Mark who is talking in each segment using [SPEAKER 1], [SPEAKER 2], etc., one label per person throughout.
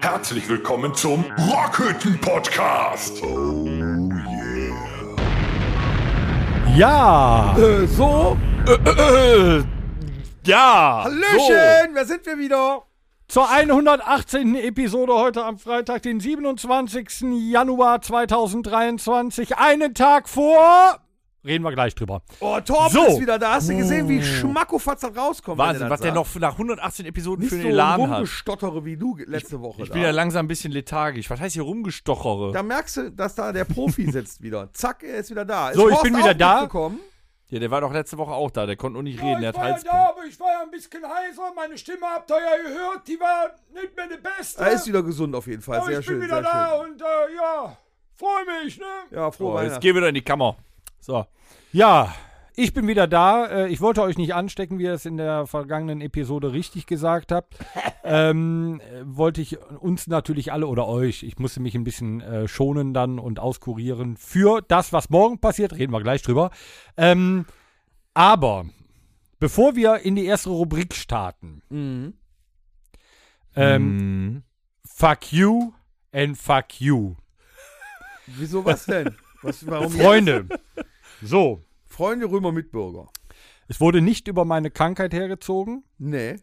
[SPEAKER 1] Herzlich willkommen zum Rockhütten Podcast. Oh yeah.
[SPEAKER 2] Ja!
[SPEAKER 3] Äh, so,
[SPEAKER 2] äh, Ja!
[SPEAKER 3] Hallöchen, wer sind wir wieder?
[SPEAKER 2] So, zur 118. Episode heute am Freitag, den 27. Januar 2023. Einen Tag vor. Reden wir gleich drüber.
[SPEAKER 3] Oh, Torben
[SPEAKER 2] So.
[SPEAKER 3] ist wieder da. Hast du gesehen, wie Schmackofatz das rauskommt? wenn
[SPEAKER 4] Oh. Wahnsinn,
[SPEAKER 3] das
[SPEAKER 4] was der
[SPEAKER 3] sagt?
[SPEAKER 4] noch für- nach 118 Episoden
[SPEAKER 3] nicht
[SPEAKER 4] für einen
[SPEAKER 3] so
[SPEAKER 4] Elan hat.
[SPEAKER 3] rumgestottere wie du ge- letzte Woche.
[SPEAKER 4] Ich bin ja langsam ein bisschen lethargisch. Was heißt hier rumgestochere?
[SPEAKER 3] da merkst du, dass da der Profi sitzt wieder. Zack, er ist wieder da. Ist
[SPEAKER 2] So, ich
[SPEAKER 3] Horst
[SPEAKER 2] bin
[SPEAKER 3] auch
[SPEAKER 2] wieder da.
[SPEAKER 3] mitgekommen?
[SPEAKER 4] ja, der war doch letzte Woche auch da. Der konnte nur nicht reden. Der hat Hals.
[SPEAKER 2] aber ich war ja ein bisschen heiser. Meine Stimme habt ihr ja gehört. Die war nicht mehr die beste.
[SPEAKER 3] Er ist wieder gesund auf jeden Fall.
[SPEAKER 2] Oh,
[SPEAKER 4] Oh,
[SPEAKER 3] sehr schön, sehr schön.
[SPEAKER 2] und äh, ja, freue mich, ne?
[SPEAKER 3] Ja, frohe
[SPEAKER 4] Oh, jetzt
[SPEAKER 3] Weihnachten.
[SPEAKER 4] geh wieder in die Kammer. So.
[SPEAKER 2] Ja, ich bin wieder da. Äh, Ich wollte euch nicht anstecken, wie ihr es in der vergangenen Episode richtig gesagt habt. ähm, äh, wollte ich uns natürlich alle oder euch, ich musste mich ein bisschen äh, schonen dann und auskurieren für das, was morgen passiert. Reden wir gleich drüber. Ähm, aber bevor wir in die erste Rubrik starten,
[SPEAKER 3] Mhm.
[SPEAKER 2] ähm,
[SPEAKER 4] Mhm.
[SPEAKER 2] fuck you and fuck you.
[SPEAKER 3] Wieso was denn? Was, warum
[SPEAKER 2] Freunde, so,
[SPEAKER 3] jetzt? Freunde, Römer, Mitbürger.
[SPEAKER 2] es wurde nicht über meine Krankheit hergezogen,
[SPEAKER 3] Nee.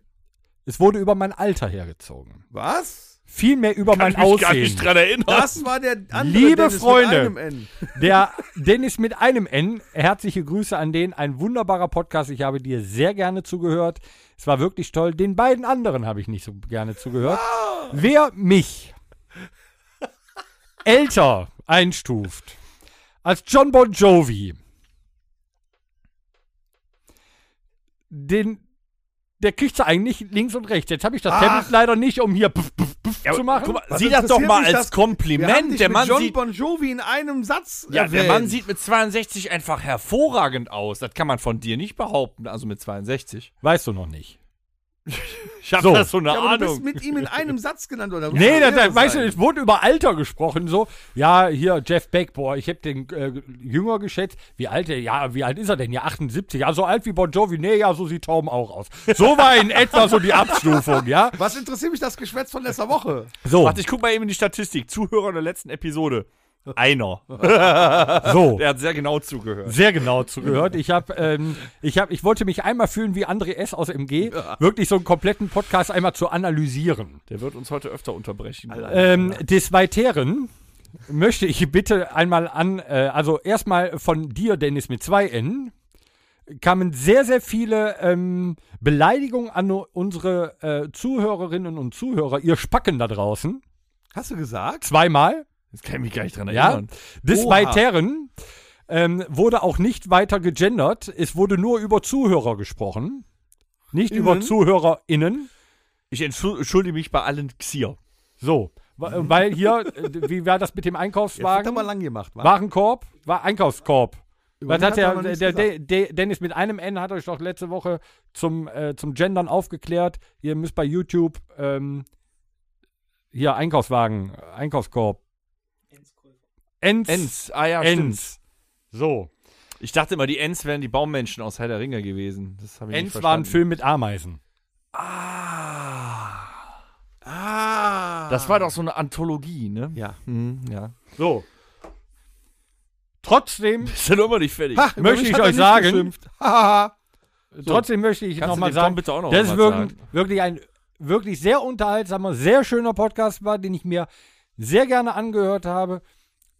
[SPEAKER 2] es wurde über mein Alter hergezogen.
[SPEAKER 3] Was?
[SPEAKER 2] vielmehr über mein
[SPEAKER 4] Kann ich mich gar nicht
[SPEAKER 2] Aussehen.
[SPEAKER 4] dran erinnern.
[SPEAKER 3] Das war der andere
[SPEAKER 2] Liebe
[SPEAKER 3] Dennis
[SPEAKER 2] Freunde.
[SPEAKER 3] Mit einem N.
[SPEAKER 2] Der Dennis mit einem N, herzliche Grüße an den, ein wunderbarer Podcast, ich habe dir sehr gerne zugehört. Es war wirklich toll. Den beiden anderen habe ich nicht so gerne zugehört. Wer mich älter einstuft als John Bon Jovi, den der kriegt sie eigentlich links und rechts. Jetzt habe ich das Tablet leider nicht, um hier puff, puff, puff zu machen.
[SPEAKER 4] Ah. Guck mal,
[SPEAKER 3] Was
[SPEAKER 4] sieh das
[SPEAKER 3] interessiert
[SPEAKER 4] doch mal
[SPEAKER 3] mich
[SPEAKER 4] als
[SPEAKER 3] das? Wir haben dich
[SPEAKER 4] Kompliment. Der
[SPEAKER 3] mit
[SPEAKER 4] Mann,
[SPEAKER 3] John
[SPEAKER 4] sieht,
[SPEAKER 3] Bon Jovi in einem Satz.
[SPEAKER 4] ja, der Mann
[SPEAKER 3] erwähnt.
[SPEAKER 4] sieht mit 62 einfach hervorragend aus. Das kann man von dir nicht behaupten. Also mit 62.
[SPEAKER 2] Weißt du noch nicht.
[SPEAKER 4] Ich hab
[SPEAKER 2] So.
[SPEAKER 4] da so eine
[SPEAKER 3] Ja, aber du bist
[SPEAKER 4] Ahnung.
[SPEAKER 3] mit ihm in einem Satz genannt, oder? muss
[SPEAKER 2] Nee,
[SPEAKER 3] doch
[SPEAKER 2] das, das,
[SPEAKER 3] mehrere
[SPEAKER 2] weißt du,
[SPEAKER 3] sein.
[SPEAKER 2] es wurde über Alter gesprochen, so. Ja, hier, Jeff Beck, boah, ich hab den äh, jünger geschätzt. Wie alt, er- ja, wie alt ist er denn? Ja, 78. Ja, so alt wie Bon Jovi. Nee, ja, so sieht Tom auch aus. So war in etwa so die Abstufung, ja?
[SPEAKER 3] Was interessiert mich das Geschwätz von letzter Woche?
[SPEAKER 2] So,
[SPEAKER 4] Warte, ich guck mal eben in die Statistik. Zuhörer der letzten Episode. Einer.
[SPEAKER 2] so.
[SPEAKER 4] Der hat sehr genau zugehört.
[SPEAKER 2] Sehr genau zugehört. Ich habe, ähm, ich habe, ich wollte mich einmal fühlen wie André S. aus MG, wirklich so einen kompletten Podcast einmal zu analysieren.
[SPEAKER 4] Der wird uns heute öfter unterbrechen. Äh.
[SPEAKER 2] Ähm, des Weiteren möchte ich bitte einmal an, äh, also erstmal von dir, Dennis, mit zwei N, kamen sehr, sehr viele ähm, Beleidigungen an unsere äh, Zuhörerinnen und Zuhörer, ihr Spacken da draußen,
[SPEAKER 3] Hast du gesagt?
[SPEAKER 2] zweimal,
[SPEAKER 4] Jetzt kann ich mich gar nicht dran
[SPEAKER 2] ja.
[SPEAKER 4] erinnern.
[SPEAKER 2] Des
[SPEAKER 3] Oha.
[SPEAKER 2] Weiteren ähm, wurde auch nicht weiter gegendert, es wurde nur über Zuhörer gesprochen, nicht über
[SPEAKER 3] Innen.
[SPEAKER 2] ZuhörerInnen.
[SPEAKER 4] Ich entschu- entschuldige mich bei allen Xier.
[SPEAKER 2] So, wa- äh, weil hier, äh, wie war das mit dem
[SPEAKER 3] Jetzt
[SPEAKER 2] Einkaufswagen?
[SPEAKER 3] haben wir lang gemacht. wa?
[SPEAKER 2] Warenkorb? War Einkaufskorb.
[SPEAKER 3] Über
[SPEAKER 2] Was
[SPEAKER 3] den
[SPEAKER 2] hat der,
[SPEAKER 3] man
[SPEAKER 2] der,
[SPEAKER 3] nichts
[SPEAKER 2] der,
[SPEAKER 3] gesagt.
[SPEAKER 2] der Dennis mit einem N hat euch doch letzte Woche zum, äh, zum Gendern aufgeklärt. Ihr müsst bei YouTube ähm, hier Einkaufswagen, äh, Einkaufskorb. Ens.
[SPEAKER 4] Ens. Ah ja, stimmt.
[SPEAKER 2] Ens. So.
[SPEAKER 4] Ich dachte immer, die Ens wären die Baummenschen aus Herr der Ringe gewesen. Das habe ich
[SPEAKER 2] Ens
[SPEAKER 4] nicht
[SPEAKER 2] war ein
[SPEAKER 4] verstanden.
[SPEAKER 2] Film mit Ameisen.
[SPEAKER 4] Ah.
[SPEAKER 3] Ah.
[SPEAKER 4] Das war doch so eine Anthologie, ne?
[SPEAKER 3] Ja.
[SPEAKER 4] Hm, ja.
[SPEAKER 2] So. Trotzdem,
[SPEAKER 4] Ist ja noch immer nicht fertig.
[SPEAKER 3] Ha, über
[SPEAKER 2] Möchte
[SPEAKER 3] mich
[SPEAKER 2] ich
[SPEAKER 3] hat er
[SPEAKER 2] euch
[SPEAKER 3] nicht
[SPEAKER 2] sagen-
[SPEAKER 3] geschimpft. Haha.
[SPEAKER 2] trotzdem möchte ich
[SPEAKER 4] Kannst du
[SPEAKER 2] nochmal
[SPEAKER 4] dem Tom
[SPEAKER 2] sagen,
[SPEAKER 4] bitte auch noch
[SPEAKER 2] das ist
[SPEAKER 4] was
[SPEAKER 2] wirklich,
[SPEAKER 4] sagen?
[SPEAKER 2] wirklich ein wirklich sehr unterhaltsamer, sehr schöner Podcast war, den ich mir sehr gerne angehört habe.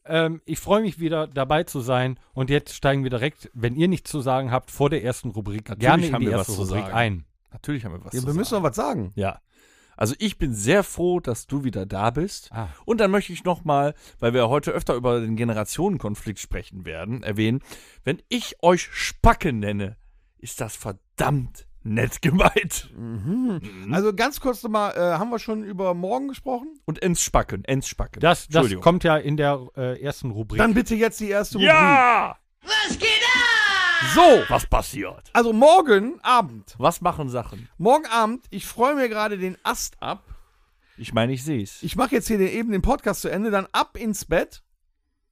[SPEAKER 2] Ähm, ich freue mich wieder dabei zu sein und jetzt steigen wir direkt, wenn ihr nichts zu sagen habt, vor der ersten Rubrik
[SPEAKER 4] Natürlich
[SPEAKER 2] gerne in
[SPEAKER 4] haben
[SPEAKER 2] die
[SPEAKER 4] wir
[SPEAKER 2] erste
[SPEAKER 4] was zu
[SPEAKER 2] Rubrik
[SPEAKER 4] sagen.
[SPEAKER 2] ein.
[SPEAKER 4] Natürlich haben wir was.
[SPEAKER 3] ja,
[SPEAKER 4] zu
[SPEAKER 3] wir müssen
[SPEAKER 4] sagen.
[SPEAKER 3] noch was sagen.
[SPEAKER 4] ja. Also ich bin sehr froh, dass du wieder da bist.
[SPEAKER 2] Ah.
[SPEAKER 4] Und dann möchte ich nochmal, weil wir heute öfter über den Generationenkonflikt sprechen werden, erwähnen, wenn ich euch Spacke nenne, ist das verdammt nett gemeint.
[SPEAKER 2] Mhm.
[SPEAKER 3] Also ganz kurz nochmal, äh, haben wir schon über morgen gesprochen?
[SPEAKER 4] Und ins Spacken, ins Spacken.
[SPEAKER 2] Das, das
[SPEAKER 4] Entschuldigung.
[SPEAKER 2] kommt ja in der äh, ersten Rubrik.
[SPEAKER 3] Dann bitte jetzt die erste
[SPEAKER 4] Ja!
[SPEAKER 3] Rubrik. So,
[SPEAKER 4] Was passiert?
[SPEAKER 3] also morgen Abend.
[SPEAKER 4] Was machen Sachen?
[SPEAKER 3] Morgen Abend, ich freue mir gerade den Ast ab.
[SPEAKER 4] Ich meine, ich sehe es.
[SPEAKER 3] Ich mache jetzt hier den, eben den Podcast zu Ende, dann ab ins Bett,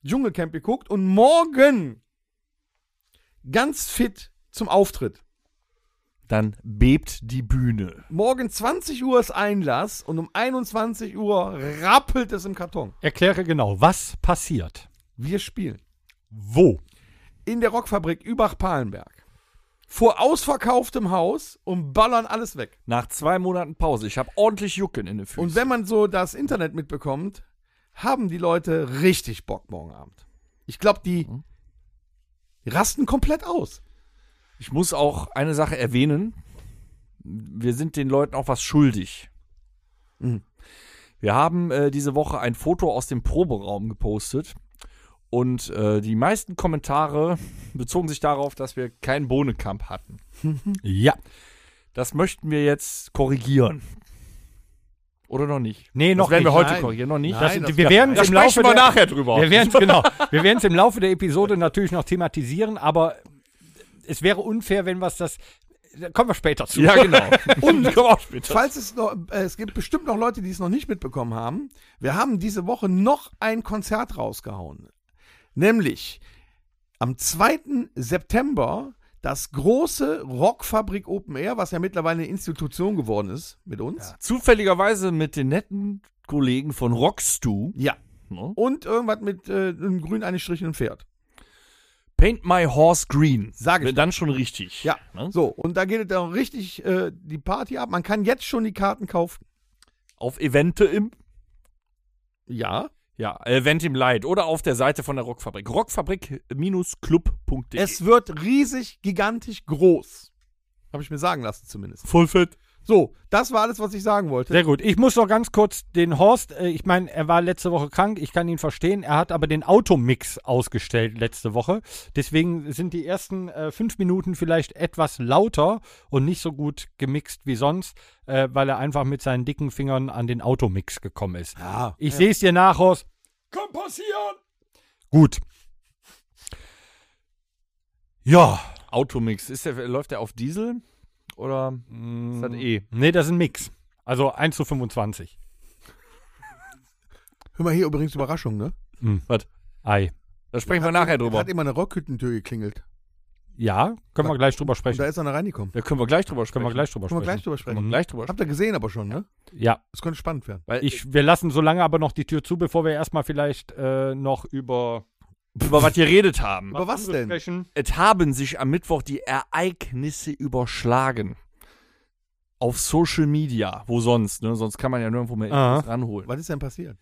[SPEAKER 3] Dschungelcamp geguckt und morgen ganz fit zum Auftritt.
[SPEAKER 4] dann bebt die Bühne.
[SPEAKER 3] Morgen 20 Uhr ist Einlass und um 21 Uhr rappelt es im Karton.
[SPEAKER 2] Erkläre genau, was passiert.
[SPEAKER 3] Wir spielen
[SPEAKER 2] Wo?
[SPEAKER 3] in der Rockfabrik Übach-Palenberg vor ausverkauftem Haus und ballern alles weg.
[SPEAKER 4] Nach zwei Monaten Pause, ich habe ordentlich Jucken in den Füßen.
[SPEAKER 3] Und wenn man so das Internet mitbekommt, haben die Leute richtig Bock morgen Abend. Ich glaube, die rasten komplett aus.
[SPEAKER 4] Ich muss auch eine Sache erwähnen. Wir sind den Leuten auch was schuldig.
[SPEAKER 3] Mhm.
[SPEAKER 4] Wir haben äh, diese Woche ein Foto aus dem Proberaum gepostet. Und äh, die meisten Kommentare bezogen sich darauf, dass wir keinen Bohnenkamp hatten.
[SPEAKER 2] Ja.
[SPEAKER 4] Das möchten wir jetzt korrigieren. Oder noch nicht?
[SPEAKER 2] Nee, noch
[SPEAKER 4] das werden wir
[SPEAKER 2] nicht.
[SPEAKER 4] heute
[SPEAKER 3] Nein.
[SPEAKER 4] korrigieren, noch nicht.
[SPEAKER 3] Nein,
[SPEAKER 4] Das-
[SPEAKER 3] das-
[SPEAKER 2] wir werden
[SPEAKER 4] da
[SPEAKER 2] es im Laufe
[SPEAKER 4] sprechen wir
[SPEAKER 2] der,
[SPEAKER 4] nachher drüber.
[SPEAKER 2] wir werden's, genau, wir werden es im Laufe der Episode natürlich noch thematisieren, aber es wäre unfair, wenn wir es das da kommen wir später zu.
[SPEAKER 4] ja, genau. Und kommen auch später.
[SPEAKER 3] Falls es noch, äh, es gibt bestimmt noch Leute, die es noch nicht mitbekommen haben. Wir haben diese Woche noch ein Konzert rausgehauen. Nämlich am 2. September das große Rockfabrik Open Air, was ja mittlerweile eine Institution geworden ist mit uns.
[SPEAKER 4] Zufälligerweise mit den netten Kollegen von Rockstu.
[SPEAKER 3] Ja.
[SPEAKER 4] Ne?
[SPEAKER 3] Und irgendwas mit äh, einem grün eingestrichenen Pferd.
[SPEAKER 4] Paint my horse green.
[SPEAKER 3] Sag ich
[SPEAKER 4] Wenn Dann schon richtig.
[SPEAKER 3] Ja.
[SPEAKER 4] Ne?
[SPEAKER 3] So, und da geht es dann richtig äh, die Party ab. Man kann jetzt schon die Karten kaufen.
[SPEAKER 4] Auf Evente im.
[SPEAKER 3] Ja.
[SPEAKER 4] Ja, Event im Light oder auf der Seite von der Rockfabrik. Rockfabrik-club.de.
[SPEAKER 3] Es wird riesig, gigantisch groß. Habe ich mir sagen lassen zumindest.
[SPEAKER 4] voll fett.
[SPEAKER 3] So, das war alles, was ich sagen wollte.
[SPEAKER 2] Sehr gut. Ich muss noch ganz kurz den Horst, äh, ich meine, er war letzte Woche krank, ich kann ihn verstehen, er hat aber den Automix ausgestellt letzte Woche. Deswegen sind die ersten äh, fünf Minuten vielleicht etwas lauter und nicht so gut gemixt wie sonst, äh, weil er einfach mit seinen dicken Fingern an den Automix gekommen ist.
[SPEAKER 3] Ja.
[SPEAKER 2] Ich sehe es dir nach, Horst.
[SPEAKER 1] Kann passieren!
[SPEAKER 2] Gut. Ja.
[SPEAKER 4] Automix. Ist der, läuft der auf Diesel? Oder ist das eh?
[SPEAKER 2] Nee, das ist ein Mix. Also 1 zu 25.
[SPEAKER 3] Hör mal hier übrigens Überraschung, ne?
[SPEAKER 2] Ei.
[SPEAKER 4] Da sprechen wir nachher drüber.
[SPEAKER 3] Hat immer eine Rockhüttentür geklingelt.
[SPEAKER 2] Ja, können wir gleich drüber
[SPEAKER 3] Und da
[SPEAKER 2] sprechen.
[SPEAKER 3] ist einer reingekommen.
[SPEAKER 4] Da können wir gleich drüber sprechen.
[SPEAKER 2] Können wir gleich drüber
[SPEAKER 3] Können
[SPEAKER 2] sprechen.
[SPEAKER 3] wir gleich drüber
[SPEAKER 4] Können
[SPEAKER 3] sprechen.
[SPEAKER 4] wir gleich drüber
[SPEAKER 3] Habt ihr gesehen aber schon, ne?
[SPEAKER 2] Ja,
[SPEAKER 3] Es könnte spannend werden.
[SPEAKER 4] Weil
[SPEAKER 2] ich, wir lassen so lange aber noch die Tür zu, bevor wir erstmal vielleicht äh, noch über
[SPEAKER 4] über was wir geredet haben.
[SPEAKER 3] Über was denn?
[SPEAKER 2] sprechen.
[SPEAKER 4] Es haben sich am Mittwoch die Ereignisse überschlagen. Auf Social Media. Wo sonst? Ne? Sonst kann man ja nirgendwo mehr
[SPEAKER 2] Aha.
[SPEAKER 4] Infos ranholen.
[SPEAKER 3] Was ist denn passiert?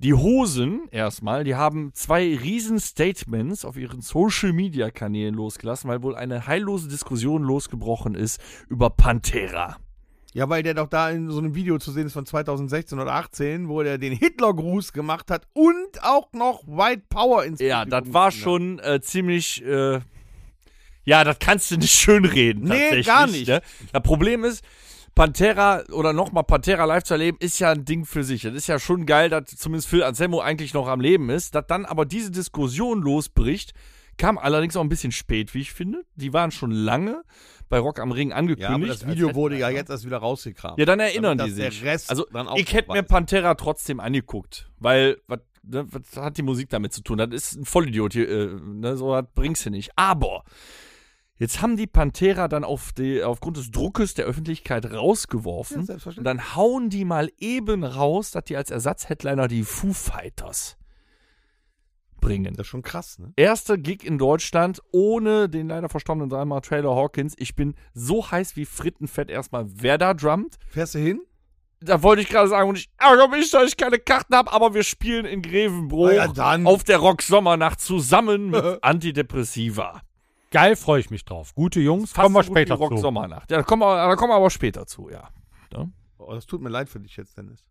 [SPEAKER 4] Die Hosen erstmal, die haben zwei riesen Statements auf ihren Social Media Kanälen losgelassen, weil wohl eine heillose Diskussion losgebrochen ist über Pantera.
[SPEAKER 3] Ja, weil der doch da in so einem Video zu sehen ist von 2016 oder 18, wo der den Hitlergruß gemacht hat und auch noch White Power ins
[SPEAKER 4] Ja,
[SPEAKER 3] Publikum
[SPEAKER 4] das war
[SPEAKER 3] gerufen hat.
[SPEAKER 4] schon äh, ziemlich. Äh, ja, das kannst du nicht schönreden.
[SPEAKER 3] Nee,
[SPEAKER 4] tatsächlich,
[SPEAKER 3] gar nicht.
[SPEAKER 4] Ne? Das Problem ist, Pantera oder nochmal Pantera live zu erleben, ist ja ein Ding für sich. Das ist ja schon geil, dass zumindest Phil Anselmo eigentlich noch am Leben ist. Dass dann aber diese Diskussion losbricht, kam allerdings auch ein bisschen spät, wie ich finde. Die waren schon lange bei Rock am Ring angekündigt.
[SPEAKER 3] Ja, aber das
[SPEAKER 4] als
[SPEAKER 3] Video wurde ja
[SPEAKER 4] Headliner.
[SPEAKER 3] jetzt erst wieder rausgekramt.
[SPEAKER 4] Ja, dann erinnern die
[SPEAKER 3] Damit das
[SPEAKER 4] sich.
[SPEAKER 3] der Rest
[SPEAKER 4] also,
[SPEAKER 3] dann auch
[SPEAKER 4] ich hätte mir
[SPEAKER 3] weiß.
[SPEAKER 4] Pantera trotzdem angeguckt, weil was, ne, was hat die Musik damit zu tun? Das ist ein Vollidiot hier, äh, ne, so was bringst du nicht. Aber jetzt haben die Pantera dann auf die, aufgrund des Druckes der Öffentlichkeit
[SPEAKER 3] Ja,
[SPEAKER 4] rausgeworfen. und
[SPEAKER 3] selbstverständlich.
[SPEAKER 4] dann hauen die mal eben raus, dass die als Ersatzheadliner die Foo Fighters bringen.
[SPEAKER 3] Das ist schon krass, ne?
[SPEAKER 4] Erster Gig in Deutschland ohne den leider verstorbenen dreimal Trailer Hawkins. Ich bin so heiß wie Frittenfett erstmal, wer da drummt
[SPEAKER 3] Fährst du hin?
[SPEAKER 4] da wollte ich gerade sagen, und ich ärgere mich, dass ich keine Karten habe, aber wir spielen in Grevenbroich
[SPEAKER 3] Ah ja, dann.
[SPEAKER 4] auf der Rock-Sommernacht zusammen mit Antidepressiva.
[SPEAKER 2] Geil, freue ich mich drauf. Gute Jungs,
[SPEAKER 4] Fast
[SPEAKER 2] kommen wir
[SPEAKER 4] so gut wie
[SPEAKER 2] später zu.
[SPEAKER 4] Rock-Sommernacht. Ja, da kommen, wir, da kommen wir aber später zu, ja.
[SPEAKER 3] Oh, das tut mir leid für dich jetzt, Dennis.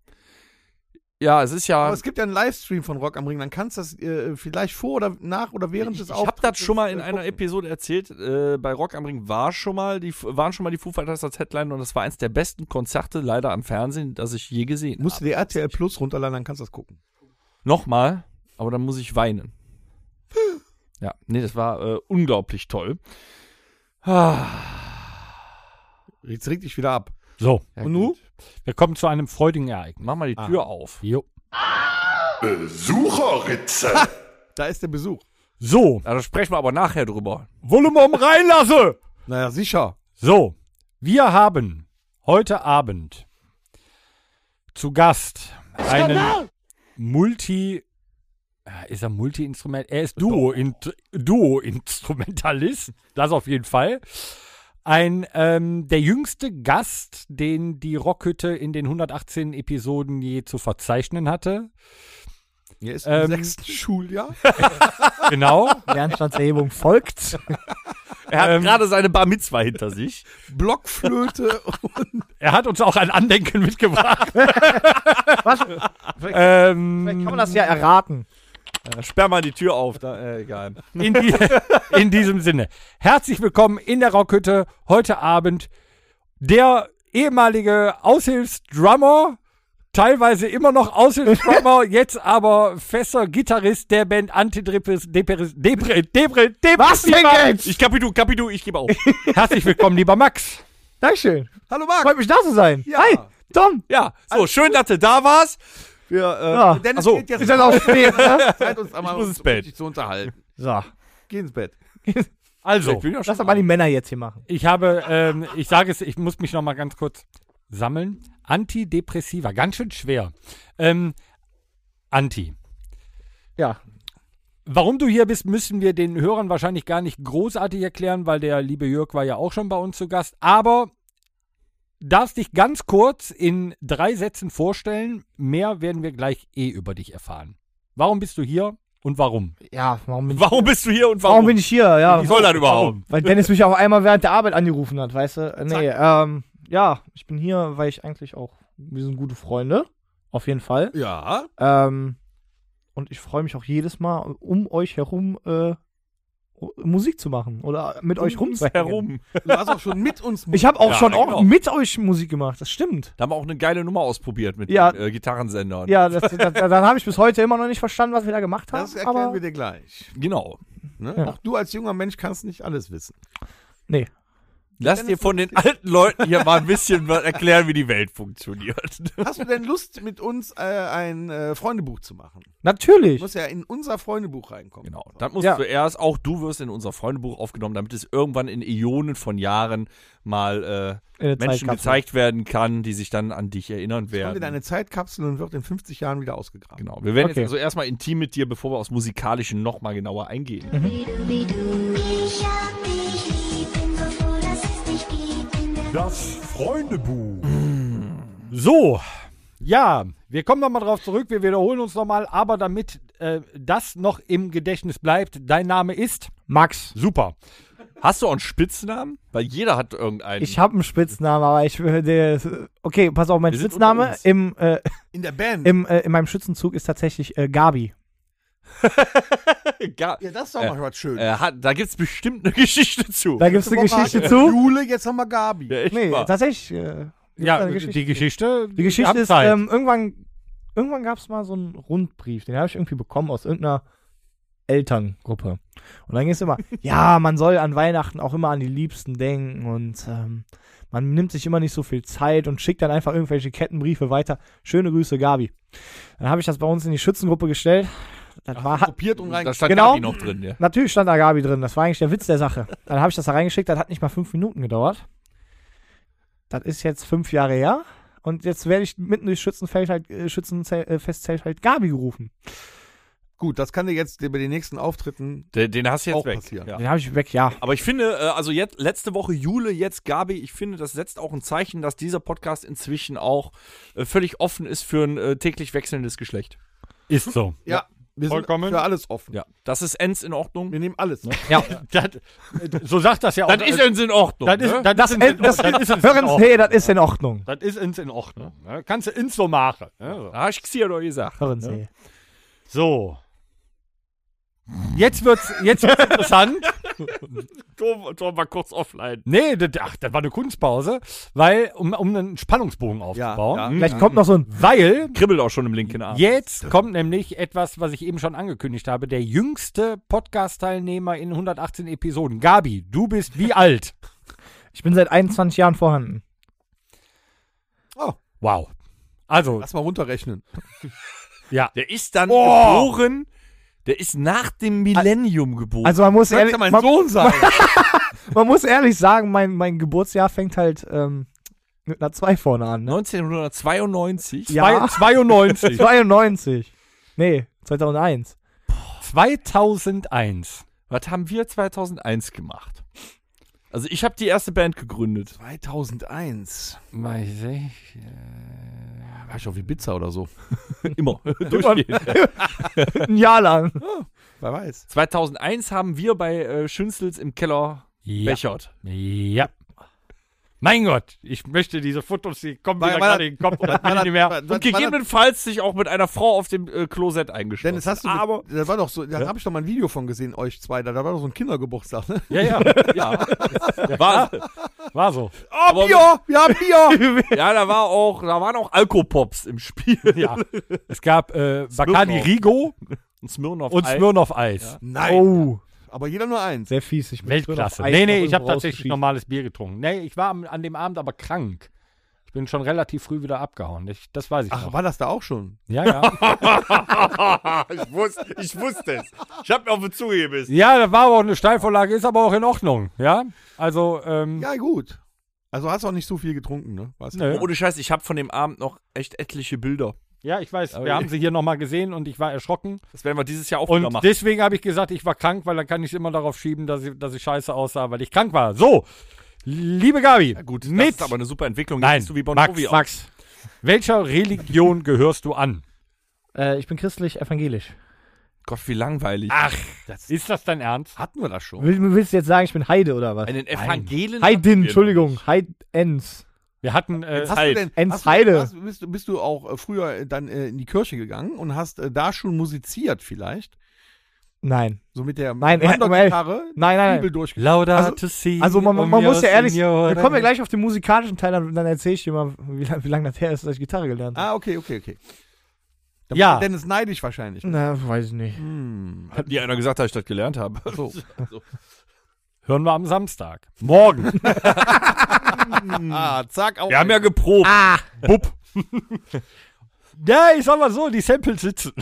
[SPEAKER 4] Ja, es ist ja.
[SPEAKER 3] Aber es gibt ja einen Livestream von Rock am Ring, dann kannst du das äh, vielleicht vor oder nach oder während
[SPEAKER 4] ich
[SPEAKER 3] des
[SPEAKER 4] ich habe das
[SPEAKER 3] Auftritts,
[SPEAKER 4] schon mal in
[SPEAKER 3] äh,
[SPEAKER 4] einer
[SPEAKER 3] gucken.
[SPEAKER 4] Episode erzählt. Äh, bei Rock am Ring war schon mal die, waren schon mal die Foo Fighters als Headline und das war eins der besten Konzerte leider am Fernsehen, das ich je gesehen
[SPEAKER 3] Musst du
[SPEAKER 4] habe.
[SPEAKER 3] dir RTL Plus runterladen, dann kannst du das gucken.
[SPEAKER 4] Nochmal, aber dann muss ich weinen. Ja, nee, das war äh, unglaublich toll. Ah,
[SPEAKER 3] Jetzt reg dich wieder ab.
[SPEAKER 2] So,
[SPEAKER 4] ja,
[SPEAKER 3] Und nu?
[SPEAKER 4] gut.
[SPEAKER 2] wir kommen zu einem freudigen Ereignis.
[SPEAKER 4] Mach mal die
[SPEAKER 3] Ah.
[SPEAKER 4] Tür auf.
[SPEAKER 2] Jo.
[SPEAKER 1] Besucherritze!
[SPEAKER 3] Da ist der Besuch.
[SPEAKER 2] So,
[SPEAKER 4] Also Ja, da sprechen wir aber nachher drüber.
[SPEAKER 2] Volumen reinlasse!
[SPEAKER 3] Naja, sicher.
[SPEAKER 2] So, Wir haben heute Abend zu Gast einen Multi. äh, Ist er Multi-Instrument? Er ist Duo- Int- Duo-Instrumentalist. das auf jeden Fall. Ein, ähm, der jüngste Gast, den die Rockhütte in den 118 Episoden je zu verzeichnen hatte.
[SPEAKER 3] Er ist
[SPEAKER 2] Ähm,
[SPEAKER 3] im sechsten Schuljahr.
[SPEAKER 2] Genau.
[SPEAKER 5] Lernstandserhebung folgt.
[SPEAKER 4] Er hat
[SPEAKER 2] Ähm.
[SPEAKER 4] gerade seine Bar Mitzwa hinter sich.
[SPEAKER 3] Blockflöte und
[SPEAKER 2] er hat uns auch ein Andenken mitgebracht.
[SPEAKER 5] Was?
[SPEAKER 2] ähm,
[SPEAKER 5] Vielleicht kann man das ja erraten.
[SPEAKER 4] Sperr mal die Tür auf. Da, äh, egal.
[SPEAKER 2] In, die, in diesem Sinne. Herzlich willkommen in der Rockhütte heute Abend. Der ehemalige Aushilfsdrummer, teilweise immer noch Aushilfsdrummer, jetzt aber fester Gitarrist der Band Antidripes Depre, Depre, Depre, Depre,
[SPEAKER 5] Was denn jetzt?
[SPEAKER 4] Ich kapitu, kapitu, ich gebe auf.
[SPEAKER 2] Herzlich willkommen, lieber Max.
[SPEAKER 5] Dankeschön.
[SPEAKER 3] Hallo Marc!
[SPEAKER 5] Freut mich, da zu sein.
[SPEAKER 3] Ja.
[SPEAKER 5] Hi, Tom.
[SPEAKER 4] Ja, so,
[SPEAKER 2] Also
[SPEAKER 4] schön, dass du da warst. Wir, äh,
[SPEAKER 5] Ja.
[SPEAKER 3] Dennis
[SPEAKER 4] Ach so.
[SPEAKER 3] geht jetzt
[SPEAKER 5] Ist das auch spät, ne?
[SPEAKER 3] Zeit, uns einmal
[SPEAKER 4] Ich muss ins
[SPEAKER 3] um
[SPEAKER 4] Bett.
[SPEAKER 3] richtig zu unterhalten.
[SPEAKER 5] So.
[SPEAKER 3] Geh ins Bett.
[SPEAKER 2] Also,
[SPEAKER 4] bin ja
[SPEAKER 5] Lass doch mal die Männer jetzt hier machen.
[SPEAKER 2] ich habe, ähm, ich sage es, ich muss mich noch mal ganz kurz sammeln. Antidepressiva, ganz schön schwer. Ähm, Anti.
[SPEAKER 5] Ja.
[SPEAKER 2] Warum du hier bist, müssen wir den Hörern wahrscheinlich gar nicht großartig erklären, weil der liebe Jörg war ja auch schon bei uns zu Gast. Aber darfst dich ganz kurz in drei Sätzen vorstellen. Mehr werden wir gleich eh über dich erfahren. Warum bist du hier und warum?
[SPEAKER 5] Ja, warum bin ich,
[SPEAKER 4] Warum bist du hier und warum?
[SPEAKER 5] warum bin ich hier? Ja.
[SPEAKER 4] soll das überhaupt?
[SPEAKER 5] Weil Dennis mich auch einmal während der Arbeit angerufen hat, weißt du? Nee, ähm, ja, ich bin hier, weil ich eigentlich auch, wir sind gute Freunde, auf jeden Fall.
[SPEAKER 3] Ja.
[SPEAKER 5] Ähm, und ich freue mich auch jedes Mal, um euch herum äh, Musik zu machen oder mit euch
[SPEAKER 4] Ums
[SPEAKER 5] rumzuhängen.
[SPEAKER 4] herum?
[SPEAKER 3] Du warst auch schon mit uns.
[SPEAKER 5] Ich habe auch
[SPEAKER 4] Ja,
[SPEAKER 5] schon auch
[SPEAKER 4] genau.
[SPEAKER 5] mit euch Musik gemacht, das stimmt.
[SPEAKER 4] Da haben wir auch eine geile Nummer ausprobiert mit
[SPEAKER 5] Ja.
[SPEAKER 4] den äh, Gitarrensendern.
[SPEAKER 5] Ja, das, das, dann habe ich bis heute immer noch nicht verstanden, was wir da gemacht haben.
[SPEAKER 3] das erklären
[SPEAKER 5] aber
[SPEAKER 3] wir dir gleich.
[SPEAKER 4] Genau.
[SPEAKER 3] Ne?
[SPEAKER 5] Ja.
[SPEAKER 3] Auch du als junger Mensch kannst nicht alles wissen.
[SPEAKER 4] Lass dir von den alten Leuten hier mal ein bisschen was erklären, wie die Welt funktioniert.
[SPEAKER 3] Hast du denn Lust, mit uns äh, ein äh, Freundebuch zu machen? Du
[SPEAKER 5] natürlich.
[SPEAKER 3] musst ja in unser Freundebuch reinkommen.
[SPEAKER 4] Genau. Dann musst
[SPEAKER 5] Ja.
[SPEAKER 4] du erst, auch du wirst in unser Freundebuch aufgenommen, damit es irgendwann in Äonen von Jahren mal
[SPEAKER 5] In
[SPEAKER 4] äh,
[SPEAKER 5] der
[SPEAKER 4] Menschen
[SPEAKER 5] Zeitkapsel.
[SPEAKER 4] gezeigt werden kann, die sich dann an dich erinnern
[SPEAKER 3] Kommt in
[SPEAKER 4] werden.
[SPEAKER 3] eine Zeitkapsel und wird in 50 Jahren wieder ausgegraben.
[SPEAKER 4] Genau. Wir werden
[SPEAKER 5] Okay.
[SPEAKER 4] jetzt also erstmal intim mit dir, bevor wir aufs Musikalische nochmal genauer eingehen.
[SPEAKER 6] Ich hab dich lieb, bin so froh, dass es dich gibt. Bin der
[SPEAKER 1] Das Freundebuch.
[SPEAKER 2] So, ja, wir kommen nochmal drauf zurück, wir wiederholen uns nochmal, aber damit äh, das noch im Gedächtnis bleibt, dein Name ist
[SPEAKER 5] Max.
[SPEAKER 2] super.
[SPEAKER 4] Hast du auch einen Spitznamen? Weil jeder hat irgendeinen.
[SPEAKER 5] Ich habe einen Spitznamen, aber ich äh, der, okay, pass auf, mein
[SPEAKER 4] Wir sind unter
[SPEAKER 5] Spitzname
[SPEAKER 4] uns.
[SPEAKER 5] im, äh,
[SPEAKER 3] In der Band.
[SPEAKER 5] im, äh, in meinem Schützenzug ist tatsächlich äh, Gabi.
[SPEAKER 4] Ga-
[SPEAKER 3] ja, das ist doch
[SPEAKER 4] Äh,
[SPEAKER 3] mal was Schönes.
[SPEAKER 4] äh, hat, da gibt's bestimmt eine Geschichte zu.
[SPEAKER 5] Da gibt's eine
[SPEAKER 3] Letzte Woche
[SPEAKER 5] Geschichte
[SPEAKER 3] hatten wir
[SPEAKER 5] zu.
[SPEAKER 3] Jule, jetzt haben wir Gabi.
[SPEAKER 4] Ja, echt
[SPEAKER 5] Nee,
[SPEAKER 4] wahr.
[SPEAKER 5] tatsächlich. Äh, gibt's da
[SPEAKER 2] Ja,
[SPEAKER 5] eine
[SPEAKER 2] die Geschichte.
[SPEAKER 5] Die Geschichte
[SPEAKER 2] wir haben
[SPEAKER 5] ist,
[SPEAKER 2] Zeit.
[SPEAKER 5] ähm, irgendwann, irgendwann gab es mal so einen Rundbrief, den habe ich irgendwie bekommen aus irgendeiner Elterngruppe. Und dann ging es immer, ja, man soll an Weihnachten auch immer an die Liebsten denken und ähm, man nimmt sich immer nicht so viel Zeit und schickt dann einfach irgendwelche Kettenbriefe weiter. Schöne Grüße, Gabi. Dann habe ich das bei uns in die Schützengruppe gestellt. Das war,
[SPEAKER 3] Kopiert und rein.
[SPEAKER 4] Da stand
[SPEAKER 5] Genau.
[SPEAKER 4] Gabi noch drin, ja.
[SPEAKER 5] Natürlich stand Agabi drin. Das war eigentlich der Witz der Sache. Dann habe ich das da reingeschickt. Das hat nicht mal fünf Minuten gedauert. Das ist jetzt fünf Jahre her. Und jetzt werde ich mitten durchs Schützenfeld halt, äh, Schützenfestzelt halt Gabi gerufen.
[SPEAKER 3] Gut, das kann dir jetzt bei den nächsten Auftritten.
[SPEAKER 4] Den, den hast du jetzt
[SPEAKER 3] Auch
[SPEAKER 4] weg.
[SPEAKER 3] passiert.
[SPEAKER 4] Ja.
[SPEAKER 5] Den habe ich weg, ja.
[SPEAKER 4] Aber ich finde, äh, also jetzt, letzte Woche Jule, jetzt Gabi, ich finde, das setzt auch ein Zeichen, dass dieser Podcast inzwischen auch äh, völlig offen ist für ein äh, täglich wechselndes Geschlecht.
[SPEAKER 2] ist so.
[SPEAKER 3] Ja, wir
[SPEAKER 2] Vollkommen.
[SPEAKER 3] sind für alles offen.
[SPEAKER 4] Ja. Das ist ends in Ordnung.
[SPEAKER 3] Wir nehmen alles.
[SPEAKER 2] Ja, das, äh, so sagt das ja auch.
[SPEAKER 4] Das ist ends in Ordnung.
[SPEAKER 2] das ist,
[SPEAKER 4] ne?
[SPEAKER 2] das
[SPEAKER 5] Das,
[SPEAKER 2] ist,
[SPEAKER 5] äh,
[SPEAKER 2] in-
[SPEAKER 5] das,
[SPEAKER 2] das ist ins in
[SPEAKER 5] hören Sie,
[SPEAKER 2] Ordnung.
[SPEAKER 5] hey, das ist in Ordnung.
[SPEAKER 2] Das ist ins in Ordnung. Ne? Kannst du ins so machen. Ne? So.
[SPEAKER 4] Ah, ich dir doch gesagt.
[SPEAKER 5] Hören Sie. Ja.
[SPEAKER 2] So. Jetzt wird's, jetzt wird's interessant.
[SPEAKER 4] Tom, Tom war kurz offline.
[SPEAKER 2] Nee, das, ach, das war eine Kunstpause, weil, um, um einen Spannungsbogen aufzubauen.
[SPEAKER 3] ja.
[SPEAKER 5] Vielleicht kommt noch so ein
[SPEAKER 2] Weil
[SPEAKER 4] Kribbelt auch schon im linken Arm.
[SPEAKER 2] jetzt kommt nämlich etwas, was ich eben schon angekündigt habe. Der jüngste Podcast-Teilnehmer in 118 Episoden. Gabi, du bist wie alt?
[SPEAKER 5] Ich bin seit 21 Jahren vorhanden.
[SPEAKER 2] Wow. Also,
[SPEAKER 3] Lass mal runterrechnen.
[SPEAKER 2] ja.
[SPEAKER 4] Der ist dann
[SPEAKER 2] Oh.
[SPEAKER 4] geboren. Der ist nach dem Millennium geboren.
[SPEAKER 5] Also man muss,
[SPEAKER 3] Sollte
[SPEAKER 5] ehrlich,
[SPEAKER 3] mein
[SPEAKER 5] man,
[SPEAKER 3] Sohn sein.
[SPEAKER 5] man muss ehrlich sagen, mein, mein Geburtsjahr fängt halt ähm, mit einer 2 vorne an. Ne?
[SPEAKER 4] 1992.
[SPEAKER 5] Ja,
[SPEAKER 2] 92.
[SPEAKER 5] 92. Nee, 2001.
[SPEAKER 2] 2001.
[SPEAKER 4] Was haben wir 2001 gemacht? Also ich habe die erste Band gegründet.
[SPEAKER 3] 2001.
[SPEAKER 2] Weiß ich.
[SPEAKER 3] Da war ich auf Ibiza oder so.
[SPEAKER 4] Immer. Durchgehend.
[SPEAKER 5] Ein Jahr lang.
[SPEAKER 3] Wer weiß.
[SPEAKER 4] 2001 haben wir bei äh, Schünzels im Keller
[SPEAKER 2] Ja.
[SPEAKER 4] bechert.
[SPEAKER 2] ja. Mein Gott, ich möchte diese Fotos, die kommen mir
[SPEAKER 3] War-
[SPEAKER 2] da
[SPEAKER 3] war
[SPEAKER 2] gerade in den Kopf und das will ich nicht mehr.
[SPEAKER 3] Was-
[SPEAKER 4] Und
[SPEAKER 3] was-
[SPEAKER 4] gegebenenfalls sich auch mit einer Frau auf dem äh, Klosett eingeschlossen.
[SPEAKER 3] Dennis, hast du.
[SPEAKER 4] Aber
[SPEAKER 3] das war doch so. Da habe ich doch mal ein Video von gesehen, euch zwei. Da, da war doch so ein Kindergeburtstag, ne?
[SPEAKER 2] Ja, ja, ja,
[SPEAKER 4] war,
[SPEAKER 2] war so.
[SPEAKER 4] aber,
[SPEAKER 3] Bier! Wir haben Bier!
[SPEAKER 4] ja, da war auch, da waren auch Alkopops im Spiel.
[SPEAKER 2] Ja. Es gab äh, Bacardi Rigo
[SPEAKER 4] Und Smirnoff.
[SPEAKER 2] und
[SPEAKER 4] Ei.
[SPEAKER 2] Smirnoff Eis.
[SPEAKER 3] Nein.
[SPEAKER 5] Oh,
[SPEAKER 3] Aber jeder nur eins.
[SPEAKER 5] sehr fies. Ich bin
[SPEAKER 2] Weltklasse.
[SPEAKER 5] schon auf
[SPEAKER 2] Nee,
[SPEAKER 5] Eis
[SPEAKER 2] nee, ich
[SPEAKER 5] irgendwo
[SPEAKER 2] habe tatsächlich
[SPEAKER 5] rausgeschieden.
[SPEAKER 2] normales Bier getrunken. Nee, ich war am, an dem Abend aber krank. Ich bin schon relativ früh wieder abgehauen. Ich, das weiß ich
[SPEAKER 3] Ach,
[SPEAKER 2] noch.
[SPEAKER 3] war das da auch schon?
[SPEAKER 2] Ja, ja.
[SPEAKER 4] ich, wusste, ich wusste es. Ich habe mir auf die Zunge gebissen.
[SPEAKER 2] ja, da war aber auch eine Steilvorlage, ist aber auch in Ordnung. Ja, also, ähm,
[SPEAKER 3] Ja, gut. Also hast auch nicht so viel getrunken, ne? Weißt du?
[SPEAKER 2] nö.
[SPEAKER 4] Oh, Ohne Scheiß, ich habe von dem Abend noch echt etliche Bilder.
[SPEAKER 2] ja, ich weiß,
[SPEAKER 4] Aber-
[SPEAKER 2] wir haben sie hier nochmal gesehen und ich war erschrocken.
[SPEAKER 4] Das werden wir dieses Jahr auch wieder
[SPEAKER 2] Und
[SPEAKER 4] machen.
[SPEAKER 2] deswegen habe ich gesagt, ich war krank, weil dann kann ich immer darauf schieben, dass ich, dass ich scheiße aussah, weil ich krank war. So, liebe Gabi,
[SPEAKER 4] Ja, gut, das
[SPEAKER 2] mit
[SPEAKER 4] ist aber eine super Entwicklung.
[SPEAKER 2] Nein,
[SPEAKER 4] Jetzt bist du wie bon
[SPEAKER 2] Max,
[SPEAKER 4] Jovi auch.
[SPEAKER 2] Max, welcher Religion gehörst du an?
[SPEAKER 5] Äh, ich bin christlich evangelisch.
[SPEAKER 4] Gott, wie langweilig.
[SPEAKER 2] Ach, ist das dein Ernst?
[SPEAKER 3] Hatten wir das schon.
[SPEAKER 5] Will, willst du jetzt sagen, ich bin Heide oder was?
[SPEAKER 4] Einen Evangelen.
[SPEAKER 5] Heidin, Entschuldigung. Heidens.
[SPEAKER 2] Wir hatten äh,
[SPEAKER 3] Hast
[SPEAKER 4] Halt.
[SPEAKER 3] du denn,
[SPEAKER 5] Enz
[SPEAKER 3] hast
[SPEAKER 5] Heide.
[SPEAKER 3] Du, hast, bist, du- bist du auch äh, früher äh, dann äh, in die Kirche gegangen und hast äh, da schon musiziert vielleicht?
[SPEAKER 5] Nein.
[SPEAKER 3] So mit der
[SPEAKER 5] Nein, äh,
[SPEAKER 3] Wandergitarre die
[SPEAKER 5] Nein, nein,
[SPEAKER 3] Bibel
[SPEAKER 5] nein.
[SPEAKER 3] durchgegangen.
[SPEAKER 2] Laudato
[SPEAKER 5] Also-
[SPEAKER 2] si.
[SPEAKER 5] Also man, man, man
[SPEAKER 2] mio
[SPEAKER 5] muss ja ehrlich,
[SPEAKER 2] signore.
[SPEAKER 5] wir kommen ja gleich auf den musikalischen Teil an und dann erzähle ich dir mal, wie, lang- wie lange das her ist, dass ich Gitarre gelernt habe.
[SPEAKER 3] Ah, okay, okay, okay. Dann
[SPEAKER 2] Ah, Ja.
[SPEAKER 5] Ah.
[SPEAKER 3] war Dennis neidisch wahrscheinlich.
[SPEAKER 5] Na, weiß ich nicht.
[SPEAKER 3] Hm.
[SPEAKER 4] Hat dir einer gesagt, dass ich das gelernt habe? So.
[SPEAKER 2] Hören wir am Samstag. Morgen.
[SPEAKER 3] Ah, zack, auch.
[SPEAKER 4] Hm. Wir haben ja geprobt.
[SPEAKER 2] Bub. Ah. ja, ich sag mal so, die Samples sitzen.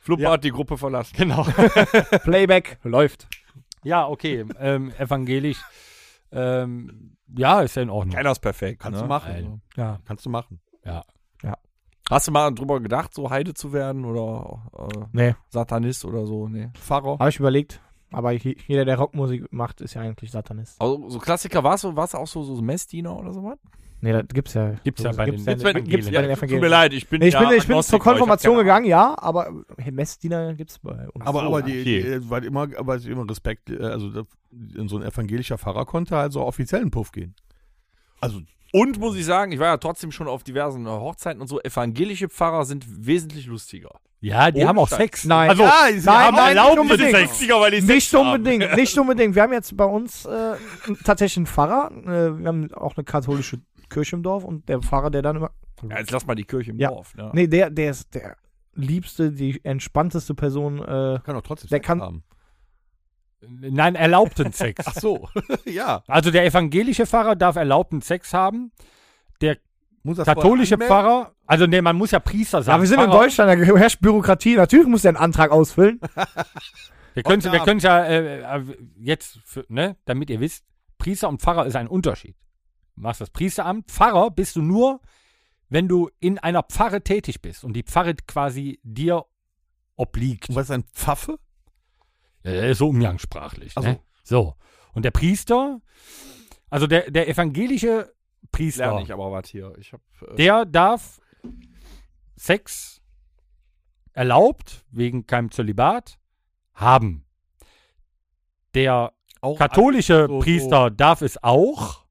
[SPEAKER 4] Flupper hat die Gruppe verlassen.
[SPEAKER 2] Genau.
[SPEAKER 5] Playback läuft.
[SPEAKER 2] Ja, okay. Ähm, evangelisch. Ähm, ja, ist ja in Ordnung.
[SPEAKER 4] Keiner ist perfekt.
[SPEAKER 3] Kannst du
[SPEAKER 4] ne?
[SPEAKER 3] machen.
[SPEAKER 2] Nein.
[SPEAKER 5] Ja.
[SPEAKER 3] Kannst du machen.
[SPEAKER 4] Hast du mal drüber gedacht, so Heide zu werden oder äh,
[SPEAKER 5] Nee.
[SPEAKER 4] Satanist oder so? Nee.
[SPEAKER 3] Pfarrer.
[SPEAKER 5] Habe ich überlegt. Aber je- jeder, der Rockmusik macht, ist ja eigentlich Satanist.
[SPEAKER 4] Also, so Klassiker warst du, warst du auch so, so Messdiener oder sowas?
[SPEAKER 5] Nee, das gibt's ja.
[SPEAKER 2] Gibt's ja bei den-
[SPEAKER 5] gibt's ja,
[SPEAKER 2] Gibt's bei-
[SPEAKER 5] gibt's
[SPEAKER 2] gibt's
[SPEAKER 5] bei den
[SPEAKER 4] Tut
[SPEAKER 5] Evangelien.
[SPEAKER 4] mir leid, ich bin
[SPEAKER 5] Nee, ich
[SPEAKER 4] ja
[SPEAKER 5] bin, ich bin
[SPEAKER 4] Agnostiker,
[SPEAKER 5] zur
[SPEAKER 4] ich hab
[SPEAKER 5] Konfirmation
[SPEAKER 4] keine
[SPEAKER 5] gegangen, ja, aber hey, Messdiener gibt's bei uns.
[SPEAKER 3] Aber,
[SPEAKER 5] so
[SPEAKER 3] aber
[SPEAKER 5] gar
[SPEAKER 3] die,
[SPEAKER 5] nicht.
[SPEAKER 3] die, äh, weil immer, weil sie immer Respekt, äh, also da- so ein evangelischer Pfarrer konnte halt so offiziellen Puff gehen. Also,
[SPEAKER 4] Und muss ich sagen, ich war ja trotzdem schon auf diversen äh, Hochzeiten und so. Evangelische Pfarrer sind wesentlich lustiger.
[SPEAKER 2] Ja, die
[SPEAKER 4] Ohne
[SPEAKER 2] haben auch
[SPEAKER 4] Scheiß.
[SPEAKER 2] Sex.
[SPEAKER 5] Nein.
[SPEAKER 2] Also,
[SPEAKER 3] ja, sie
[SPEAKER 5] nein,
[SPEAKER 3] haben
[SPEAKER 5] nein,
[SPEAKER 3] erlaubt,
[SPEAKER 5] nicht unbedingt.
[SPEAKER 4] lustiger, weil die
[SPEAKER 5] Nicht
[SPEAKER 4] haben.
[SPEAKER 5] unbedingt, nicht unbedingt. Wir haben jetzt bei uns äh, tatsächlich einen Pfarrer. Äh, wir haben auch eine katholische Kirche im Dorf und der Pfarrer, der dann immer.
[SPEAKER 4] Ja, jetzt lass mal die Kirche im
[SPEAKER 5] Ja.
[SPEAKER 4] Dorf. Ne?
[SPEAKER 5] Nee, der, der ist der liebste, die entspannteste Person. Äh,
[SPEAKER 3] kann doch trotzdem
[SPEAKER 5] Der
[SPEAKER 3] Sex
[SPEAKER 5] kann-
[SPEAKER 3] haben.
[SPEAKER 2] Nein, erlaubten Sex.
[SPEAKER 3] Ach so, ja.
[SPEAKER 2] Also der evangelische Pfarrer darf erlaubten Sex haben.
[SPEAKER 3] Muss das
[SPEAKER 2] Katholische
[SPEAKER 3] vorher anmelden?
[SPEAKER 2] Pfarrer, also nee, man muss ja Priester sein.
[SPEAKER 5] ja, wir sind in
[SPEAKER 2] Pfarrer.
[SPEAKER 5] Deutschland, da herrscht Bürokratie. Natürlich muss der einen Antrag ausfüllen.
[SPEAKER 2] Wir können es
[SPEAKER 3] Heute
[SPEAKER 2] wir
[SPEAKER 3] Abend.
[SPEAKER 2] können's ja äh, äh, jetzt, für, ne, damit ihr wisst, Priester und Pfarrer ist ein Unterschied. Du machst das Priesteramt, Pfarrer bist du nur, wenn du in einer Pfarre tätig bist und die Pfarre quasi dir obliegt.
[SPEAKER 3] Und was ist ein Pfaffe?
[SPEAKER 2] Äh, so umgangssprachlich.
[SPEAKER 3] Ach
[SPEAKER 2] Ne? So. Und der Priester, also der, der evangelische
[SPEAKER 4] Ich lerne nicht,
[SPEAKER 2] Priester,
[SPEAKER 4] aber was hier. Ich hab, äh,
[SPEAKER 2] der darf Sex erlaubt, wegen keinem Zölibat, haben. Der
[SPEAKER 3] Auch
[SPEAKER 2] katholische
[SPEAKER 3] so-
[SPEAKER 2] Priester darf es auch,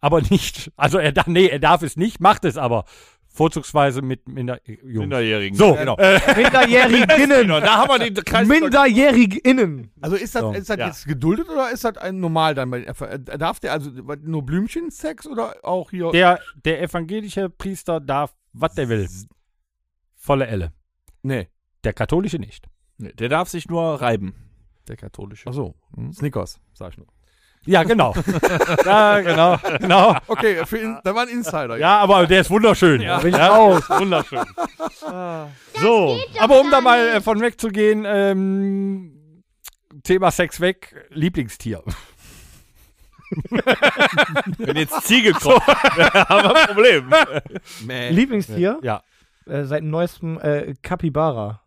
[SPEAKER 2] aber nicht. Also er darf, nee, er darf es nicht, macht es aber. Vorzugsweise mit Minder äh, Jungs.
[SPEAKER 4] Minderjährigen.
[SPEAKER 2] So,
[SPEAKER 4] genau.
[SPEAKER 2] äh,
[SPEAKER 5] Minderjähriginnen.
[SPEAKER 4] da haben wir den Kreis.
[SPEAKER 5] Minderjähriginnen.
[SPEAKER 3] Also ist das,
[SPEAKER 2] So,
[SPEAKER 3] ist das
[SPEAKER 4] ja.
[SPEAKER 3] jetzt geduldet oder ist das ein normal dann? Bei, den Ev- äh, darf der also nur Blümchensex oder auch hier?
[SPEAKER 2] der, der evangelische Priester darf, was der will. Volle Elle.
[SPEAKER 3] nee.
[SPEAKER 2] Der katholische nicht.
[SPEAKER 4] Nee, der darf sich nur reiben. Der katholische.
[SPEAKER 3] Ach so, Snickers, hm. sag ich nur.
[SPEAKER 2] Ja, genau. ja, genau, genau.
[SPEAKER 3] Okay, für in, da war ein Insider.
[SPEAKER 2] Ja, aber der ist wunderschön. Ja, Ah.
[SPEAKER 5] bin ich
[SPEAKER 2] auch. Wunderschön. so, aber um da mal äh, von wegzugehen, ähm, Thema Sex weg, Lieblingstier.
[SPEAKER 4] Wenn jetzt Ziege kommt, haben wir ein Problem.
[SPEAKER 3] Man,
[SPEAKER 5] Lieblingstier?
[SPEAKER 2] Ja.
[SPEAKER 5] Äh, seit neuestem äh, Capybara.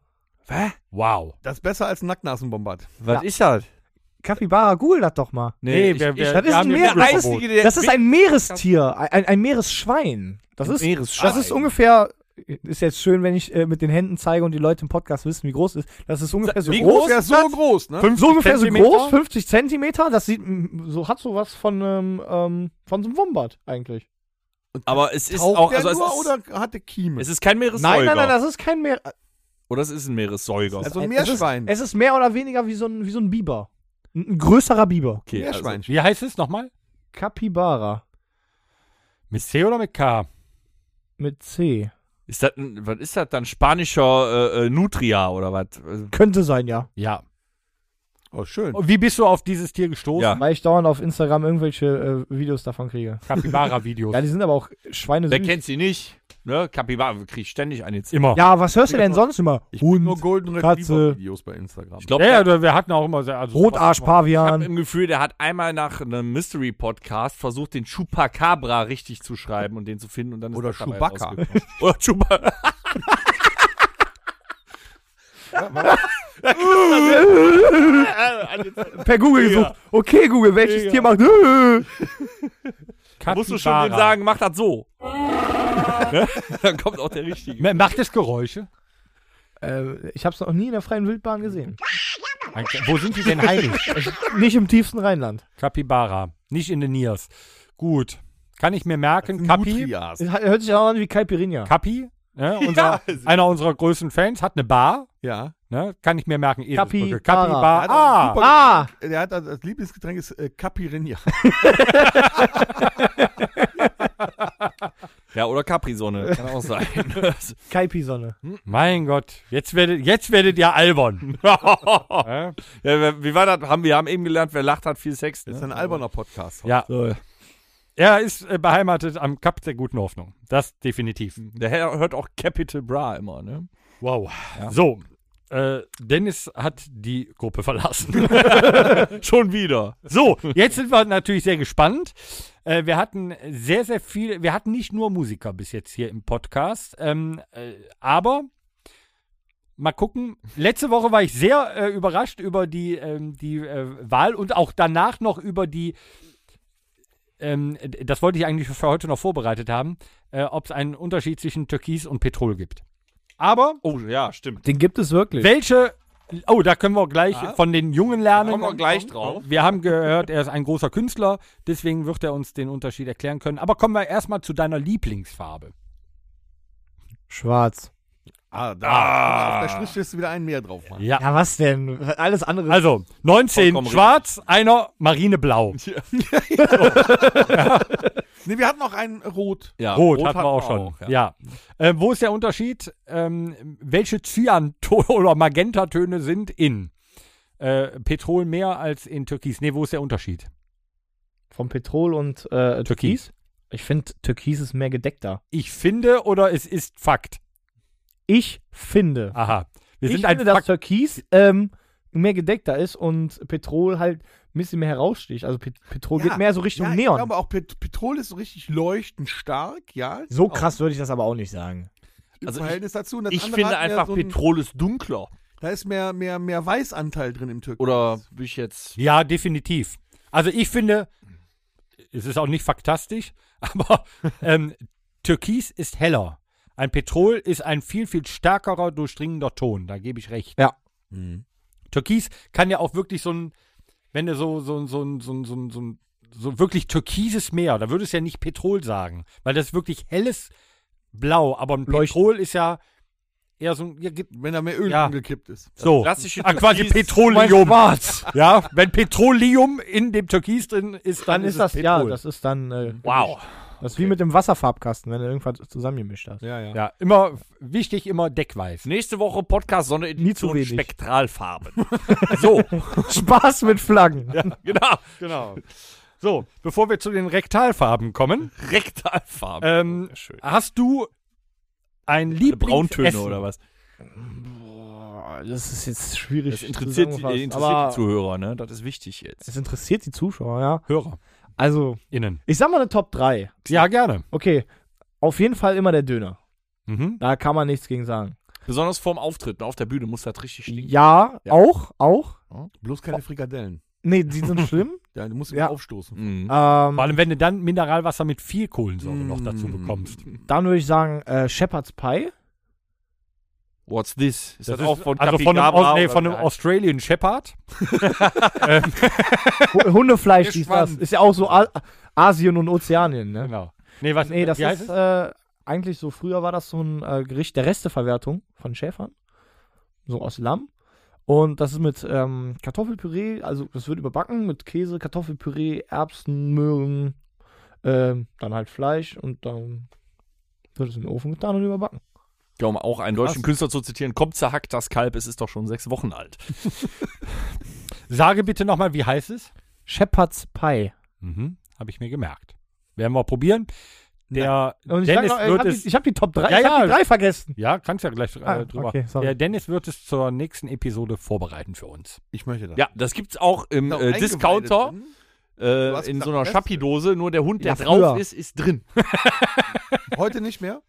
[SPEAKER 2] Wow.
[SPEAKER 3] das ist besser als ein Nacknasenbombard.
[SPEAKER 4] Was ist das?
[SPEAKER 5] Capybara, google das doch mal.
[SPEAKER 2] Nee, wir- wir-
[SPEAKER 5] das ist
[SPEAKER 2] wir haben
[SPEAKER 5] ein
[SPEAKER 2] hier
[SPEAKER 5] Meer-
[SPEAKER 2] Google
[SPEAKER 5] Eis-
[SPEAKER 2] verboten.
[SPEAKER 4] der
[SPEAKER 5] Das ist ein Meerestier, ein, ein Meeresschwein. Das ist,
[SPEAKER 4] Meeresschwein.
[SPEAKER 5] das ist ungefähr, ist jetzt schön, wenn ich äh, mit den Händen zeige und die Leute im Podcast wissen, wie groß es ist. Das ist ungefähr so
[SPEAKER 2] Wie
[SPEAKER 5] groß.
[SPEAKER 3] Der ist so groß, ne?
[SPEAKER 5] So ungefähr
[SPEAKER 2] Zentimeter?
[SPEAKER 5] so groß, 50 Zentimeter. Das sieht, mm, so hat sowas von, einem, ähm, von so einem Wombat eigentlich.
[SPEAKER 4] aber es ist
[SPEAKER 3] Taucht
[SPEAKER 4] auch,
[SPEAKER 3] der
[SPEAKER 4] also es
[SPEAKER 3] nur
[SPEAKER 4] ist,
[SPEAKER 3] oder hat der Kieme?
[SPEAKER 4] es ist kein Meeressäuger.
[SPEAKER 5] Nein, nein, nein, das ist kein Meer.
[SPEAKER 4] Oder es ist ein Meeressäuger.
[SPEAKER 3] also
[SPEAKER 5] es
[SPEAKER 3] ein
[SPEAKER 5] ist-
[SPEAKER 3] Meerschwein.
[SPEAKER 5] Es ist mehr oder weniger wie so ein, wie so ein Biber. Ein, ein größerer Biber.
[SPEAKER 4] okay, also-
[SPEAKER 3] Meerschwein.
[SPEAKER 2] Wie heißt es nochmal?
[SPEAKER 5] Capybara.
[SPEAKER 2] Mit C oder mit K?
[SPEAKER 5] Mit C.
[SPEAKER 4] Ist das, ein, was ist das dann? Spanischer äh, äh, Nutria oder was? Also,
[SPEAKER 5] Könnte sein, ja.
[SPEAKER 2] Ja.
[SPEAKER 3] oh, schön.
[SPEAKER 2] Und Wie bist du auf dieses Tier gestoßen?
[SPEAKER 4] Ja.
[SPEAKER 5] Weil ich dauernd auf Instagram irgendwelche äh, Videos davon kriege.
[SPEAKER 2] Capybara-Videos.
[SPEAKER 5] Ja, die sind aber auch Schweine
[SPEAKER 4] Wer kennt sie nicht? Ne? Capybara krieg ich ständig einen jetzt.
[SPEAKER 2] Immer.
[SPEAKER 5] Ja, was hörst du denn sonst immer?
[SPEAKER 3] Ich guck nur
[SPEAKER 5] Hund,
[SPEAKER 3] Golden
[SPEAKER 5] Katze.
[SPEAKER 3] Retriever-Videos bei Instagram.
[SPEAKER 4] Ich glaube,
[SPEAKER 2] Ja, ja, du- wir hatten auch immer sehr. Also
[SPEAKER 5] Rotarsch,
[SPEAKER 4] ich habe
[SPEAKER 5] Pavian.
[SPEAKER 4] im Gefühl, der hat einmal nach einem Mystery-Podcast versucht, den Chupacabra richtig zu schreiben und den zu finden und dann ist
[SPEAKER 3] Oder
[SPEAKER 4] das dabei
[SPEAKER 3] Chewbacca.
[SPEAKER 4] rausgekommen. Oder Chewbacca.
[SPEAKER 5] Per Google gesucht. Okay, Google, welches Tier macht.
[SPEAKER 2] Capybara.
[SPEAKER 4] Musst du schon dem sagen, mach das so. ne? Dann kommt auch der richtige.
[SPEAKER 2] M- Macht es Geräusche?
[SPEAKER 5] Äh, ich hab's noch nie in der freien Wildbahn gesehen. Äh,
[SPEAKER 2] Ein- Wo sind die denn heimisch?
[SPEAKER 5] Nicht im tiefsten Rheinland.
[SPEAKER 2] Capybara. Nicht in den Niers. Gut. Kann ich mir merken, Capi.
[SPEAKER 3] Nutrias.
[SPEAKER 5] Es hat- hört sich auch an wie Caipirinha.
[SPEAKER 2] Capi, ne, unser, einer unserer größten Fans, hat eine Bar.
[SPEAKER 3] Ja.
[SPEAKER 2] Ne, kann ich mir merken, Eselsbrücke.
[SPEAKER 5] Capybara.
[SPEAKER 2] Capybara.
[SPEAKER 3] Hat auch
[SPEAKER 2] Ah,
[SPEAKER 3] super-
[SPEAKER 5] Ah!
[SPEAKER 3] Der hat also, das Lieblingsgetränk ist äh, Capirinha.
[SPEAKER 4] Ja, oder Capri-Sonne. Kann auch sein.
[SPEAKER 5] Kaipi-Sonne.
[SPEAKER 2] mein Gott. Jetzt werdet, jetzt werdet ihr albern. ja,
[SPEAKER 4] ja, wer- wie war das? Haben wir haben eben gelernt, wer lacht, hat viel Sex.
[SPEAKER 3] Das ist
[SPEAKER 4] Ne?
[SPEAKER 3] ein alberner Podcast.
[SPEAKER 2] ja. Er ist äh, beheimatet am Kap der guten Hoffnung. Das definitiv.
[SPEAKER 4] Der Herr hört auch Capital Bra immer, ne?
[SPEAKER 2] Wow. So. Äh, Dennis hat die Gruppe verlassen.
[SPEAKER 4] Schon wieder.
[SPEAKER 2] So, jetzt sind wir natürlich sehr gespannt. Äh, wir hatten sehr, sehr viel, wir hatten nicht nur Musiker bis jetzt hier im Podcast, ähm, äh, aber mal gucken. Letzte Woche war ich sehr äh, überrascht über die, ähm, die äh, Wahl und auch danach noch über die, ähm, d- das wollte ich eigentlich für heute noch vorbereitet haben, äh, ob es einen Unterschied zwischen Türkis und Petrol gibt. Aber
[SPEAKER 4] Oh, ja, stimmt.
[SPEAKER 5] Den gibt es wirklich.
[SPEAKER 2] welche, oh, da können wir gleich von den Jungen lernen.
[SPEAKER 4] Kommen wir gleich drauf.
[SPEAKER 2] Wir haben gehört, er ist ein großer Künstler, deswegen wird er uns den Unterschied erklären können. Aber kommen wir erstmal zu deiner Lieblingsfarbe.
[SPEAKER 5] Schwarz.
[SPEAKER 3] Ah, da. Auf der Strichliste wieder ein mehr drauf machen.
[SPEAKER 5] Ja, was denn? Alles andere.
[SPEAKER 2] Also, 19
[SPEAKER 4] Vollkommen
[SPEAKER 2] schwarz, einer marineblau.
[SPEAKER 3] Nee, wir hatten noch einen Rot.
[SPEAKER 4] Ja,
[SPEAKER 2] Rot, hatten wir auch schon.
[SPEAKER 4] ja.
[SPEAKER 2] ja. Äh, wo ist der Unterschied? Ähm, welche Cyan-Töne oder Magentatöne sind in äh, Petrol mehr als in Türkis? Nee, wo ist der Unterschied?
[SPEAKER 5] Vom Petrol und äh, Türkis. Ich finde, Türkis ist mehr gedeckter.
[SPEAKER 2] Ich finde oder es ist Fakt.
[SPEAKER 5] Ich finde.
[SPEAKER 2] Aha. Wir
[SPEAKER 5] ich
[SPEAKER 2] sind ein
[SPEAKER 5] finde, dass
[SPEAKER 2] Fakt.
[SPEAKER 5] Türkis ähm, mehr gedeckter ist und Petrol halt ein bisschen mehr heraussticht. Also Pet Petrol
[SPEAKER 3] Ja,
[SPEAKER 5] geht mehr so Richtung
[SPEAKER 3] ja, Ich
[SPEAKER 5] Neon.
[SPEAKER 3] glaube auch Pet Petrol ist so richtig leuchtend stark, ja.
[SPEAKER 5] so krass würde ich das aber auch nicht sagen.
[SPEAKER 3] Im
[SPEAKER 4] Also ich-
[SPEAKER 3] Verhältnis dazu. Und das
[SPEAKER 4] Ich
[SPEAKER 3] andere
[SPEAKER 4] finde
[SPEAKER 3] hat mehr
[SPEAKER 4] einfach,
[SPEAKER 3] so ein-
[SPEAKER 4] Petrol ist dunkler.
[SPEAKER 3] Da ist mehr, mehr, mehr Weißanteil drin im Türkis.
[SPEAKER 4] Oder bin ich jetzt.
[SPEAKER 2] Ja, definitiv. Also ich finde, es ist auch nicht faktastisch, aber ähm, Türkis ist heller. Ein Petrol ist ein viel, viel stärkerer, durchdringender Ton. Da gebe ich recht.
[SPEAKER 5] Ja.
[SPEAKER 2] Türkis kann ja auch wirklich so ein, wenn du so, so, so, so, so, so, so, so wirklich türkises Meer, da würdest du ja nicht Petrol sagen, weil das ist wirklich helles Blau, aber ein Petrol ist ja eher so ein, ja, gibt-
[SPEAKER 3] Wenn da mehr Öl
[SPEAKER 2] Ja.
[SPEAKER 3] umgekippt ist.
[SPEAKER 2] so.
[SPEAKER 4] Äh, Klassische
[SPEAKER 2] Ah, quasi
[SPEAKER 4] Türkis-
[SPEAKER 2] Petroleum. Ja, wenn Petroleum in dem Türkis drin ist, dann,
[SPEAKER 5] Dann ist das, ja,
[SPEAKER 2] Petrol. Mhm.
[SPEAKER 5] das ist dann. Äh,
[SPEAKER 4] Wow.
[SPEAKER 5] Das ist wie mit dem Wasserfarbkasten, wenn du irgendwas zusammengemischt hast.
[SPEAKER 3] Ja, ja.
[SPEAKER 2] Ja, immer wichtig, immer deckweis.
[SPEAKER 4] Nächste Woche Podcast
[SPEAKER 5] Nie zu
[SPEAKER 4] Sonderedition
[SPEAKER 5] wenig.
[SPEAKER 4] Spektralfarben. so,
[SPEAKER 5] Spaß mit Flaggen.
[SPEAKER 4] genau.
[SPEAKER 2] Genau. So, bevor wir zu den Rektalfarben kommen,
[SPEAKER 4] Rektalfarben.
[SPEAKER 2] ähm,
[SPEAKER 4] schön.
[SPEAKER 2] hast du ein Lieblings
[SPEAKER 4] Brauntöne
[SPEAKER 2] Essen?
[SPEAKER 4] oder was?
[SPEAKER 5] Boah, das ist jetzt schwierig.
[SPEAKER 4] Das interessiert, die,
[SPEAKER 5] zusammengefasst,
[SPEAKER 4] interessiert
[SPEAKER 5] aber
[SPEAKER 4] die Zuhörer, ne? Das ist wichtig jetzt.
[SPEAKER 5] Es interessiert die Zuschauer, ja.
[SPEAKER 2] Hörer,
[SPEAKER 5] Also,
[SPEAKER 2] innen.
[SPEAKER 5] ich sag mal eine Top 3.
[SPEAKER 2] Ja, gerne.
[SPEAKER 5] Okay, auf jeden Fall immer der Döner.
[SPEAKER 2] Mhm.
[SPEAKER 5] Da kann man nichts gegen sagen.
[SPEAKER 4] Besonders vorm Auftritt, ne? auf der Bühne muss das richtig stinken.
[SPEAKER 5] Ja,
[SPEAKER 4] Ja.
[SPEAKER 5] auch, auch.
[SPEAKER 3] Bloß keine Frikadellen.
[SPEAKER 5] Nee, die sind schlimm.
[SPEAKER 3] Ja, du musst
[SPEAKER 5] Ja.
[SPEAKER 3] immer aufstoßen.
[SPEAKER 4] Mhm.
[SPEAKER 2] Vor
[SPEAKER 5] ähm,
[SPEAKER 2] allem, wenn du dann Mineralwasser mit viel Kohlensäure noch dazu
[SPEAKER 3] Mm.
[SPEAKER 2] bekommst.
[SPEAKER 5] dann würde ich sagen, äh, Shepherd's Pie.
[SPEAKER 4] What's this? Ist das,
[SPEAKER 2] ist-
[SPEAKER 4] auch von
[SPEAKER 2] also
[SPEAKER 4] Capri
[SPEAKER 2] von einem,
[SPEAKER 4] Gabra
[SPEAKER 2] Aus- nee,
[SPEAKER 4] oder-
[SPEAKER 2] von einem
[SPEAKER 4] Nein.
[SPEAKER 2] Australian Shepherd. Ähm,
[SPEAKER 5] Hu- Hundefleisch, dies, das.
[SPEAKER 3] Gespannt.
[SPEAKER 5] Ist ja auch so A Asien und Ozeanien, ne?
[SPEAKER 2] Genau. Nee, was,
[SPEAKER 5] Nee, das
[SPEAKER 2] wie heißt
[SPEAKER 5] ist
[SPEAKER 2] es?
[SPEAKER 5] äh, eigentlich so, früher war das so ein äh, Gericht der Resteverwertung von Schäfern. So aus Lamm. Und das ist mit ähm, Kartoffelpüree, also das wird überbacken mit Käse, Kartoffelpüree, Erbsen, Möhren, ähm, dann halt Fleisch und dann wird es in den Ofen getan und überbacken.
[SPEAKER 4] Ja, um auch einen deutschen
[SPEAKER 2] Krass.
[SPEAKER 4] Künstler zu zitieren, kommt zerhackt das Kalb, es ist doch schon sechs Wochen alt.
[SPEAKER 2] Sage bitte nochmal, wie heißt es?
[SPEAKER 5] Shepherd's Pie.
[SPEAKER 2] Mhm. Habe ich mir gemerkt. Werden wir probieren. Der
[SPEAKER 5] Und ich sag
[SPEAKER 2] Dennis
[SPEAKER 5] noch, ich
[SPEAKER 2] wird
[SPEAKER 5] habe
[SPEAKER 2] es.
[SPEAKER 5] die, ich hab die Top 3,
[SPEAKER 2] Ja,
[SPEAKER 5] ich hab
[SPEAKER 2] ja.
[SPEAKER 5] die drei vergessen.
[SPEAKER 2] ja, kannst ja gleich äh,
[SPEAKER 5] Ah,
[SPEAKER 2] drüber.
[SPEAKER 5] okay, sorry.
[SPEAKER 2] der Dennis wird es zur nächsten Episode vorbereiten für uns.
[SPEAKER 3] Ich möchte das.
[SPEAKER 4] Ja, das gibt's auch im
[SPEAKER 3] Genau,
[SPEAKER 4] äh,
[SPEAKER 3] eingeweidet
[SPEAKER 4] Discounter
[SPEAKER 3] drin. Du hast
[SPEAKER 4] äh, in so einer
[SPEAKER 3] gesagt,
[SPEAKER 4] Schappidose, nur der Hund, der
[SPEAKER 5] Ja,
[SPEAKER 4] drauf
[SPEAKER 5] früher.
[SPEAKER 4] ist, ist drin.
[SPEAKER 3] Heute nicht mehr.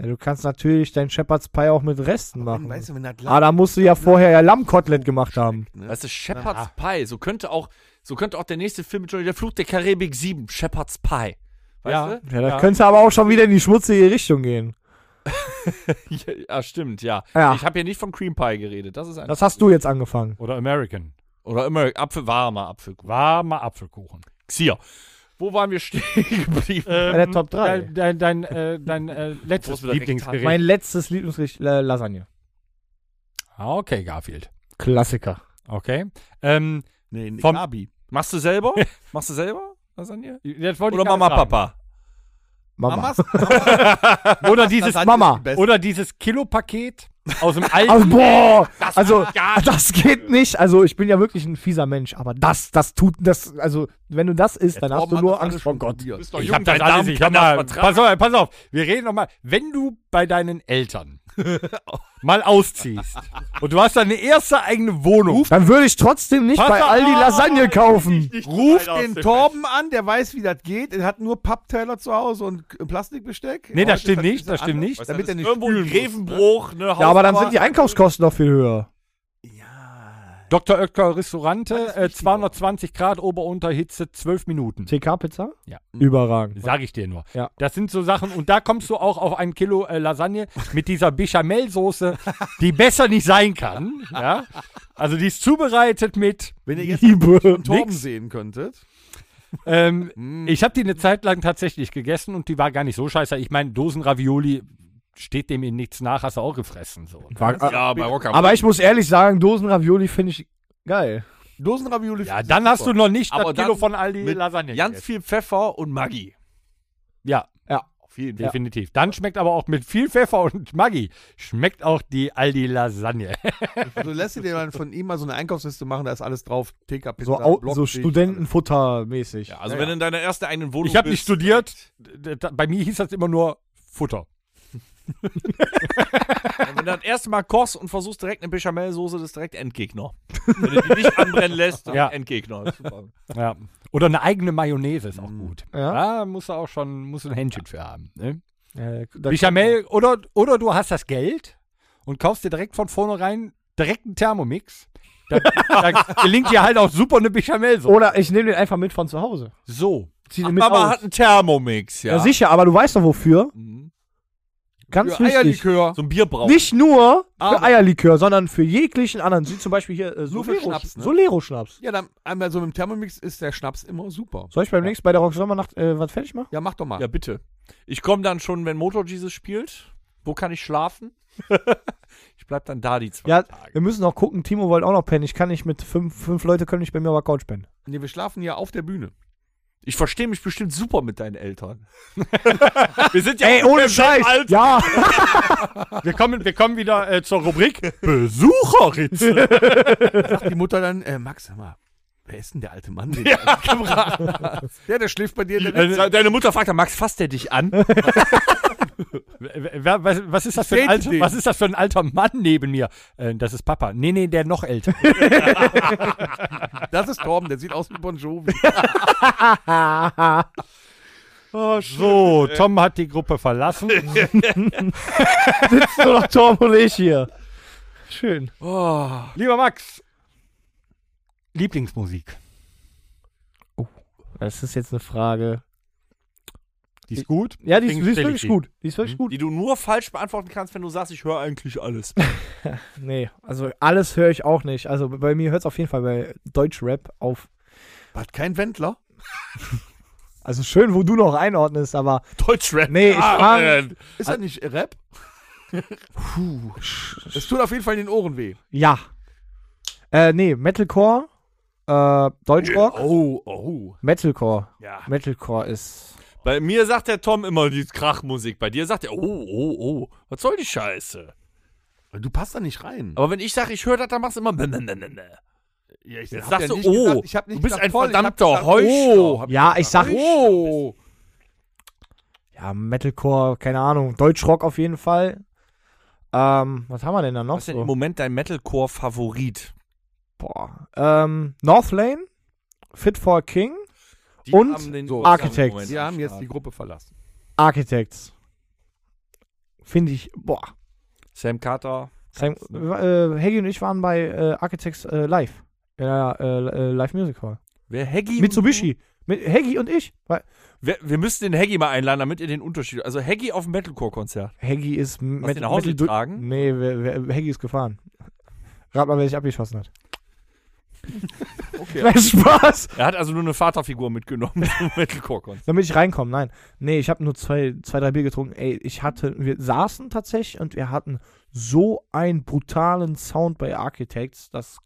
[SPEAKER 5] Ja, du kannst natürlich dein Shepherd's Pie auch mit Resten machen.
[SPEAKER 3] Hm, Weißt du, wenn das
[SPEAKER 5] ah,
[SPEAKER 3] Lamm
[SPEAKER 5] da musst du ja vorher ja Lammkotelett gemacht haben.
[SPEAKER 3] ne?
[SPEAKER 4] Weißt du, Shepherd's Pie, so könnte auch so könnte auch der nächste Film mit Johnny der Fluch der Karibik 7, Shepherd's Pie.
[SPEAKER 2] Ja.
[SPEAKER 4] Weißt
[SPEAKER 5] Ja, das
[SPEAKER 2] Ja.
[SPEAKER 5] könnte aber auch schon wieder in die schmutzige Richtung gehen.
[SPEAKER 4] du? Ja, ja stimmt, ja.
[SPEAKER 5] Ja.
[SPEAKER 4] Ich habe hier nicht von Cream Pie geredet, das ist ein
[SPEAKER 5] Das hast du jetzt angefangen.
[SPEAKER 2] Oder American.
[SPEAKER 4] oder immer Apfel warmer Apfelkuchen.
[SPEAKER 2] Warmer Apfelkuchen.
[SPEAKER 4] Xier. Wo waren wir stehen geblieben?
[SPEAKER 5] Bei der Top 3.
[SPEAKER 2] Dein, dein, dein, äh, dein äh, letztes
[SPEAKER 4] Muss wieder
[SPEAKER 2] Lieblingsgericht.
[SPEAKER 5] mein letztes Lieblingsgericht, äh, Lasagne.
[SPEAKER 2] ah, okay, Garfield.
[SPEAKER 5] Klassiker.
[SPEAKER 2] Okay. Ähm,
[SPEAKER 3] Nee, nee,
[SPEAKER 2] vom-
[SPEAKER 3] Abi.
[SPEAKER 4] Machst du selber? Machst du selber? Lasagne?
[SPEAKER 2] das wollte
[SPEAKER 4] Oder
[SPEAKER 2] ich gerade
[SPEAKER 4] Mama,
[SPEAKER 2] sagen.
[SPEAKER 4] Papa?
[SPEAKER 5] Mama.
[SPEAKER 2] Oder dieses,
[SPEAKER 3] Lasagne
[SPEAKER 5] Mama.
[SPEAKER 3] ist die beste.
[SPEAKER 2] oder dieses Kilopaket aus dem Aldi.
[SPEAKER 5] Also, boah, also das geht nicht. Also ich bin ja wirklich ein fieser Mensch, aber das, das tut, das, also wenn du das isst, dann hast
[SPEAKER 3] Torben
[SPEAKER 5] du
[SPEAKER 3] hat
[SPEAKER 5] nur
[SPEAKER 3] das alles
[SPEAKER 5] Angst vor
[SPEAKER 3] schon
[SPEAKER 5] Gott.
[SPEAKER 3] probiert.
[SPEAKER 4] Bist doch
[SPEAKER 2] Ich
[SPEAKER 4] jung,
[SPEAKER 2] hab das
[SPEAKER 4] dein
[SPEAKER 2] alles,
[SPEAKER 4] Darm
[SPEAKER 2] ich hab
[SPEAKER 4] kann
[SPEAKER 2] mal,
[SPEAKER 4] das vertragen.
[SPEAKER 2] pass auf, pass auf, wir reden nochmal. Wenn du bei deinen Eltern mal ausziehst und du hast deine erste eigene Wohnung,
[SPEAKER 5] Dann würde ich trotzdem nicht
[SPEAKER 2] Pass
[SPEAKER 5] bei
[SPEAKER 2] auf,
[SPEAKER 5] Aldi Lasagne kaufen.
[SPEAKER 3] Ruf den Torben an, der weiß, wie das geht. Er hat nur Pappteller zu Hause und K- Plastikbesteck.
[SPEAKER 2] Nee, das
[SPEAKER 3] Heute
[SPEAKER 2] stimmt
[SPEAKER 3] ist
[SPEAKER 2] nicht,
[SPEAKER 3] ist
[SPEAKER 2] das stimmt
[SPEAKER 3] anders,
[SPEAKER 2] nicht.
[SPEAKER 3] Damit er nicht
[SPEAKER 4] Irgendwo ein
[SPEAKER 3] spülen muss.
[SPEAKER 4] Grevenbruch, ne?
[SPEAKER 5] Ja, aber dann sind die Einkaufskosten noch viel höher.
[SPEAKER 2] Dr. Oetker Restaurante, äh, 220 Grad Ober-Unterhitze, 12 Minuten.
[SPEAKER 5] TK-Pizza?
[SPEAKER 2] Ja.
[SPEAKER 5] Überragend.
[SPEAKER 2] Sag ich dir nur.
[SPEAKER 5] Ja.
[SPEAKER 2] Das sind so Sachen, und da kommst du auch auf ein Kilo äh, Lasagne mit dieser Bechamelsoße, die besser nicht sein kann. Ja? Also die ist zubereitet mit.
[SPEAKER 3] Wenn ihr jetzt
[SPEAKER 5] Liebe.
[SPEAKER 3] den Torben
[SPEAKER 2] nix.
[SPEAKER 3] sehen könntet.
[SPEAKER 2] Ähm,
[SPEAKER 3] Mm.
[SPEAKER 2] Ich habe die eine Zeit lang tatsächlich gegessen und die war gar nicht so scheiße. Ich meine, Dosenravioli steht dem in nichts nach, hast du auch gefressen. So.
[SPEAKER 5] War,
[SPEAKER 4] Ja, bei Rocker.
[SPEAKER 5] aber ich muss ehrlich sagen, Dosenravioli finde ich geil.
[SPEAKER 3] Dosenravioli.
[SPEAKER 2] Ja, dann hast du noch nicht das
[SPEAKER 4] Aber
[SPEAKER 2] Kilo
[SPEAKER 4] dann
[SPEAKER 2] von Aldi
[SPEAKER 4] mit
[SPEAKER 2] Lasagne
[SPEAKER 4] Ganz
[SPEAKER 2] gegessen.
[SPEAKER 4] viel Pfeffer und Maggi.
[SPEAKER 2] Ja,
[SPEAKER 4] Auf jeden Fall.
[SPEAKER 2] definitiv. Dann schmeckt aber auch mit viel Pfeffer und Maggi, schmeckt auch die Aldi Lasagne.
[SPEAKER 3] Du Also lässt dir dann von ihm mal so eine Einkaufsliste machen, da ist alles drauf. TK, Pizza,
[SPEAKER 5] So, au- so
[SPEAKER 3] Blockfisch,
[SPEAKER 5] Studentenfutter-mäßig.
[SPEAKER 4] Ja, also wenn du in deiner ersten eigenen Wohnung
[SPEAKER 2] Ich habe nicht
[SPEAKER 4] bist,
[SPEAKER 2] studiert, d- d- bei mir hieß das immer nur Futter.
[SPEAKER 4] Wenn du das erste Mal kochst und versuchst direkt eine Bechamelsoße, das ist direkt Endgegner. wenn du die nicht anbrennen lässt, dann
[SPEAKER 2] Ja.
[SPEAKER 4] Endgegner. Super.
[SPEAKER 2] Ja. Oder eine eigene Mayonnaise ist auch
[SPEAKER 3] Mm.
[SPEAKER 2] gut.
[SPEAKER 5] Ja.
[SPEAKER 2] Da musst du auch schon musst du ein Händchen für haben. Ne?
[SPEAKER 5] Äh, da-
[SPEAKER 2] Bichamel, oder, oder du hast das Geld und kaufst dir direkt von vornherein direkt einen Thermomix. Da, da gelingt dir halt auch super eine Bichamel so.
[SPEAKER 5] Oder ich nehme den einfach mit von zu Hause.
[SPEAKER 2] So.
[SPEAKER 5] Zieh
[SPEAKER 4] Ach,
[SPEAKER 5] den mit
[SPEAKER 4] Mama
[SPEAKER 5] aus.
[SPEAKER 4] hat einen Thermomix, ja.
[SPEAKER 5] Ja, sicher, aber du weißt doch wofür.
[SPEAKER 4] Mhm.
[SPEAKER 5] Ganz
[SPEAKER 3] Für
[SPEAKER 5] wichtig.
[SPEAKER 3] Eierlikör.
[SPEAKER 4] So ein Bierbrauch.
[SPEAKER 5] Nicht nur für
[SPEAKER 3] Aber-
[SPEAKER 5] Eierlikör, sondern für jeglichen anderen. Wie zum Beispiel hier äh, Solero-Schnaps.
[SPEAKER 3] Schnaps, ne?
[SPEAKER 5] Solero-Schnaps.
[SPEAKER 3] Ja, dann einmal so mit dem Thermomix ist der Schnaps immer super.
[SPEAKER 5] Soll ich beim nächsten bei der Rock-Sommernacht äh, was fertig machen?
[SPEAKER 3] Ja, mach doch mal.
[SPEAKER 4] Ja, bitte. Ich komme dann schon, wenn Motor Jesus spielt. Wo kann ich schlafen? ich bleib dann da die zwei
[SPEAKER 5] Ja,
[SPEAKER 4] Tage.
[SPEAKER 5] wir müssen noch gucken. Timo wollte auch noch pennen. Ich kann nicht mit fünf, fünf Leute können nicht bei mir auf der Couch pennen.
[SPEAKER 3] Nee, wir schlafen ja auf der Bühne.
[SPEAKER 4] Ich verstehe mich bestimmt super mit deinen Eltern. Wir sind ja
[SPEAKER 5] Ey,
[SPEAKER 4] ungefähr
[SPEAKER 5] ohne
[SPEAKER 4] im
[SPEAKER 5] Scheiß.
[SPEAKER 4] Alter.
[SPEAKER 5] Ja.
[SPEAKER 2] Wir kommen, wir kommen wieder äh, zur Rubrik Besucherritze.
[SPEAKER 3] Sagt die Mutter dann, äh, Max, sag mal, wer ist denn der alte Mann? Den ja. ja, der schläft bei dir. in der Nacht.
[SPEAKER 4] Deine- Deine Mutter fragt dann, Max, fasst der dich an?
[SPEAKER 2] Wer- was, was, ist das für ein
[SPEAKER 3] Date
[SPEAKER 2] alter,
[SPEAKER 3] den.
[SPEAKER 2] was ist das für ein alter Mann neben mir? Äh, das ist Papa. Nee, nee, der noch älter.
[SPEAKER 3] Das ist Torben, der sieht aus wie Bon Jovi.
[SPEAKER 2] Oh, so,
[SPEAKER 3] Äh.
[SPEAKER 2] Tom hat die Gruppe verlassen.
[SPEAKER 5] Nur noch Tom und ich hier. Schön.
[SPEAKER 4] Oh.
[SPEAKER 2] Lieber Max, Lieblingsmusik.
[SPEAKER 5] Das ist jetzt eine Frage.
[SPEAKER 2] Die ist gut.
[SPEAKER 5] Ja, die ist,
[SPEAKER 2] Deswegen
[SPEAKER 5] die ist
[SPEAKER 2] stell ich
[SPEAKER 5] wirklich
[SPEAKER 2] die.
[SPEAKER 5] gut. Die ist wirklich gut.
[SPEAKER 4] Die du nur falsch beantworten kannst, wenn du sagst, ich höre eigentlich alles.
[SPEAKER 5] Nee, also alles höre ich auch nicht. Also bei mir hört es auf jeden Fall bei Deutschrap auf.
[SPEAKER 3] War kein Wendler?
[SPEAKER 5] Also schön, wo du noch einordnest, aber
[SPEAKER 4] Deutschrap.
[SPEAKER 5] Nee, ich frag-
[SPEAKER 4] äh,
[SPEAKER 3] Ist das nicht Rap? Puh. Es tut auf jeden Fall den Ohren weh.
[SPEAKER 5] ja. Äh, nee, Metalcore, äh, Deutschrock,
[SPEAKER 3] Oh, oh.
[SPEAKER 5] Metalcore.
[SPEAKER 3] Ja.
[SPEAKER 5] Metalcore ist.
[SPEAKER 4] Bei mir sagt der Tom immer die Krachmusik. Bei dir sagt er, oh, oh, oh, was soll die Scheiße?
[SPEAKER 3] Du passt da nicht rein.
[SPEAKER 4] Aber wenn ich sage, ich höre das, dann machst du immer. ne, ne, ne, ne, ne.
[SPEAKER 3] Ja, ich
[SPEAKER 4] Jetzt
[SPEAKER 3] hab ja
[SPEAKER 4] sagst du,
[SPEAKER 3] nicht
[SPEAKER 4] oh,
[SPEAKER 3] gesagt- ich hab nicht
[SPEAKER 4] du bist
[SPEAKER 3] gesagt
[SPEAKER 4] ein
[SPEAKER 3] voll, ich hab
[SPEAKER 4] verdammter
[SPEAKER 3] gesagt, oh,
[SPEAKER 4] Heuchler.
[SPEAKER 3] hab ich
[SPEAKER 5] Ja,
[SPEAKER 3] gesagt.
[SPEAKER 5] ich sag.
[SPEAKER 3] Oh.
[SPEAKER 5] Ja, Metalcore, keine Ahnung. Deutschrock auf jeden Fall. Ähm, was haben wir denn da noch?
[SPEAKER 4] Was ist denn im
[SPEAKER 5] So?
[SPEAKER 4] Moment dein Metalcore-Favorit?
[SPEAKER 5] Boah. Ähm, Northlane, Fit for a King,
[SPEAKER 4] Die
[SPEAKER 5] Und
[SPEAKER 4] haben den
[SPEAKER 3] so,
[SPEAKER 4] Ohrsamen im
[SPEAKER 5] Architects.
[SPEAKER 4] Moment
[SPEAKER 3] Die
[SPEAKER 4] am
[SPEAKER 3] haben jetzt
[SPEAKER 4] Start.
[SPEAKER 3] die Gruppe verlassen.
[SPEAKER 5] Architects. Finde ich, boah.
[SPEAKER 4] Sam Carter.
[SPEAKER 5] Sam, äh, Heggy und ich waren bei äh, Architects äh, live. Ja, äh, äh, Live Music Hall.
[SPEAKER 4] Wer Haggy?
[SPEAKER 5] Mitsubishi. Mit Heggy und ich. Weil
[SPEAKER 4] Wer, wir müssen den Haggy mal einladen, damit ihr den Unterschied. Also Haggy auf dem Metalcore-Konzert.
[SPEAKER 5] Heggy ist
[SPEAKER 4] Hast du nach Hause getragen?
[SPEAKER 5] Nee, wer, wer, Heggy ist gefahren. Rat mal, wer sich abgeschossen hat.
[SPEAKER 4] Okay.
[SPEAKER 5] Nein, Spaß!
[SPEAKER 4] Er hat also nur eine Vaterfigur mitgenommen zum Metalcore-Konzert.
[SPEAKER 5] Damit ich reinkomme, nein. Nee, ich habe nur zwei, zwei, drei Bier getrunken. Ey, ich hatte, wir saßen tatsächlich und wir hatten so einen brutalen Sound bei Architects, das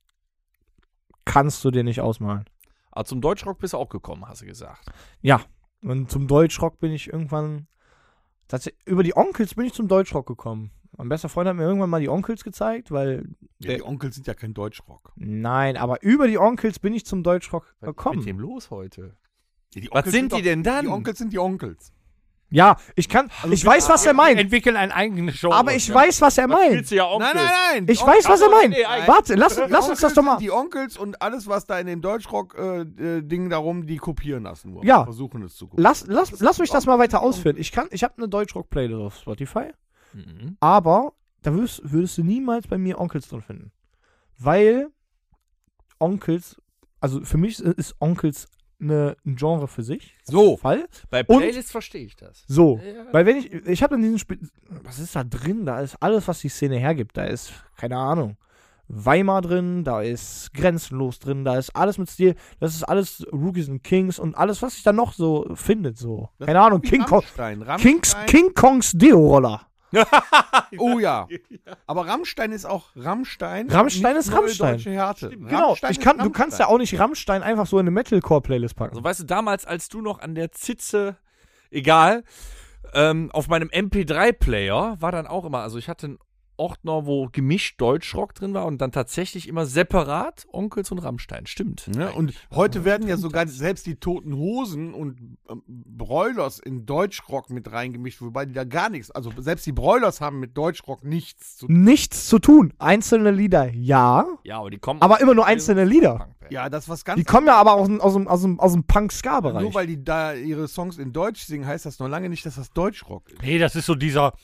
[SPEAKER 5] kannst du dir nicht ausmalen.
[SPEAKER 4] Aber Ah, zum Deutschrock bist du auch gekommen, hast du gesagt.
[SPEAKER 5] Und zum Deutschrock bin ich irgendwann. Tats- über die Onkels bin ich zum Deutschrock gekommen. Mein bester Freund hat mir irgendwann mal die Onkels gezeigt, weil.
[SPEAKER 3] Ja, die Onkel sind ja kein Deutschrock.
[SPEAKER 5] Nein, aber über die Onkels bin ich zum Deutschrock
[SPEAKER 4] Was ist mit
[SPEAKER 5] gekommen.
[SPEAKER 4] dem los heute?
[SPEAKER 3] Ja, die
[SPEAKER 4] Was
[SPEAKER 3] Onkels
[SPEAKER 4] sind die
[SPEAKER 3] doch-
[SPEAKER 4] denn dann?
[SPEAKER 3] Die Onkels sind die Onkels.
[SPEAKER 5] Ja, ich kann.
[SPEAKER 4] Also
[SPEAKER 5] ich weiß, was er meint.
[SPEAKER 2] Entwickeln ein eigenes Show.
[SPEAKER 5] Aber ich weiß, was er meint.
[SPEAKER 4] ja auch
[SPEAKER 3] nein.
[SPEAKER 5] Ich weiß, was er meint.
[SPEAKER 4] Also, nee, eigentlich-
[SPEAKER 5] Warte, lass, lass uns das doch mal.
[SPEAKER 3] Die Onkels und alles, was da in dem äh, Deutschrock-Ding darum, die kopieren das nur.
[SPEAKER 5] Ja.
[SPEAKER 3] Versuchen es zu kopieren.
[SPEAKER 5] Lass, lass, lass mich das mal weiter ausführen. Ich kann, ich habe eine Deutschrock-Playlist auf Spotify.
[SPEAKER 4] Mhm.
[SPEAKER 5] Aber da würdest, würdest du niemals bei mir Onkels drin finden. Weil Onkels, also für mich ist Onkels eine, ein Genre für sich.
[SPEAKER 4] Oh.
[SPEAKER 3] So.
[SPEAKER 5] Fall.
[SPEAKER 4] Bei
[SPEAKER 5] Und-
[SPEAKER 4] Playlist verstehe ich das.
[SPEAKER 5] So.
[SPEAKER 4] Ja.
[SPEAKER 5] Weil wenn ich, ich habe dann diesen Spiel, was ist da drin? Da ist alles, was die Szene hergibt. Da ist, keine Ahnung, Weimar drin, da ist Grenzenlos drin, da ist alles mit Stil. Das ist alles Rookies and Kings und alles, was sich da noch so findet. So.
[SPEAKER 3] Das
[SPEAKER 5] Keine
[SPEAKER 3] ist
[SPEAKER 5] Ahnung,
[SPEAKER 3] wie
[SPEAKER 5] King, Kong,
[SPEAKER 3] Rammstein.
[SPEAKER 5] Kings,
[SPEAKER 3] Rammstein-
[SPEAKER 5] King Kongs Deo-Roller.
[SPEAKER 3] Oh ja. Aber Rammstein ist auch Rammstein.
[SPEAKER 5] Rammstein
[SPEAKER 3] nicht
[SPEAKER 5] ist
[SPEAKER 3] neue
[SPEAKER 5] Rammstein.
[SPEAKER 3] Deutsche Härte.
[SPEAKER 5] Genau,
[SPEAKER 3] Rammstein
[SPEAKER 5] ich
[SPEAKER 3] ist
[SPEAKER 5] kann, du kannst ja
[SPEAKER 3] Rammstein.
[SPEAKER 5] auch nicht Rammstein einfach so in eine Metalcore-Playlist packen.
[SPEAKER 4] Also weißt du, damals, als du noch an der Zitze, egal, ähm, auf meinem MP3-Player war dann auch immer, also ich hatte einen Ordner, wo gemischt Deutschrock drin war und dann tatsächlich immer separat Onkels und Rammstein. Stimmt.
[SPEAKER 3] Ne? Und heute werden ja sogar selbst die Toten Hosen und ähm, Broilers in Deutschrock mit reingemischt, wobei die da gar nichts, also selbst die Broilers haben mit Deutschrock nichts zu tun.
[SPEAKER 5] Nichts zu tun. Einzelne Lieder, ja,
[SPEAKER 4] Ja, aber die kommen.
[SPEAKER 5] aber immer nur einzelne Lieder.
[SPEAKER 3] Ja, das ist was ganz
[SPEAKER 5] Die kommen ja aber aus dem, aus dem, aus dem, aus dem
[SPEAKER 3] Nur
[SPEAKER 5] Punk-Ska-Bereich.
[SPEAKER 3] weil die da ihre Songs in Deutsch singen, heißt das noch lange nicht, dass das Deutschrock ist.
[SPEAKER 2] Nee, das ist so dieser,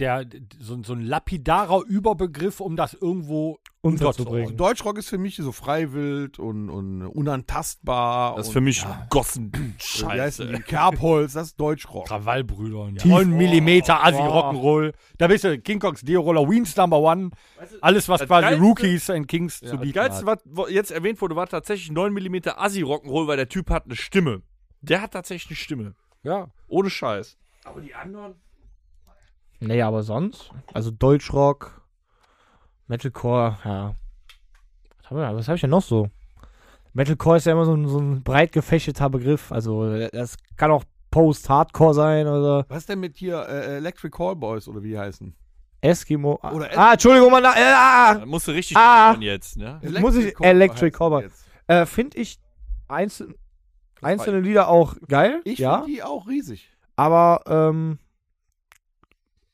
[SPEAKER 2] der, so, so ein lapidarer Überbegriff, um das irgendwo
[SPEAKER 3] Also
[SPEAKER 5] Unterzubringen.
[SPEAKER 3] Deutschrock ist für mich so freiwild und, und unantastbar.
[SPEAKER 4] Das ist
[SPEAKER 3] und,
[SPEAKER 4] für mich Gossen.
[SPEAKER 3] Wie heißen die?
[SPEAKER 4] Scheiße.
[SPEAKER 3] Kerbholz, das ist Deutschrock.
[SPEAKER 2] Krawallbrüder. 9 mm
[SPEAKER 5] Oh.
[SPEAKER 2] Assi-Rock'n'Roll. Da bist du King Kongs D-Roller, Weens Number One. Alles, was
[SPEAKER 4] das
[SPEAKER 2] quasi
[SPEAKER 4] Geilste-
[SPEAKER 2] Rookies and Kings zu
[SPEAKER 4] Ja, das
[SPEAKER 2] bieten
[SPEAKER 4] Geilste,
[SPEAKER 2] hat.
[SPEAKER 4] was wo- jetzt erwähnt wurde, war tatsächlich 9mm Assi-Rock'n'Roll, weil der Typ hat eine Stimme. Der hat tatsächlich eine Stimme.
[SPEAKER 2] Ja.
[SPEAKER 4] Ohne Scheiß. Aber die anderen?
[SPEAKER 5] Nee, aber sonst? Also Deutschrock, Metalcore, ja. Was habe ich, was hab ich denn noch so? Metalcore ist ja immer so ein, so ein breit gefächerter Begriff. Also äh, das kann auch Post-Hardcore sein oder
[SPEAKER 3] Was denn mit hier äh, Electric Callboys oder wie die heißen?
[SPEAKER 5] Eskimo.
[SPEAKER 3] Oder Es-
[SPEAKER 5] ah, Entschuldigung, Mann. da- Äh, ah,
[SPEAKER 4] Da musst du richtig
[SPEAKER 5] Ah.
[SPEAKER 4] liefern jetzt, ne?
[SPEAKER 5] Muss ich-
[SPEAKER 3] Callboy
[SPEAKER 5] Electric
[SPEAKER 3] heißen die
[SPEAKER 5] Callboy.
[SPEAKER 3] jetzt.
[SPEAKER 5] äh, Finde ich einzel einzelne Lieder auch geil.
[SPEAKER 3] Ich
[SPEAKER 5] ja,
[SPEAKER 3] finde die auch riesig.
[SPEAKER 5] aber ähm,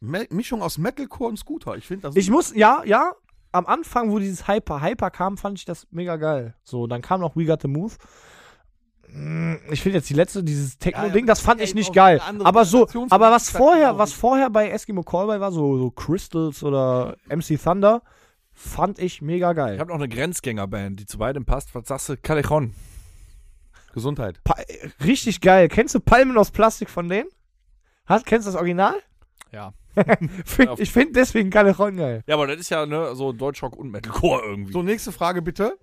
[SPEAKER 3] Me Mischung aus Metalcore und Scooter. Ich finde das.
[SPEAKER 5] Ich muss, ja, ja. Am Anfang, wo dieses Hyper Hyper kam, fand ich das mega geil. So, dann kam noch We Got the Move. Mm, Ich finde jetzt die letzte, dieses Techno-Ding,
[SPEAKER 3] ja,
[SPEAKER 5] das fand
[SPEAKER 3] ja
[SPEAKER 5] ich
[SPEAKER 3] eben
[SPEAKER 5] nicht
[SPEAKER 3] auch
[SPEAKER 5] geil.
[SPEAKER 3] eine andere
[SPEAKER 5] Aber so,
[SPEAKER 3] Generation von
[SPEAKER 5] aber was
[SPEAKER 3] Techno.
[SPEAKER 5] vorher, was vorher bei Eskimo Callboy war, so, so Crystals oder MC Thunder, fand ich mega
[SPEAKER 4] Ich
[SPEAKER 5] geil.
[SPEAKER 4] habe noch eine Grenzgängerband, die zu beidem passt. Was sagst du? Callejon.
[SPEAKER 3] Gesundheit.
[SPEAKER 5] Pa äh, richtig geil. Kennst du Palmen aus Plastik von denen? Hast, kennst du das Original?
[SPEAKER 4] Ja.
[SPEAKER 5] Find, ich finde deswegen Calderon geil.
[SPEAKER 4] Ja, aber das ist ja ne, so Deutschrock und Metalcore irgendwie.
[SPEAKER 3] So, nächste Frage bitte.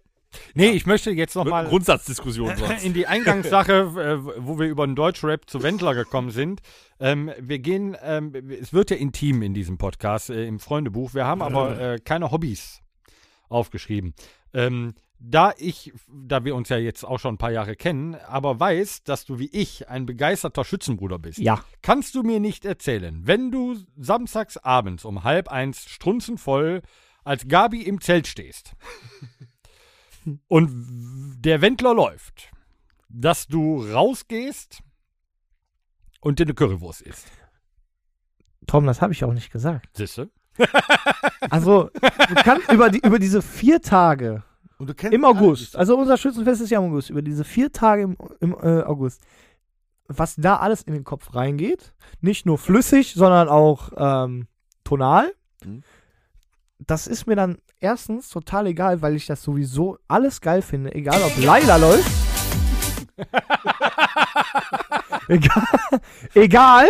[SPEAKER 2] Nee, ich möchte jetzt
[SPEAKER 4] Wird eine
[SPEAKER 2] nochmal
[SPEAKER 4] Grundsatzdiskussion sonst.
[SPEAKER 2] in die Eingangssache, äh, wo wir über den Deutschrap zu Wendler gekommen sind. Ähm, wir gehen, ähm, es wird ja intim in diesem Podcast, äh, im Freundebuch. Wir haben aber äh, keine Hobbys aufgeschrieben. Ähm, da ich, da wir uns ja jetzt auch schon ein paar Jahre kennen, aber weiß, dass du wie ich ein begeisterter Schützenbruder bist.
[SPEAKER 5] Ja.
[SPEAKER 2] Kannst du mir nicht erzählen, wenn du samstags abends um halb eins strunzenvoll als Gabi im Zelt stehst und w- der Wendler läuft, dass du rausgehst und dir eine Currywurst isst.
[SPEAKER 5] Tom, das habe ich auch nicht gesagt.
[SPEAKER 2] Sisse?
[SPEAKER 5] Also, du kannst über, die, über diese vier Tage
[SPEAKER 3] Und du kennst
[SPEAKER 5] im
[SPEAKER 3] alle
[SPEAKER 5] August,
[SPEAKER 3] nicht.
[SPEAKER 5] also unser Schützenfest ist ja im August, über diese vier Tage im, im äh, August, was da alles in den Kopf reingeht, nicht nur flüssig, sondern auch ähm, tonal,
[SPEAKER 3] Mhm.
[SPEAKER 5] das ist mir dann erstens total egal, weil ich das sowieso alles geil finde, egal ob Laila läuft. egal. egal.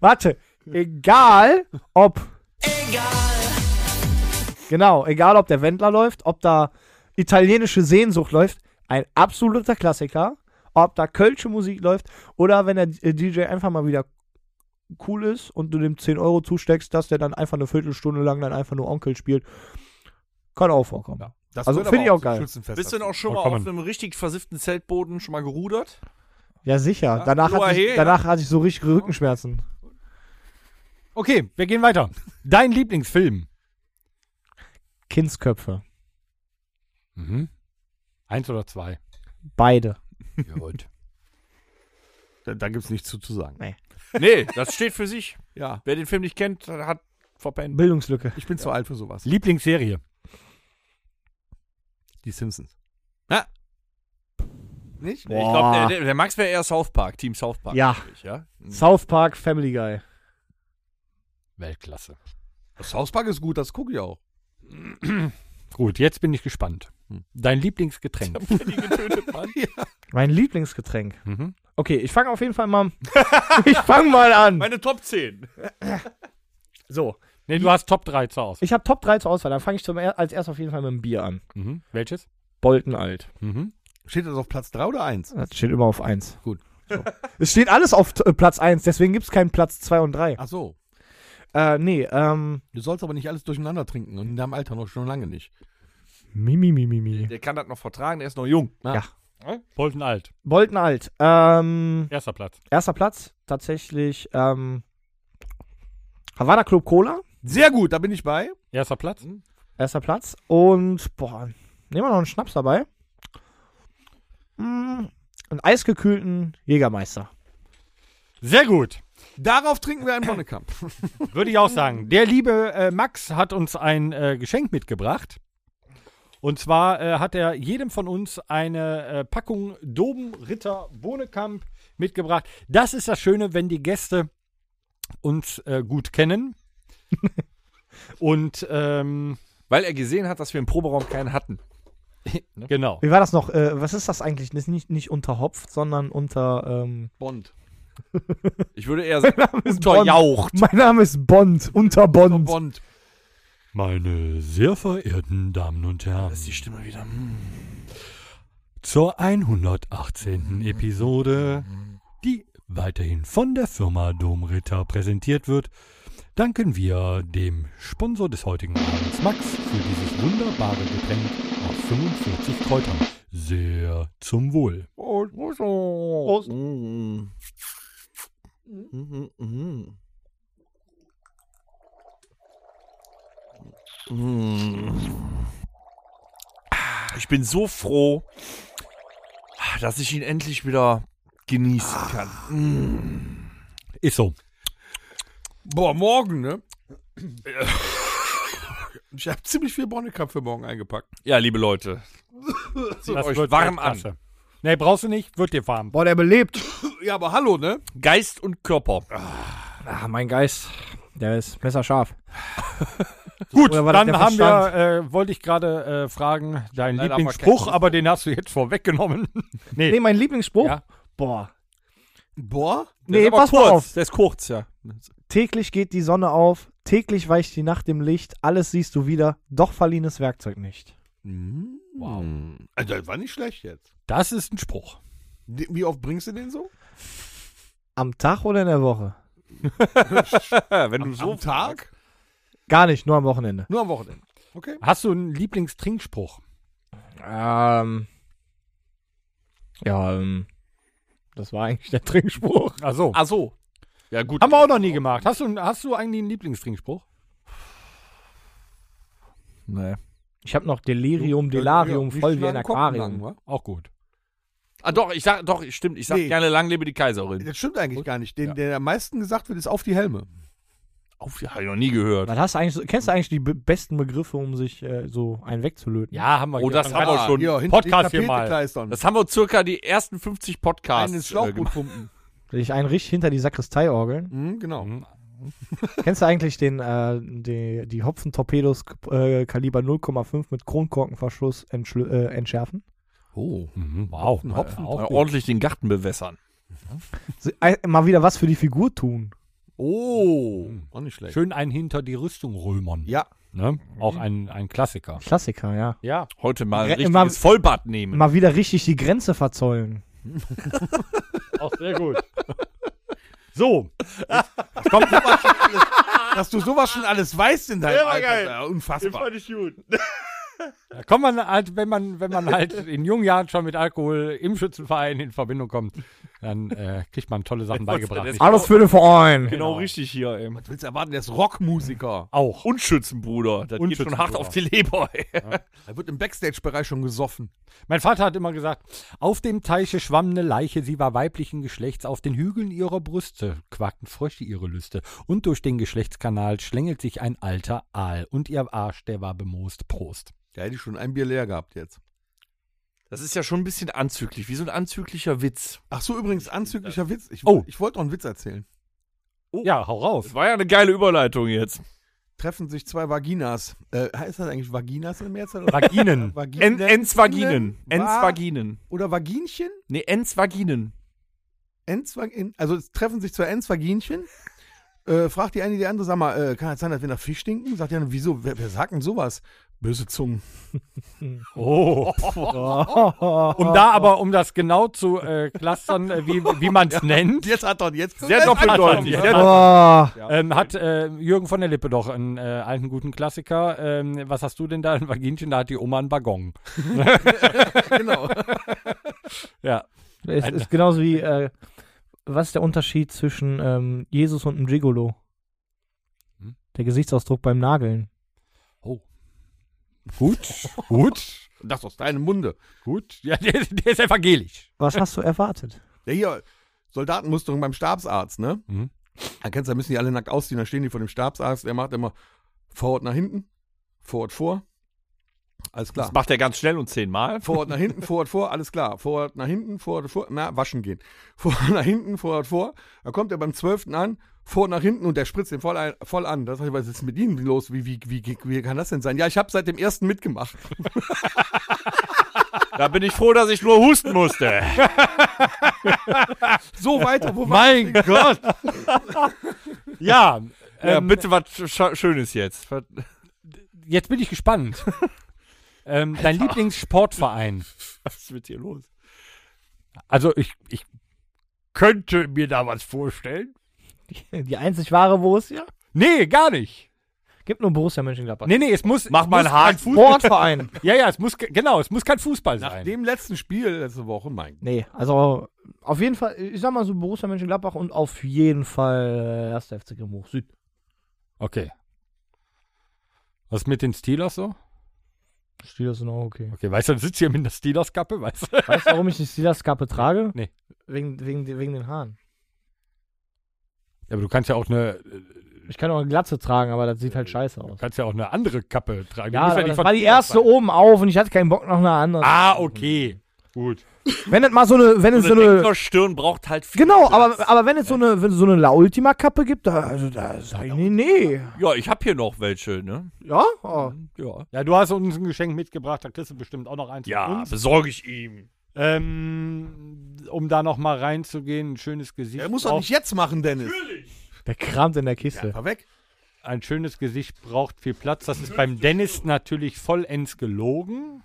[SPEAKER 5] Warte. Egal, ob. Genau, egal ob der Wendler läuft, ob da italienische Sehnsucht läuft, ein absoluter Klassiker, ob da kölsche Musik läuft oder wenn der D- DJ einfach mal wieder cool ist und du dem 10 Euro zusteckst, dass der dann einfach eine Viertelstunde lang dann einfach nur Onkel spielt. Kann auch vorkommen.
[SPEAKER 3] Das
[SPEAKER 5] also
[SPEAKER 3] gehört
[SPEAKER 5] finde
[SPEAKER 3] aber
[SPEAKER 5] ich auch
[SPEAKER 3] zum
[SPEAKER 5] geil.
[SPEAKER 3] Schützenfest
[SPEAKER 4] Bist du denn
[SPEAKER 3] dazu.
[SPEAKER 4] auch schon mal auf
[SPEAKER 2] Vollkommen.
[SPEAKER 4] einem richtig versifften Zeltboden schon mal gerudert?
[SPEAKER 5] Ja, sicher. Danach,
[SPEAKER 4] Noah
[SPEAKER 5] hatte ich,
[SPEAKER 4] Hey,
[SPEAKER 5] danach hatte ich so richtig Rückenschmerzen.
[SPEAKER 2] Okay, wir gehen weiter. Dein Lieblingsfilm?
[SPEAKER 5] Kindsköpfe.
[SPEAKER 2] Mhm. Eins oder zwei?
[SPEAKER 5] Beide.
[SPEAKER 2] Gut.
[SPEAKER 3] Da, da gibt es nichts zu, zu sagen.
[SPEAKER 4] Nee, das steht für sich.
[SPEAKER 3] Ja,
[SPEAKER 4] Wer den Film nicht kennt, hat verpennt.
[SPEAKER 5] Bildungslücke.
[SPEAKER 3] ich bin zu alt für sowas.
[SPEAKER 2] Lieblingsserie?
[SPEAKER 3] Die Simpsons. Ja. Nicht?
[SPEAKER 4] Ich glaube, der, der- der Max wäre eher South Park, Team South Park.
[SPEAKER 5] Ja.
[SPEAKER 4] glaub Ich, ja?
[SPEAKER 5] South Park Family Guy.
[SPEAKER 2] Weltklasse.
[SPEAKER 3] South Park ist gut, das gucke ich auch.
[SPEAKER 2] Gut, jetzt bin ich gespannt.
[SPEAKER 4] Hm.
[SPEAKER 2] Dein Lieblingsgetränk?
[SPEAKER 5] Mein Lieblingsgetränk.
[SPEAKER 2] Mhm.
[SPEAKER 5] Okay, ich fange auf jeden Fall mal. ich fange mal an.
[SPEAKER 4] Meine Top 10.
[SPEAKER 5] So,
[SPEAKER 2] Nee, du hast Top 3 zur Auswahl.
[SPEAKER 5] ich habe Top 3 zur Auswahl. Dann fange ich zum er als erstes auf jeden Fall mit dem Bier an.
[SPEAKER 2] Mhm. Welches?
[SPEAKER 5] Bolten alt.
[SPEAKER 2] Mhm.
[SPEAKER 3] Steht das auf Platz 3 oder 1?
[SPEAKER 5] Das steht immer auf 1.
[SPEAKER 3] Gut.
[SPEAKER 5] So. es steht alles auf äh, Platz 1, deswegen gibt es keinen Platz 2 und 3.
[SPEAKER 3] Ach so.
[SPEAKER 5] Äh, nee, ähm.
[SPEAKER 3] Du sollst aber nicht alles durcheinander trinken und in deinem Alter noch schon lange nicht.
[SPEAKER 5] Mimi, Mimi, Mimi.
[SPEAKER 4] Der kann das noch vertragen, der ist noch jung.
[SPEAKER 2] Bolton Alt.
[SPEAKER 5] Bolten alt. Ähm,
[SPEAKER 2] Erster Platz.
[SPEAKER 5] erster Platz, tatsächlich, ähm. Havana Club Cola,
[SPEAKER 3] Sehr gut, da bin ich bei.
[SPEAKER 2] Erster Platz?
[SPEAKER 4] Hm.
[SPEAKER 5] erster Platz. Und, boah, nehmen wir noch einen Schnaps dabei. Mm, einen eisgekühlten Jägermeister.
[SPEAKER 2] Sehr gut.
[SPEAKER 3] Darauf trinken wir einen Bonnekamp.
[SPEAKER 2] Würde ich auch sagen. Der liebe äh, Max hat uns ein äh, Geschenk mitgebracht. Und zwar äh, hat er jedem von uns eine äh, Packung Doben Ritter Bohnekamp mitgebracht. Das ist das Schöne, wenn die Gäste uns äh, gut kennen. Und ähm,
[SPEAKER 4] Weil er gesehen hat, dass wir im Proberaum keinen hatten. Ne?
[SPEAKER 2] genau.
[SPEAKER 5] Wie war das noch? Äh, was ist das eigentlich? Das ist nicht, nicht unter Hopf, sondern unter. Ähm,
[SPEAKER 3] Bond.
[SPEAKER 4] Ich würde eher sagen,
[SPEAKER 5] ist
[SPEAKER 4] unterjaucht.
[SPEAKER 5] mein Name ist Bond. Unter Bond.
[SPEAKER 3] Bond.
[SPEAKER 1] Meine sehr verehrten Damen und Herren,
[SPEAKER 4] Die Stimme wieder.
[SPEAKER 2] Hm.
[SPEAKER 1] zur 118. Episode, die weiterhin von der Firma Domritter präsentiert wird, danken wir dem Sponsor des heutigen Abends, Max, für dieses wunderbare Getränk aus 45 Kräutern. Sehr zum Wohl.
[SPEAKER 4] Prost. Prost. Mhm. Mhm, mhm. Mhm. Ich bin so froh, dass ich ihn endlich wieder genießen kann.
[SPEAKER 1] Ist so.
[SPEAKER 3] Boah, morgen, ne? Ich habe ziemlich viel Bonnekamp für morgen eingepackt.
[SPEAKER 4] Ja, liebe Leute, zieht
[SPEAKER 2] Das
[SPEAKER 4] euch
[SPEAKER 2] wird
[SPEAKER 4] warm an.
[SPEAKER 2] Weltklasse. Nee, brauchst du nicht, wird dir warm.
[SPEAKER 5] Boah, der belebt.
[SPEAKER 3] Ja, aber hallo, ne?
[SPEAKER 4] Geist und Körper.
[SPEAKER 5] Ah, mein Geist. Der ist messerscharf.
[SPEAKER 2] Gut,
[SPEAKER 5] Oder war das
[SPEAKER 2] dann
[SPEAKER 5] der
[SPEAKER 2] haben
[SPEAKER 5] Verstand?
[SPEAKER 2] wir, äh, wollte ich gerade äh, fragen, deinen
[SPEAKER 4] Leider haben wir
[SPEAKER 2] Lieblingsspruch,
[SPEAKER 4] keinen.
[SPEAKER 2] aber den hast du jetzt vorweggenommen.
[SPEAKER 5] Nee, mein Lieblingsspruch.
[SPEAKER 2] Ja.
[SPEAKER 5] Boah.
[SPEAKER 3] Boah.
[SPEAKER 4] Der ist
[SPEAKER 5] Nee,
[SPEAKER 4] aber
[SPEAKER 5] pass mal
[SPEAKER 4] kurz.
[SPEAKER 5] auf.
[SPEAKER 4] Der ist kurz, ja.
[SPEAKER 5] Täglich geht die Sonne auf, täglich weicht die Nacht dem Licht, alles siehst du wieder, doch verliehenes Werkzeug nicht.
[SPEAKER 3] Wow. Also, das war nicht schlecht jetzt.
[SPEAKER 2] Das ist ein Spruch.
[SPEAKER 3] Die- Wie oft bringst du den so?
[SPEAKER 5] Am Tag oder in der Woche?
[SPEAKER 4] Wenn du so
[SPEAKER 3] am Tag?
[SPEAKER 5] Gar nicht, nur am Wochenende.
[SPEAKER 3] Nur am Wochenende. Okay.
[SPEAKER 2] Hast du einen Lieblingstrinkspruch?
[SPEAKER 5] Ähm. Ja, ähm. Das war eigentlich der Trinkspruch.
[SPEAKER 2] Also
[SPEAKER 4] Ach so. Ja, gut.
[SPEAKER 2] haben wir auch noch nie gemacht. Hast du, hast du eigentlich einen Lieblingstrinkspruch?
[SPEAKER 4] Nee.
[SPEAKER 5] Ich habe noch Delirium, Delarium, voll wie ein Aquarium.
[SPEAKER 3] ne?
[SPEAKER 2] Auch gut.
[SPEAKER 4] Ah, doch, ich sag, doch, stimmt. Ich sag
[SPEAKER 3] Nee.
[SPEAKER 4] gerne, lang lebe die Kaiserin.
[SPEAKER 3] Das stimmt eigentlich gar nicht. Den,
[SPEAKER 4] Ja.
[SPEAKER 3] Der am meisten gesagt wird, ist auf die Helme.
[SPEAKER 4] Auf, ja, hab ich noch nie gehört.
[SPEAKER 5] Was hast du eigentlich, so- kennst du eigentlich die be besten Begriffe, um sich äh, so einen wegzulöten?
[SPEAKER 2] Ja, haben wir.
[SPEAKER 4] Oh, das
[SPEAKER 2] gemacht.
[SPEAKER 4] haben wir schon.
[SPEAKER 3] Ja, hinter
[SPEAKER 2] Podcast
[SPEAKER 3] die
[SPEAKER 2] hier mal.
[SPEAKER 3] Tapetenkleistern.
[SPEAKER 4] Das haben wir circa die ersten 50 Podcasts.
[SPEAKER 3] Einen ins
[SPEAKER 4] äh,
[SPEAKER 3] Schlauchboot
[SPEAKER 4] gemacht.
[SPEAKER 3] pumpen.
[SPEAKER 5] Sich einen richtig hinter die Sakristei orgeln.
[SPEAKER 3] Mhm, genau.
[SPEAKER 5] Kennst du eigentlich den, äh, die, die Hopfentorpedos äh, Kaliber 0,5 mit Kronkorkenverschluss entschl- äh, entschärfen?
[SPEAKER 3] Oh.
[SPEAKER 2] Mhm, wow.
[SPEAKER 3] Ein Hopfen.
[SPEAKER 2] Auch gut.
[SPEAKER 4] Äh, ordentlich den Garten bewässern.
[SPEAKER 5] So, ein- mal wieder was für die Figur tun.
[SPEAKER 3] Oh. Auch nicht schlecht.
[SPEAKER 2] Schön einen hinter die Rüstung römern.
[SPEAKER 3] Ja.
[SPEAKER 2] Ne? Auch ein, ein Klassiker.
[SPEAKER 5] Klassiker, ja.
[SPEAKER 2] Ja.
[SPEAKER 4] Heute mal ein
[SPEAKER 5] Re-
[SPEAKER 4] richtiges
[SPEAKER 5] mal-
[SPEAKER 4] Vollbad nehmen.
[SPEAKER 5] Mal wieder richtig die Grenze verzollen.
[SPEAKER 2] Auch sehr gut. So,
[SPEAKER 3] Dass du sowas schon alles weißt in deinem
[SPEAKER 4] Der war
[SPEAKER 3] Alter.
[SPEAKER 4] geil.
[SPEAKER 3] ja, Unfassbar.
[SPEAKER 4] ich gut.
[SPEAKER 2] da kommt man halt, wenn man, wenn man halt in jungen Jahren schon mit Alkohol im Schützenverein in Verbindung kommt, dann äh, kriegt man tolle Sachen beigebracht.
[SPEAKER 4] das-
[SPEAKER 5] Alles für den Verein.
[SPEAKER 4] Genau, richtig hier, ey.
[SPEAKER 3] Was willst du erwarten? Der ist Rockmusiker.
[SPEAKER 2] Auch.
[SPEAKER 4] Und Schützenbruder. Das geht schon
[SPEAKER 2] Unschützenbruder.
[SPEAKER 4] hart auf die Leber, ey.
[SPEAKER 3] Er wird im Backstage-Bereich schon gesoffen.
[SPEAKER 2] Mein Vater hat immer gesagt, auf dem Teiche schwamm eine Leiche, sie war weiblichen Geschlechts, auf den Hügeln ihrer Brüste quakten Frösche ihre Lüste, und durch den Geschlechtskanal schlängelt sich ein alter Aal, und ihr Arsch, der war bemoost, Prost.
[SPEAKER 3] Da hätte ich schon ein Bier leer gehabt jetzt.
[SPEAKER 4] Das ist ja schon ein bisschen anzüglich, wie so ein anzüglicher Witz.
[SPEAKER 3] Ach so, übrigens, anzüglicher Witz. Ich,
[SPEAKER 2] Oh.
[SPEAKER 3] ich wollte noch einen Witz erzählen.
[SPEAKER 2] Ja, hau raus.
[SPEAKER 4] Das war ja eine geile Überleitung jetzt.
[SPEAKER 3] Treffen sich zwei Vaginas. Äh, heißt das eigentlich Vaginas in Mehrzahl? oder-
[SPEAKER 2] Vaginen.
[SPEAKER 4] En
[SPEAKER 3] Vaginen.
[SPEAKER 4] Ens Vaginen. Ens
[SPEAKER 3] Wa-
[SPEAKER 4] Vaginen.
[SPEAKER 3] Oder Vaginchen?
[SPEAKER 4] Nee, Ens Vaginen.
[SPEAKER 3] Enzwagin, also es treffen sich zwei Enzwaginchen. Äh, fragt die eine die andere, sag mal, äh, kann das sein, dass wir nach Fisch stinken? Sagt die andere, wieso, wer, wer sagt denn sowas? Böse Zungen.
[SPEAKER 2] Oh. Um da aber, um das genau zu äh, clustern, äh, wie, wie man es nennt,
[SPEAKER 3] Jetzt hat er jetzt.
[SPEAKER 4] Sehr doppeldeutig.
[SPEAKER 2] Ja.
[SPEAKER 4] Sehr doppel-
[SPEAKER 5] Boah.
[SPEAKER 2] ähm, hat äh, Jürgen von der Lippe doch einen äh, alten guten Klassiker. Ähm, was hast du denn da, ein Vaginchen? Da hat die Oma einen Waggon.
[SPEAKER 3] Genau.
[SPEAKER 2] Ja.
[SPEAKER 5] Es ist genauso wie, äh, was ist der Unterschied zwischen ähm, Jesus und einem Gigolo?
[SPEAKER 2] Hm?
[SPEAKER 5] Der Gesichtsausdruck beim Nageln.
[SPEAKER 2] Gut, gut.
[SPEAKER 3] Das aus deinem Munde.
[SPEAKER 2] Gut, ja, der, der ist evangelisch.
[SPEAKER 5] Was hast du erwartet?
[SPEAKER 3] Ja, hier, Soldatenmusterung beim Stabsarzt, ne?
[SPEAKER 2] Mhm.
[SPEAKER 3] Dann kennst du, da müssen die alle nackt ausziehen, dann stehen die vor dem Stabsarzt, der macht immer Forward nach hinten, Forward vor. Alles klar.
[SPEAKER 4] Das macht er ganz schnell und zehnmal.
[SPEAKER 3] Vorwärts nach hinten, vorwärts vor, alles klar. Vorwärts nach hinten, vorwärts vor, na, waschen gehen. Vorwärts nach hinten, vorwärts vor. Da kommt er beim 12. an, vorwärts nach hinten und der spritzt den voll, ein, voll an. Da sag ich, was ist mit Ihnen los? Wie, wie, wie, wie kann das denn sein? Ja, ich habe seit dem ersten mitgemacht.
[SPEAKER 4] Da bin ich froh, dass ich nur husten musste.
[SPEAKER 3] So weiter, wo war
[SPEAKER 2] Mein Gott! ja,
[SPEAKER 4] Ja,
[SPEAKER 2] ähm,
[SPEAKER 4] bitte was Sch- Schönes jetzt. Was-
[SPEAKER 2] jetzt bin ich gespannt. ähm, dein Lieblingssportverein.
[SPEAKER 4] Was ist mit dir los?
[SPEAKER 2] Also ich, ich könnte mir da was vorstellen.
[SPEAKER 5] Die einzig wahre Wurst, ja?
[SPEAKER 2] Nee, gar nicht.
[SPEAKER 5] Gib nur Borussia Mönchengladbach.
[SPEAKER 2] Nee, nee, es muss.
[SPEAKER 4] Mach
[SPEAKER 2] es
[SPEAKER 4] mal
[SPEAKER 2] muss
[SPEAKER 4] einen Haken.
[SPEAKER 2] kein Fußball-
[SPEAKER 5] Sportverein.
[SPEAKER 2] Ja, ja, es muss, ke- genau, es muss kein Fußball
[SPEAKER 3] Nach
[SPEAKER 2] sein.
[SPEAKER 3] dem letzten Spiel letzte Woche, mein
[SPEAKER 5] nee, also auf jeden Fall, ich sag mal so Borussia Mönchengladbach und auf jeden Fall äh, 1. FC Grimm Süd.
[SPEAKER 2] okay. Was mit den Steelers so?
[SPEAKER 5] Steelers sind auch okay.
[SPEAKER 2] Okay, weißt du, dann sitzt hier mit der Steelers-Kappe, weißt du?
[SPEAKER 5] Weißt du, warum ich die Steelers-Kappe trage?
[SPEAKER 2] Nee.
[SPEAKER 5] Wegen, wegen, wegen den Haaren.
[SPEAKER 2] Ja, aber du kannst ja auch eine,
[SPEAKER 5] Ich kann auch eine Glatze tragen, aber das sieht halt scheiße aus.
[SPEAKER 2] kannst ja auch eine andere Kappe tragen. Die
[SPEAKER 5] Ja,
[SPEAKER 2] muss
[SPEAKER 5] aber
[SPEAKER 2] nicht
[SPEAKER 5] das
[SPEAKER 2] von
[SPEAKER 5] war die
[SPEAKER 2] Steelers
[SPEAKER 5] erste
[SPEAKER 2] sein.
[SPEAKER 5] oben auf und ich hatte keinen Bock noch eine andere.
[SPEAKER 2] Ah, okay. Gut.
[SPEAKER 5] Wenn das mal so eine, wenn es so eine,
[SPEAKER 4] Stirn braucht halt viel.
[SPEAKER 5] genau,
[SPEAKER 4] Platz.
[SPEAKER 5] aber, aber wenn es so eine, wenn es so eine La Ultima Kappe gibt, da, also da sag ich nee, nee.
[SPEAKER 4] Ja, ich hab hier noch welche, ne?
[SPEAKER 5] Ja? Oh.
[SPEAKER 4] Ja.
[SPEAKER 2] Ja, du hast uns ein Geschenk mitgebracht, da kriegst du bestimmt auch noch eins von
[SPEAKER 4] Ja,
[SPEAKER 2] uns.
[SPEAKER 4] besorge ich ihm.
[SPEAKER 2] Ähm, um da noch mal reinzugehen, ein schönes Gesicht.
[SPEAKER 3] Er muss doch nicht jetzt machen, Dennis.
[SPEAKER 5] Der kramt in der Kiste.
[SPEAKER 3] Einfach weg.
[SPEAKER 2] ein schönes Gesicht braucht viel Platz. Das ist beim Dennis natürlich vollends gelogen.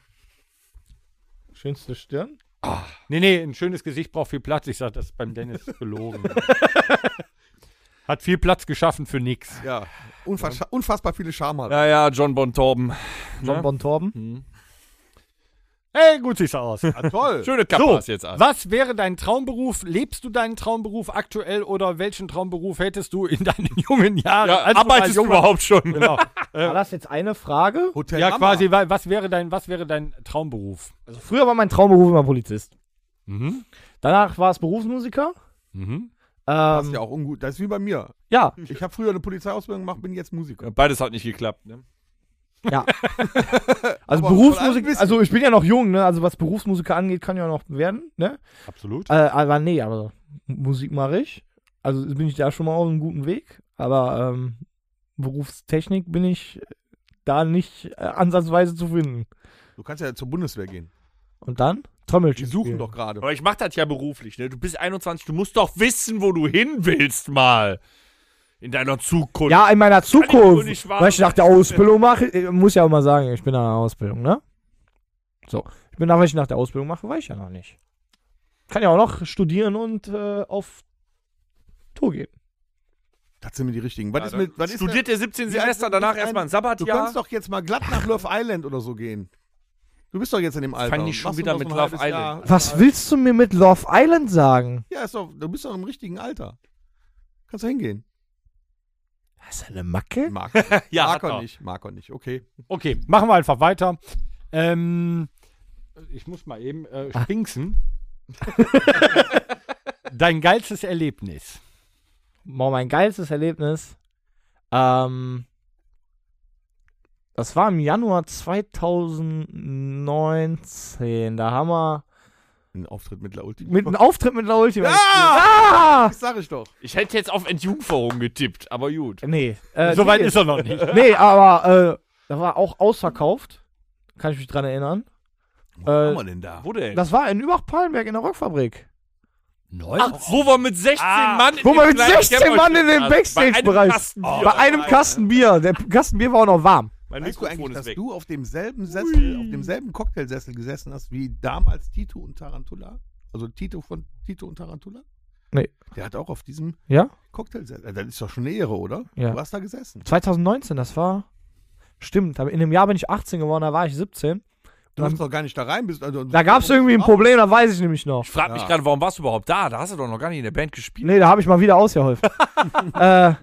[SPEAKER 5] Schönste Stirn?
[SPEAKER 2] Nee, nee, ein schönes Gesicht braucht viel Platz. Ich sage, das ist beim Dennis gelogen. Hat viel Platz geschaffen für nix.
[SPEAKER 3] Ja. Unfass Unfassbar viele Schamhaare.
[SPEAKER 4] Ja, ja, John Bon Torben.
[SPEAKER 3] Ne?
[SPEAKER 5] John Bon Torben?
[SPEAKER 3] Hm.
[SPEAKER 2] Hey, gut siehst du aus.
[SPEAKER 3] Ja, toll.
[SPEAKER 4] Schöne Kappe
[SPEAKER 2] So,
[SPEAKER 4] hast du jetzt an.
[SPEAKER 2] was wäre dein Traumberuf? Lebst du deinen Traumberuf aktuell oder welchen Traumberuf hättest du in deinen jungen Jahren?
[SPEAKER 4] Ja,
[SPEAKER 2] als du mal
[SPEAKER 4] arbeitest du
[SPEAKER 2] jung warst?
[SPEAKER 4] überhaupt schon?
[SPEAKER 2] Genau.
[SPEAKER 5] War das jetzt eine Frage?
[SPEAKER 3] Hotel
[SPEAKER 2] Ja,
[SPEAKER 3] Hammer.
[SPEAKER 2] quasi, wa- was wäre dein, was wäre dein Traumberuf?
[SPEAKER 5] Also früher war mein Traumberuf immer Polizist.
[SPEAKER 2] Mhm.
[SPEAKER 5] Danach war es Berufsmusiker.
[SPEAKER 2] Mhm.
[SPEAKER 3] Das
[SPEAKER 5] Ähm,
[SPEAKER 3] ist ja auch ungut. Das ist wie bei mir.
[SPEAKER 5] ja,
[SPEAKER 3] Ich habe früher eine Polizeiausbildung gemacht, bin jetzt Musiker.
[SPEAKER 4] Ja, Beides hat nicht geklappt. Ne?
[SPEAKER 5] also
[SPEAKER 3] Aber von allem
[SPEAKER 5] Berufsmusik,
[SPEAKER 3] wissen.
[SPEAKER 5] also ich bin ja noch jung, ne? Also was Berufsmusiker angeht, kann ja noch werden, ne?
[SPEAKER 2] Absolut.
[SPEAKER 5] Äh, aber nee, aber Musik mache ich. Also bin ich da schon mal auf einem guten Weg. Aber ähm, Berufstechnik bin ich da nicht äh, ansatzweise zu finden.
[SPEAKER 3] Du kannst ja zur Bundeswehr gehen.
[SPEAKER 5] Und dann? Trommelchen.
[SPEAKER 3] Die suchen
[SPEAKER 5] spielen.
[SPEAKER 3] doch gerade.
[SPEAKER 4] Aber ich mach das ja beruflich, ne? Du bist 21, du musst doch wissen, wo du hin willst mal. In deiner Zukunft.
[SPEAKER 5] Ja, in meiner
[SPEAKER 4] doch wohl
[SPEAKER 5] Zukunft.
[SPEAKER 4] nicht wahr
[SPEAKER 5] weil ich nach der
[SPEAKER 4] sein.
[SPEAKER 5] Ausbildung mache, ich muss ja auch mal sagen, ich bin nach der Ausbildung, ne? So. Ich bin nach, was ich nach der Ausbildung mache, weiß ich ja noch nicht. Kann ja auch noch studieren und äh, auf Tour gehen.
[SPEAKER 3] Das sind mir die richtigen. Was
[SPEAKER 4] Ja,
[SPEAKER 3] ist
[SPEAKER 4] dann
[SPEAKER 3] mit, was ist
[SPEAKER 4] Studiert ihr 17
[SPEAKER 3] Wie
[SPEAKER 4] Semester,
[SPEAKER 3] alt- wie
[SPEAKER 4] danach
[SPEAKER 3] alt-
[SPEAKER 4] erstmal ein
[SPEAKER 3] Du
[SPEAKER 4] Sabbatjahr.
[SPEAKER 3] kannst doch jetzt mal glatt nach Love Island oder so gehen. Du bist doch jetzt in dem Alter.
[SPEAKER 4] ich schon
[SPEAKER 3] Machst du
[SPEAKER 4] wieder
[SPEAKER 3] noch so
[SPEAKER 4] mit
[SPEAKER 3] ein
[SPEAKER 4] Love
[SPEAKER 3] halbes Jahr.
[SPEAKER 4] Island.
[SPEAKER 5] Was willst du mir mit Love Island sagen?
[SPEAKER 3] Ja, ist doch, du bist doch im richtigen Alter. Kannst du hingehen.
[SPEAKER 5] Das ist eine Macke?
[SPEAKER 3] Mag,
[SPEAKER 4] Ja,
[SPEAKER 3] mag
[SPEAKER 4] hat
[SPEAKER 3] er
[SPEAKER 4] er.
[SPEAKER 3] nicht. Mag er nicht. Okay.
[SPEAKER 2] Okay, machen wir einfach weiter. Ähm, ich muss mal eben äh,
[SPEAKER 4] Ah.
[SPEAKER 2] spinksen. Dein geilstes Erlebnis.
[SPEAKER 5] Boah, mein geilstes Erlebnis. Ähm, das war im Januar 2019. Da haben wir
[SPEAKER 3] Ein Auftritt mit La Ultima.
[SPEAKER 5] mit einem Auftritt mit La Ultima.
[SPEAKER 3] Ah!
[SPEAKER 5] Ah!
[SPEAKER 3] Das sag ich doch.
[SPEAKER 4] Ich hätte jetzt auf Entjungferung getippt, aber gut.
[SPEAKER 5] Nee. Äh,
[SPEAKER 2] Soweit
[SPEAKER 5] nee.
[SPEAKER 2] ist er noch nicht.
[SPEAKER 5] Nee, aber äh, da war auch ausverkauft. Kann ich mich dran erinnern.
[SPEAKER 3] Wo
[SPEAKER 5] Äh,
[SPEAKER 3] haben wir denn da?
[SPEAKER 4] Wo denn?
[SPEAKER 5] Das war in Übach-Pallenberg in der Rockfabrik.
[SPEAKER 2] Neu?
[SPEAKER 4] Ach, wo wir mit 16
[SPEAKER 2] Ah.
[SPEAKER 4] Mann in
[SPEAKER 5] Wo wir
[SPEAKER 4] dem
[SPEAKER 5] mit
[SPEAKER 4] kleinen
[SPEAKER 5] 16 Mann in
[SPEAKER 4] Kämmerchen saßen. Bei
[SPEAKER 5] den
[SPEAKER 4] einem
[SPEAKER 5] Backstage-Bereich.
[SPEAKER 4] Kasten
[SPEAKER 3] Oh,
[SPEAKER 4] Bier.
[SPEAKER 5] Bei einem Kasten Bier. Der Kasten Bier war auch noch warm.
[SPEAKER 4] Mein
[SPEAKER 3] Weißt du
[SPEAKER 4] Mikrofon
[SPEAKER 3] eigentlich,
[SPEAKER 4] ist
[SPEAKER 3] dass
[SPEAKER 4] weg.
[SPEAKER 3] du auf demselben Sessel, auf demselben Cocktailsessel gesessen hast wie damals Tito und Tarantula? Also Tito von Tito und Tarantula?
[SPEAKER 5] Nee.
[SPEAKER 3] Der hat auch auf diesem
[SPEAKER 5] Ja?
[SPEAKER 3] Cocktailsessel. Äh, Das ist doch schon eine Ehre, oder?
[SPEAKER 5] Ja.
[SPEAKER 3] Du hast da gesessen.
[SPEAKER 5] 2019, das war. Stimmt, aber in dem Jahr bin ich 18 geworden, da war ich 17.
[SPEAKER 3] Du musst doch gar nicht da rein. Bist, also,
[SPEAKER 5] Da gab es irgendwie ein Problem, da weiß ich nämlich noch.
[SPEAKER 4] Ich frag mich
[SPEAKER 3] Ja.
[SPEAKER 4] gerade, warum warst du überhaupt da? Da hast du doch noch gar nicht in der Band gespielt.
[SPEAKER 5] Nee, da habe ich mal wieder ausgeholfen. äh,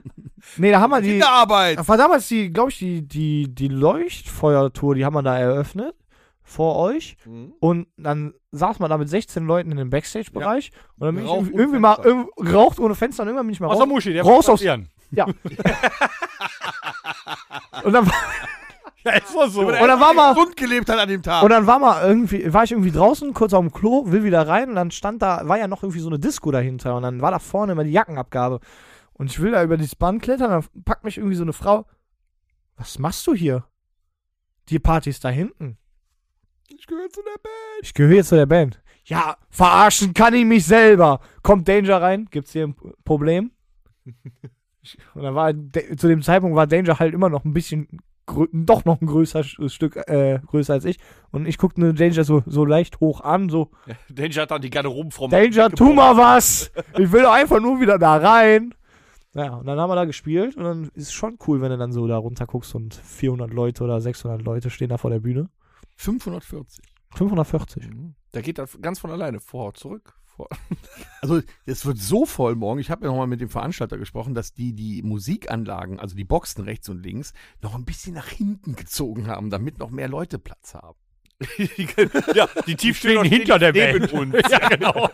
[SPEAKER 5] nee, da haben wir die.
[SPEAKER 3] Kinderarbeit.
[SPEAKER 5] Das war damals die, glaube ich, die, die, die Leuchtfeuertour, die haben wir da eröffnet vor euch. Und dann saß man da mit 16 Leuten in dem Backstage-Bereich und dann bin ich
[SPEAKER 3] Geraucht
[SPEAKER 5] irgendwie,
[SPEAKER 3] ohne
[SPEAKER 5] irgendwie mal
[SPEAKER 3] Fenster.
[SPEAKER 5] irgendwie, geraucht ohne Fenster und irgendwann bin ich mal
[SPEAKER 2] Außer
[SPEAKER 5] raus.
[SPEAKER 2] Muschi, der
[SPEAKER 5] Raus
[SPEAKER 2] muss
[SPEAKER 5] aus-
[SPEAKER 2] passieren.
[SPEAKER 5] Und dann,
[SPEAKER 2] Ja, ist doch so.
[SPEAKER 5] und dann war mal
[SPEAKER 3] Grund gelebt hat an dem Tag.
[SPEAKER 5] Und dann war mal irgendwie, war ich irgendwie draußen, kurz auf dem Klo, will wieder rein und dann stand da, war ja noch irgendwie so eine Disco dahinter und dann war da vorne immer die Jackenabgabe. Und ich will da über dieses Band klettern, dann packt mich irgendwie so eine Frau. Was machst du hier? Die Party ist da hinten.
[SPEAKER 3] ich gehöre zu der Band.
[SPEAKER 5] Ich gehöre jetzt zu der Band. Ja, verarschen kann ich mich selber. Kommt Danger rein, gibt's hier ein Problem? Ich- Und dann war, Da- zu dem Zeitpunkt war Danger halt immer noch ein bisschen, grö- doch noch ein größeres Stück, äh, größer als ich. Und ich guckte nur Danger so, so leicht hoch an, so,
[SPEAKER 4] Danger hat dann die Garderobenfrau
[SPEAKER 5] Danger, tu mal was! Ich will doch einfach nur wieder da rein. Naja, und dann haben wir da gespielt und dann ist es schon cool, wenn du dann so da runter guckst und 400 Leute oder 600 Leute stehen da vor der Bühne.
[SPEAKER 3] 540.
[SPEAKER 5] 540.
[SPEAKER 4] Mhm. Da geht das ganz von alleine. Vor, zurück, vor.
[SPEAKER 3] Also es wird so voll morgen. Ich habe ja nochmal mit dem Veranstalter gesprochen, dass die die Musikanlagen, also die Boxen rechts und links, noch ein bisschen nach hinten gezogen haben, damit noch mehr Leute Platz haben.
[SPEAKER 4] ja, die Tiefstehenden hinter der neben uns. Ja, genau.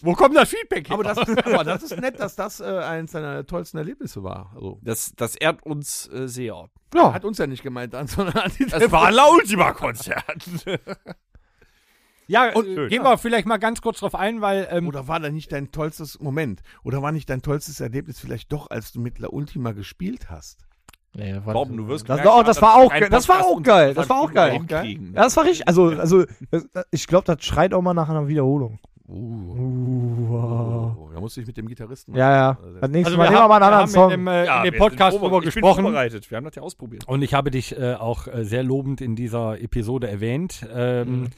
[SPEAKER 2] Wo kommt das Feedback her?
[SPEAKER 3] Aber das, aber das ist nett, dass das äh, eines seiner tollsten Erlebnisse war. Also,
[SPEAKER 4] Das, das ehrt uns äh, sehr. Äh,
[SPEAKER 3] ja. Hat uns ja nicht gemeint, an, sondern an die
[SPEAKER 4] Das war ein Laultima-Konzert.
[SPEAKER 2] Ja,
[SPEAKER 3] Und-
[SPEAKER 2] äh, gehen wir vielleicht mal ganz kurz drauf ein, weil ähm,
[SPEAKER 3] Oder war da nicht dein tollstes Moment? Oder war nicht dein tollstes Erlebnis vielleicht doch, als du mit La Ultima gespielt hast?
[SPEAKER 5] Nee, das war,
[SPEAKER 4] Torben, du wirst
[SPEAKER 5] das,
[SPEAKER 4] gemerkt
[SPEAKER 5] oh,
[SPEAKER 4] haben,
[SPEAKER 5] das
[SPEAKER 4] dass
[SPEAKER 5] war
[SPEAKER 4] wir
[SPEAKER 5] auch,
[SPEAKER 4] keinen
[SPEAKER 5] ge- das war
[SPEAKER 4] Podcast
[SPEAKER 5] auch geil. Das
[SPEAKER 4] unter
[SPEAKER 5] war auch
[SPEAKER 4] 20 Minuten
[SPEAKER 5] geil.
[SPEAKER 4] hinkriegen.
[SPEAKER 5] Ja, das war richtig. Also, also das, das- ich glaube, das schreit auch mal nach einer Wiederholung.
[SPEAKER 3] Uh.
[SPEAKER 5] Uh,
[SPEAKER 3] Oh, da musste ich mit dem Gitarristen.
[SPEAKER 5] ja, ja. Das nächste Mal nehmen Also wir
[SPEAKER 2] also haben-
[SPEAKER 5] mal einen anderen
[SPEAKER 2] haben
[SPEAKER 5] Song.
[SPEAKER 2] in dem, äh,
[SPEAKER 4] Ja,
[SPEAKER 2] in dem
[SPEAKER 4] wir
[SPEAKER 2] Podcast
[SPEAKER 4] sind vorbe-
[SPEAKER 2] drüber
[SPEAKER 4] ich bin
[SPEAKER 2] gesprochen.
[SPEAKER 4] vorbereitet. Wir haben das ja ausprobiert.
[SPEAKER 2] Und ich habe dich äh, auch äh, sehr lobend in dieser Episode erwähnt, ähm,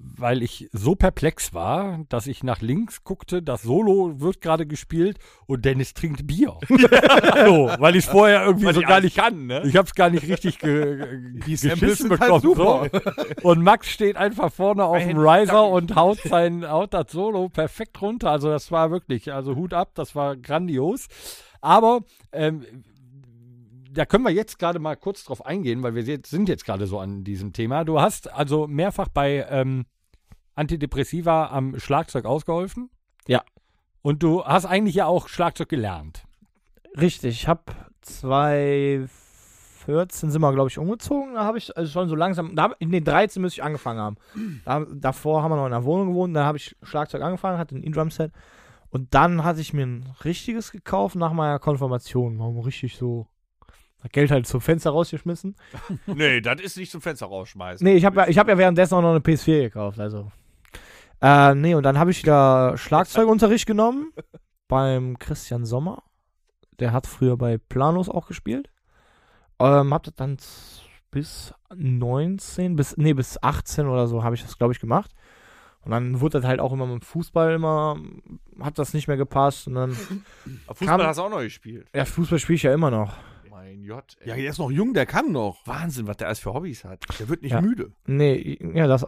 [SPEAKER 2] weil ich so perplex war, dass ich nach links guckte, das Solo wird gerade gespielt und Dennis trinkt Bier. so, weil ich vorher irgendwie so gar nicht
[SPEAKER 4] kann, ne?
[SPEAKER 2] Ich habe es gar nicht richtig ge ge
[SPEAKER 3] Samples
[SPEAKER 2] geschissen
[SPEAKER 3] sind halt
[SPEAKER 2] bekommen. so. Und Max steht einfach vorne auf dem Riser und haut sein haut das Solo perfekt runter. Also das war wirklich, also Hut ab, das war grandios. Aber ähm, da können wir jetzt gerade mal kurz drauf eingehen, weil wir jetzt, sind jetzt gerade so an diesem Thema. Du hast also mehrfach bei ähm, Antidepressiva am Schlagzeug ausgeholfen.
[SPEAKER 5] Ja.
[SPEAKER 2] Und du hast eigentlich ja auch Schlagzeug gelernt.
[SPEAKER 5] Richtig, ich habe 2014 sind wir, glaube ich, umgezogen. Da habe ich also schon so langsam, da hab, nee, 13 müsste ich angefangen haben. Da, davor haben wir noch in einer Wohnung gewohnt, dann habe ich Schlagzeug angefangen, hatte ein E-Drum-Set. Und dann hatte ich mir ein richtiges gekauft nach meiner Konfirmation. Warum richtig so. das Geld halt zum Fenster rausgeschmissen.
[SPEAKER 4] Nee, das ist nicht zum Fenster rausschmeißen.
[SPEAKER 5] Nee, ich habe ja, ich hab ja währenddessen auch noch eine PS4 gekauft, also. Äh, nee, und dann habe ich da Schlagzeugunterricht genommen beim Christian Sommer. Der hat früher bei Planos auch gespielt. Ähm, hab das dann z- bis 19, bis, nee, bis 18 oder so habe ich das, glaube ich, gemacht. Und dann wurde das halt auch immer mit dem Fußball immer, hat das nicht mehr gepasst. Und dann,
[SPEAKER 4] Fußball
[SPEAKER 5] Kam-
[SPEAKER 4] hast du auch noch gespielt.
[SPEAKER 5] ja, Fußball spiele ich ja immer noch.
[SPEAKER 4] Mein Gott.
[SPEAKER 3] Ja,
[SPEAKER 4] Ey.
[SPEAKER 3] der ist noch jung, der kann noch.
[SPEAKER 4] Wahnsinn, was der alles für Hobbys hat.
[SPEAKER 3] Der wird nicht
[SPEAKER 5] Ja.
[SPEAKER 3] müde.
[SPEAKER 5] Nee, ja, das,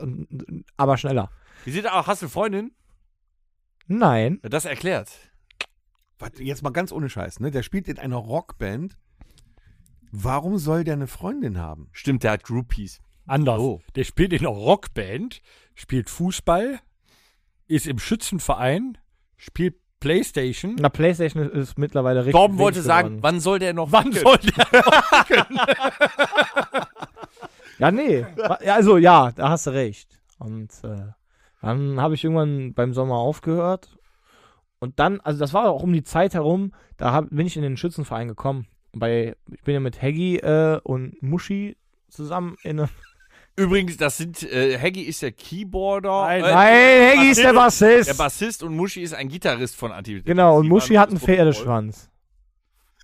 [SPEAKER 5] aber schneller.
[SPEAKER 4] Wie sieht auch, hast du eine Freundin?
[SPEAKER 5] Nein.
[SPEAKER 4] Ja, Das erklärt.
[SPEAKER 3] Was, jetzt mal ganz ohne Scheiß, ne? Der spielt in einer Rockband. Warum soll der eine Freundin haben?
[SPEAKER 4] Stimmt, der hat Groupies.
[SPEAKER 2] Anders.
[SPEAKER 5] Oh.
[SPEAKER 2] Der spielt in einer Rockband, spielt Fußball, ist im Schützenverein, spielt Playstation.
[SPEAKER 5] Na, PlayStation ist- ist mittlerweile richtig.
[SPEAKER 4] Torben
[SPEAKER 5] links
[SPEAKER 4] wollte sagen,
[SPEAKER 5] geworden.
[SPEAKER 4] wann soll der noch
[SPEAKER 2] Wann
[SPEAKER 4] wickeln?
[SPEAKER 2] soll der?
[SPEAKER 5] Ja, nee. Ja, also, ja, da hast du recht. Und äh, dann habe ich irgendwann beim Sommer aufgehört. Und dann, also, das war auch um die Zeit herum, da hab, bin ich in den Schützenverein gekommen. Und Bei, ich bin ja mit Heggy äh, und Muschi zusammen in.
[SPEAKER 4] Übrigens, das sind, äh, Haggy ist der Keyboarder.
[SPEAKER 5] Nein,
[SPEAKER 4] äh,
[SPEAKER 5] Heggy ist der Bassist.
[SPEAKER 4] Der Bassist und Muschi ist ein Gitarrist von Antivitis.
[SPEAKER 5] genau, und
[SPEAKER 4] Die
[SPEAKER 5] Muschi
[SPEAKER 4] waren
[SPEAKER 5] hat einen
[SPEAKER 4] das Protokoll.
[SPEAKER 5] Pferdeschwanz.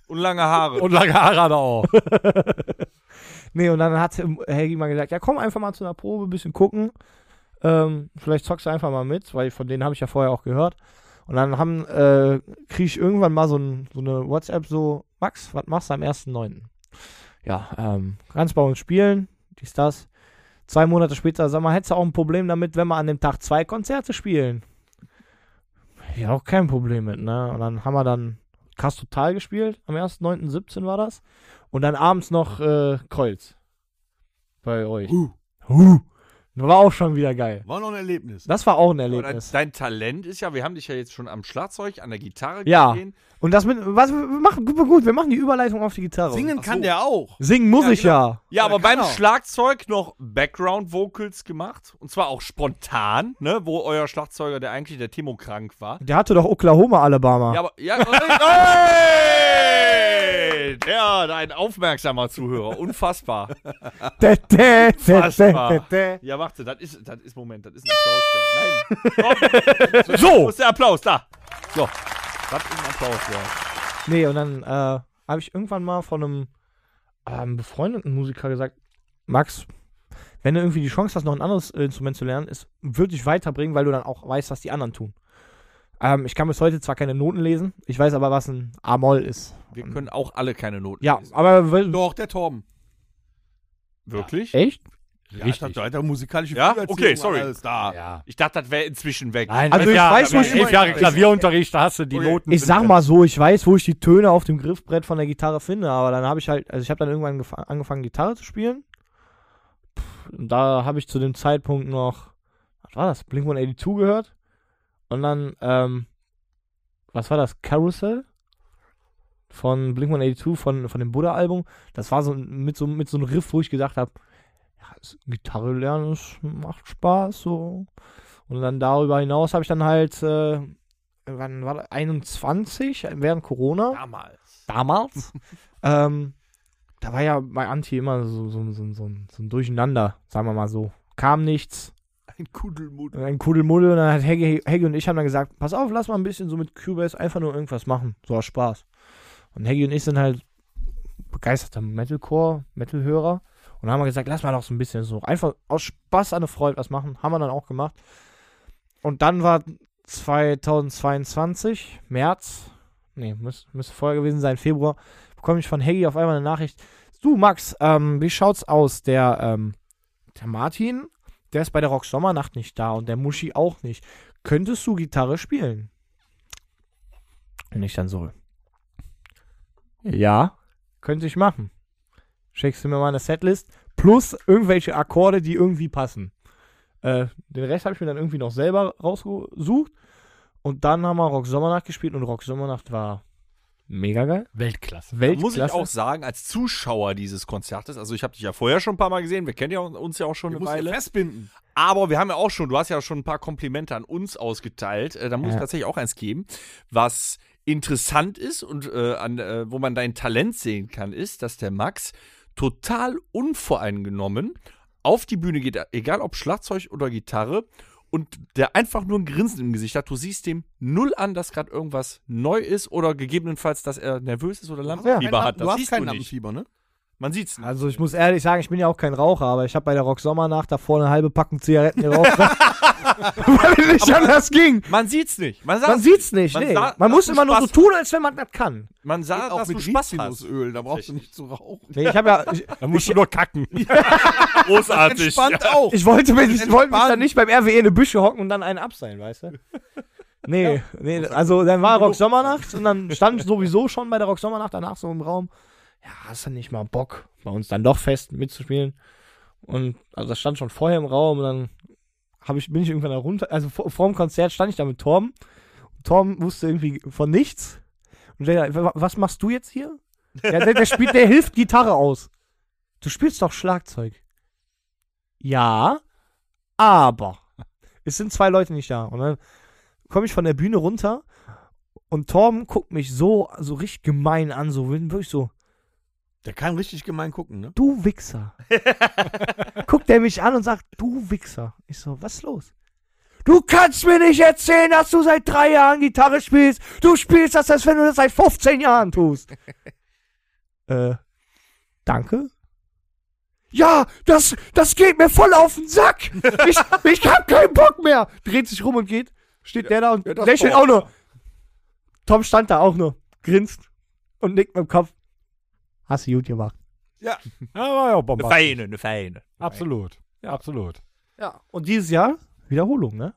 [SPEAKER 4] Und lange Haare.
[SPEAKER 2] Und lange Haare hat er auch.
[SPEAKER 5] Nee, und dann hat Helgi mal gesagt, ja komm einfach mal zu einer Probe, ein bisschen gucken. Ähm, vielleicht zockst du einfach mal mit, weil von denen habe ich ja vorher auch gehört. Und dann haben, äh, kriege ich irgendwann mal so, ein, so eine WhatsApp so, Max, was machst du am 1.9.? Ja, ähm, kannst bei uns spielen, dies, das. Zwei Monate später, sag mal, hättest du auch ein Problem damit, wenn wir an dem Tag zwei Konzerte spielen? Ja, auch kein Problem mit, ne? Und dann haben wir dann Krass Total gespielt, am 1.9.17 war das. Und dann abends noch äh, Kreuz. Bei euch. Huh. War auch schon wieder geil.
[SPEAKER 3] War noch ein Erlebnis.
[SPEAKER 5] Das war auch ein
[SPEAKER 4] Und dein-
[SPEAKER 5] Erlebnis.
[SPEAKER 4] dein Talent ist ja, wir haben dich ja jetzt schon am Schlagzeug, an der Gitarre
[SPEAKER 5] Ja.
[SPEAKER 4] gesehen.
[SPEAKER 5] Und das mit. Was, wir machen, gut, wir machen die Überleitung auf die Gitarre.
[SPEAKER 3] Singen
[SPEAKER 4] so.
[SPEAKER 3] kann der auch.
[SPEAKER 5] Singen muss ich ja.
[SPEAKER 4] Ja, aber
[SPEAKER 3] kann
[SPEAKER 4] beim
[SPEAKER 3] er.
[SPEAKER 4] Schlagzeug noch Background-Vocals gemacht. Und zwar auch spontan, ne? Wo euer Schlagzeuger, der eigentlich der Timo krank war.
[SPEAKER 5] Der hatte doch Oklahoma, Alabama.
[SPEAKER 4] Ja, aber. Ja, hey! Der, ein aufmerksamer Zuhörer. Unfassbar.
[SPEAKER 5] Dä, dä, dä, dä,
[SPEAKER 4] Unfassbar.
[SPEAKER 5] dä, dä.
[SPEAKER 4] Ja, warte, das ist, das ist Moment, das ist ein Applaus. Nein. Komm. So! Wo ist der Applaus? Da! So. Das ist ein Applaus, ja.
[SPEAKER 5] Nee, und dann äh, habe ich irgendwann mal von einem ähm, befreundeten Musiker gesagt: Max, wenn du irgendwie die Chance hast, noch ein anderes äh, Instrument zu lernen, es wird dich weiterbringen, weil du dann auch weißt, was die anderen tun. Ähm, ich kann bis heute zwar keine Noten lesen, ich weiß aber, was ein A-Moll ist.
[SPEAKER 4] Wir können auch alle keine Noten
[SPEAKER 5] Ähm. Ja,
[SPEAKER 4] lesen.
[SPEAKER 5] aber wel-
[SPEAKER 3] Doch, der Torben.
[SPEAKER 4] Wirklich?
[SPEAKER 5] echt?
[SPEAKER 3] Ja,
[SPEAKER 2] Richtig.
[SPEAKER 3] ich hab da musikalische
[SPEAKER 4] Ja?
[SPEAKER 3] Früherziehung
[SPEAKER 4] Okay, sorry.
[SPEAKER 3] und Alles da.
[SPEAKER 2] Ja.
[SPEAKER 4] Ich dachte, das wäre inzwischen weg.
[SPEAKER 2] Nein,
[SPEAKER 5] Also
[SPEAKER 2] elf
[SPEAKER 5] ich
[SPEAKER 2] Jahre,
[SPEAKER 5] weiß, wo
[SPEAKER 2] aber
[SPEAKER 5] ich- Oh
[SPEAKER 2] elf Jahre Klavierunterricht, da hast du die
[SPEAKER 4] Okay.
[SPEAKER 2] Noten.
[SPEAKER 5] Ich sag mal so, ich weiß, wo ich die Töne auf dem Griffbrett von der Gitarre finde, aber dann habe ich halt, also ich habe dann irgendwann gefa- angefangen, Gitarre zu spielen. Pff, und da habe ich zu dem Zeitpunkt noch, was war das, Blink 182 gehört. Und dann, ähm, was war das, Carousel? Von Blink 182, von, von dem Buddha-Album. Das war so ein- mit so, mit so einem Riff, wo ich gedacht habe, ja, s- Gitarre lernen das macht Spaß, so. Und dann darüber hinaus habe ich dann halt, äh, wann war das? 21, während Corona. Damals. Damals. ähm, da war ja bei Anti immer so, so, so, so, ein- so ein Durcheinander, sagen wir mal so. Kam nichts,
[SPEAKER 4] Ein Kudelmuddel.
[SPEAKER 5] ein Kuddelmuddel und dann hat Hegge, Hegge und ich haben dann gesagt, pass auf, lass mal ein bisschen so mit Cubase einfach nur irgendwas machen, so aus Spaß. Und Hegge und ich sind halt begeisterte Metalcore, Metalhörer und haben wir gesagt, lass mal doch so ein bisschen so, einfach aus Spaß an der Freude was machen, haben wir dann auch gemacht. Und dann war 2022, März, nee, müß, müsste vorher gewesen sein, Februar, bekomme ich von Hegge auf einmal eine Nachricht, du Max, ähm, wie schaut's aus, der, ähm, der Martin der ist bei der Rock Sommernacht nicht da und der Muschi auch nicht. Könntest du Gitarre spielen? Und ich dann so. Ja, könnte ich machen. Schickst du mir mal eine Setlist plus irgendwelche Akkorde, die irgendwie passen. Äh, den Rest habe ich mir dann irgendwie noch selber rausgesucht und dann haben wir Rock Sommernacht gespielt und Rock Sommernacht war mega geil.
[SPEAKER 2] Weltklasse.
[SPEAKER 5] Weltklasse.
[SPEAKER 4] Muss ich auch sagen, als Zuschauer dieses Konzertes, also ich habe dich ja vorher schon ein paar Mal gesehen, wir kennen ja uns ja auch schon
[SPEAKER 3] Wir
[SPEAKER 4] eine
[SPEAKER 3] mussten
[SPEAKER 4] Weile.
[SPEAKER 3] festbinden.
[SPEAKER 4] Aber wir haben ja auch schon, du hast ja schon ein paar Komplimente an uns ausgeteilt. Äh, da muss ich
[SPEAKER 5] Ja.
[SPEAKER 4] tatsächlich auch eins geben. Was interessant ist und äh, an, äh, wo man dein Talent sehen kann, ist, dass der Max total unvoreingenommen auf die Bühne geht, egal ob Schlagzeug oder Gitarre, und der einfach nur ein Grinsen im Gesicht hat. Du siehst dem null an, dass gerade irgendwas neu ist oder gegebenenfalls, dass er nervös ist oder Lampenfieber
[SPEAKER 3] Kein-
[SPEAKER 4] hat. Das
[SPEAKER 3] du hast
[SPEAKER 4] siehst
[SPEAKER 3] kein
[SPEAKER 4] du nicht.
[SPEAKER 3] Lampenfieber, ne?
[SPEAKER 4] Man sieht's. nicht.
[SPEAKER 5] Also ich muss ehrlich sagen, ich bin ja auch kein Raucher, aber ich habe bei der Rock Sommernacht da vorne eine halbe Packung Zigaretten geraucht, weil es nicht anders ging.
[SPEAKER 4] Man sieht's nicht. Man, sah's
[SPEAKER 5] Man sieht's nicht,
[SPEAKER 4] Man
[SPEAKER 5] nee.
[SPEAKER 4] sah-
[SPEAKER 5] man
[SPEAKER 4] dass
[SPEAKER 5] muss
[SPEAKER 4] du
[SPEAKER 5] immer nur so
[SPEAKER 4] Spaß
[SPEAKER 5] tun, als wenn man das kann.
[SPEAKER 4] Man sah,
[SPEAKER 3] Geht auch
[SPEAKER 4] dass
[SPEAKER 3] mit
[SPEAKER 4] du Spaß hast.
[SPEAKER 3] Rizinusöl, da brauchst du nicht zu rauchen.
[SPEAKER 5] Nee, ich habe ja ich,
[SPEAKER 2] Da musst du nur kacken.
[SPEAKER 4] Großartig.
[SPEAKER 3] Entspannt auch.
[SPEAKER 5] ich wollte mich, ich wollte mich dann nicht beim RWE in eine Büsche hocken und dann einen abseilen, weißt du? Nee, nee, also dann war Rock Sommernacht und dann stand ich sowieso schon bei der Rock Sommernacht danach so im Raum. Ja, hast du nicht mal Bock, bei uns dann doch fest mitzuspielen? Und also das stand schon vorher im Raum und dann hab ich, bin ich irgendwann da runter, also vor, vor dem Konzert stand ich da mit Torben. Torben wusste irgendwie von nichts. Und der, "Wa- was machst du jetzt hier? Ja, der, der spielt, der hilft Gitarre aus. Du spielst doch Schlagzeug. Ja, aber es sind zwei Leute nicht da. Und dann komme ich von der Bühne runter und Torben guckt mich so, so richtig gemein an, so wirklich so,
[SPEAKER 3] Der kann richtig gemein gucken, ne?
[SPEAKER 5] du Wichser. Guckt er mich an und sagt, du Wichser. Ich so, was ist los? Du kannst mir nicht erzählen, dass du seit drei Jahren Gitarre spielst. Du spielst das, als wenn du das seit 15 Jahren tust. äh, danke? Ja, das, das geht mir voll auf den Sack. Ich, ich hab keinen Bock mehr. Dreht sich rum und geht. Steht der da und
[SPEAKER 3] ja, das
[SPEAKER 5] lächelt
[SPEAKER 3] Tor.
[SPEAKER 5] auch nur. Tom stand da auch nur, grinst und nickt mit dem Kopf. Hast du gut gemacht.
[SPEAKER 2] Ja, war ja bombastisch.
[SPEAKER 4] Feine, eine Feine.
[SPEAKER 2] Absolut. Ja, absolut.
[SPEAKER 5] Ja, und dieses Jahr Wiederholung, ne?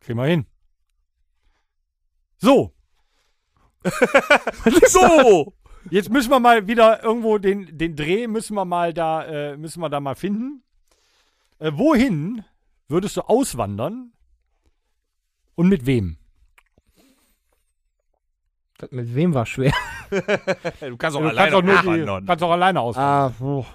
[SPEAKER 2] Kriegen wir hin. So,
[SPEAKER 4] So!
[SPEAKER 2] jetzt müssen wir mal wieder irgendwo den, den Dreh müssen wir mal da, äh, müssen wir da mal finden. Äh, wohin würdest du auswandern? Und mit wem?
[SPEAKER 5] Das mit wem war schwer?
[SPEAKER 4] Du kannst auch
[SPEAKER 2] Du
[SPEAKER 4] alleine
[SPEAKER 2] kannst auch, nur die,
[SPEAKER 4] abwandern.
[SPEAKER 2] kannst auch alleine auswandern.
[SPEAKER 5] Ah, boah.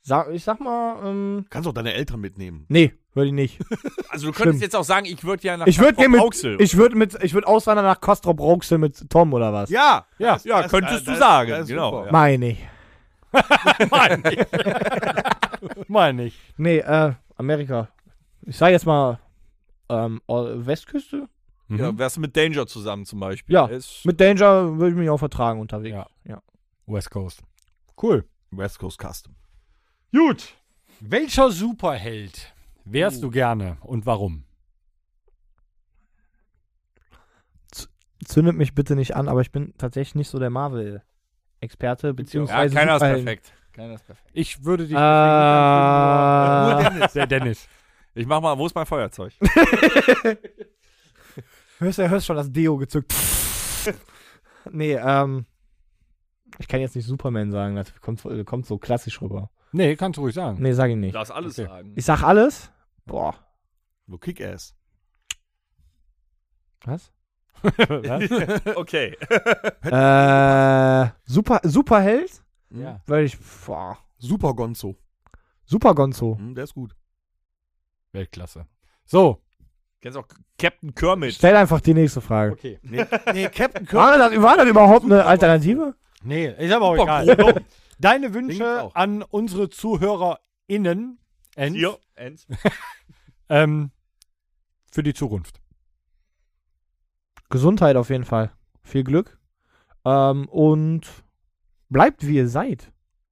[SPEAKER 5] Sag, ich sag mal, ähm.
[SPEAKER 3] Kannst auch deine Eltern mitnehmen.
[SPEAKER 5] Nee, würde ich nicht.
[SPEAKER 4] Also du könntest
[SPEAKER 5] Stimmt.
[SPEAKER 4] jetzt auch sagen, ich würde ja nach
[SPEAKER 5] Ich würd
[SPEAKER 4] Kastrop
[SPEAKER 5] gehen mit-
[SPEAKER 4] Rauxel.
[SPEAKER 5] Ich würde mit, ich würde auswandern nach Kostrop Roxel mit Tom oder was?
[SPEAKER 3] Ja,
[SPEAKER 2] Ja,
[SPEAKER 4] ja,
[SPEAKER 3] das-
[SPEAKER 4] könntest
[SPEAKER 3] das-
[SPEAKER 4] du sagen.
[SPEAKER 3] das ist
[SPEAKER 4] genau.
[SPEAKER 3] super.
[SPEAKER 4] Ja.
[SPEAKER 5] Meine ich.
[SPEAKER 2] meine ich. meine ich.
[SPEAKER 5] Nee, äh, Amerika. Ich sag jetzt mal, ähm, o- Westküste?
[SPEAKER 2] Mhm.
[SPEAKER 4] Ja, wärst du mit Danger zusammen zum Beispiel?
[SPEAKER 5] Ja,
[SPEAKER 4] Er Ist
[SPEAKER 5] Mit Danger würde ich mich auch vertragen unterwegs.
[SPEAKER 2] Ja. West Coast. Cool.
[SPEAKER 3] West Coast Custom.
[SPEAKER 2] Gut. Welcher
[SPEAKER 5] Uh.
[SPEAKER 2] Superheld wärst du gerne und warum?
[SPEAKER 5] zündet mich bitte nicht an, aber ich bin tatsächlich nicht so der Marvel-Experte,
[SPEAKER 4] Ja,
[SPEAKER 5] beziehungsweise.
[SPEAKER 4] keiner ist
[SPEAKER 5] Superhelden.
[SPEAKER 4] perfekt.
[SPEAKER 2] Ich würde dich. Der
[SPEAKER 5] Äh,
[SPEAKER 2] Dennis.
[SPEAKER 4] Ich mach mal, wo ist mein Feuerzeug?
[SPEAKER 5] hörst du, hörst schon das Deo gezückt. nee, ähm. Ich kann jetzt nicht Superman sagen, das kommt, äh, kommt so klassisch rüber.
[SPEAKER 2] Nee, kannst du ruhig sagen.
[SPEAKER 5] Nee, sag ich nicht.
[SPEAKER 4] Darfst alles
[SPEAKER 2] Okay.
[SPEAKER 4] sagen.
[SPEAKER 5] Ich sag alles. Boah.
[SPEAKER 3] Wo Kick-Ass.
[SPEAKER 5] Was?
[SPEAKER 4] Okay.
[SPEAKER 5] Äh, Super, Superheld?
[SPEAKER 3] Hm?
[SPEAKER 2] Ja.
[SPEAKER 5] Weil ich. Boah.
[SPEAKER 3] Super Gonzo.
[SPEAKER 5] Super Gonzo.
[SPEAKER 3] Hm, der ist gut.
[SPEAKER 2] Weltklasse. So.
[SPEAKER 4] Kennst auch Captain Kermit.
[SPEAKER 5] Stell einfach die nächste Frage.
[SPEAKER 2] Okay.
[SPEAKER 3] Nee, Captain
[SPEAKER 5] War das, war das überhaupt eine Alternative?
[SPEAKER 2] Nee, ist aber auch
[SPEAKER 4] Super
[SPEAKER 2] egal.
[SPEAKER 4] Chrono.
[SPEAKER 2] Deine
[SPEAKER 3] Klingt
[SPEAKER 2] Wünsche
[SPEAKER 3] auch.
[SPEAKER 2] an unsere ZuhörerInnen Enz,
[SPEAKER 4] Hier. Ends.
[SPEAKER 2] ähm, für die Zukunft.
[SPEAKER 5] Gesundheit auf jeden Fall. Viel Glück. Ähm, und bleibt wie ihr seid.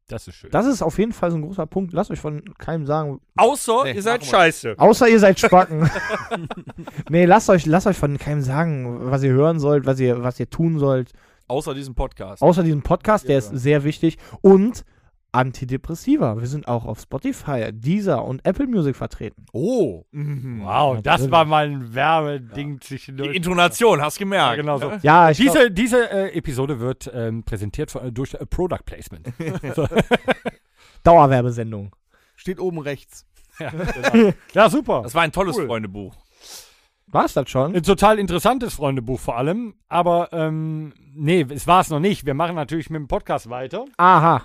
[SPEAKER 2] Das ist schön.
[SPEAKER 5] Das ist auf jeden Fall so ein großer Punkt. Lasst euch von keinem sagen.
[SPEAKER 4] Außer
[SPEAKER 3] Nee,
[SPEAKER 4] ihr seid
[SPEAKER 3] machen wir.
[SPEAKER 4] scheiße.
[SPEAKER 5] Außer ihr seid Spacken. nee, lasst euch, lasst euch von keinem sagen, was ihr hören sollt, was ihr, was ihr tun sollt.
[SPEAKER 4] Außer diesem Podcast.
[SPEAKER 5] Außer diesem Podcast, der ist
[SPEAKER 2] Ja.
[SPEAKER 5] sehr wichtig. Und Antidepressiva. Wir sind auch auf Spotify, Deezer und Apple Music vertreten.
[SPEAKER 3] Oh.
[SPEAKER 5] Hm,
[SPEAKER 2] wow, das war mal ein Wärmeding
[SPEAKER 4] Die
[SPEAKER 2] zwischendurch.
[SPEAKER 4] Intonation, hast
[SPEAKER 2] Ja,
[SPEAKER 4] gemerkt.
[SPEAKER 2] genau so.
[SPEAKER 5] Ja, ich glaub-
[SPEAKER 2] Diese, diese äh, Episode wird ähm, präsentiert von, durch äh, Product Placement.
[SPEAKER 5] Dauerwerbesendung.
[SPEAKER 3] Steht oben rechts.
[SPEAKER 2] Ja, super.
[SPEAKER 4] Das war ein tolles Freundebuch.
[SPEAKER 5] War es das schon?
[SPEAKER 2] Ein total interessantes Freundebuch vor allem. Aber ähm, nee, es war es noch nicht. Wir machen natürlich mit dem Podcast weiter.
[SPEAKER 5] Aha.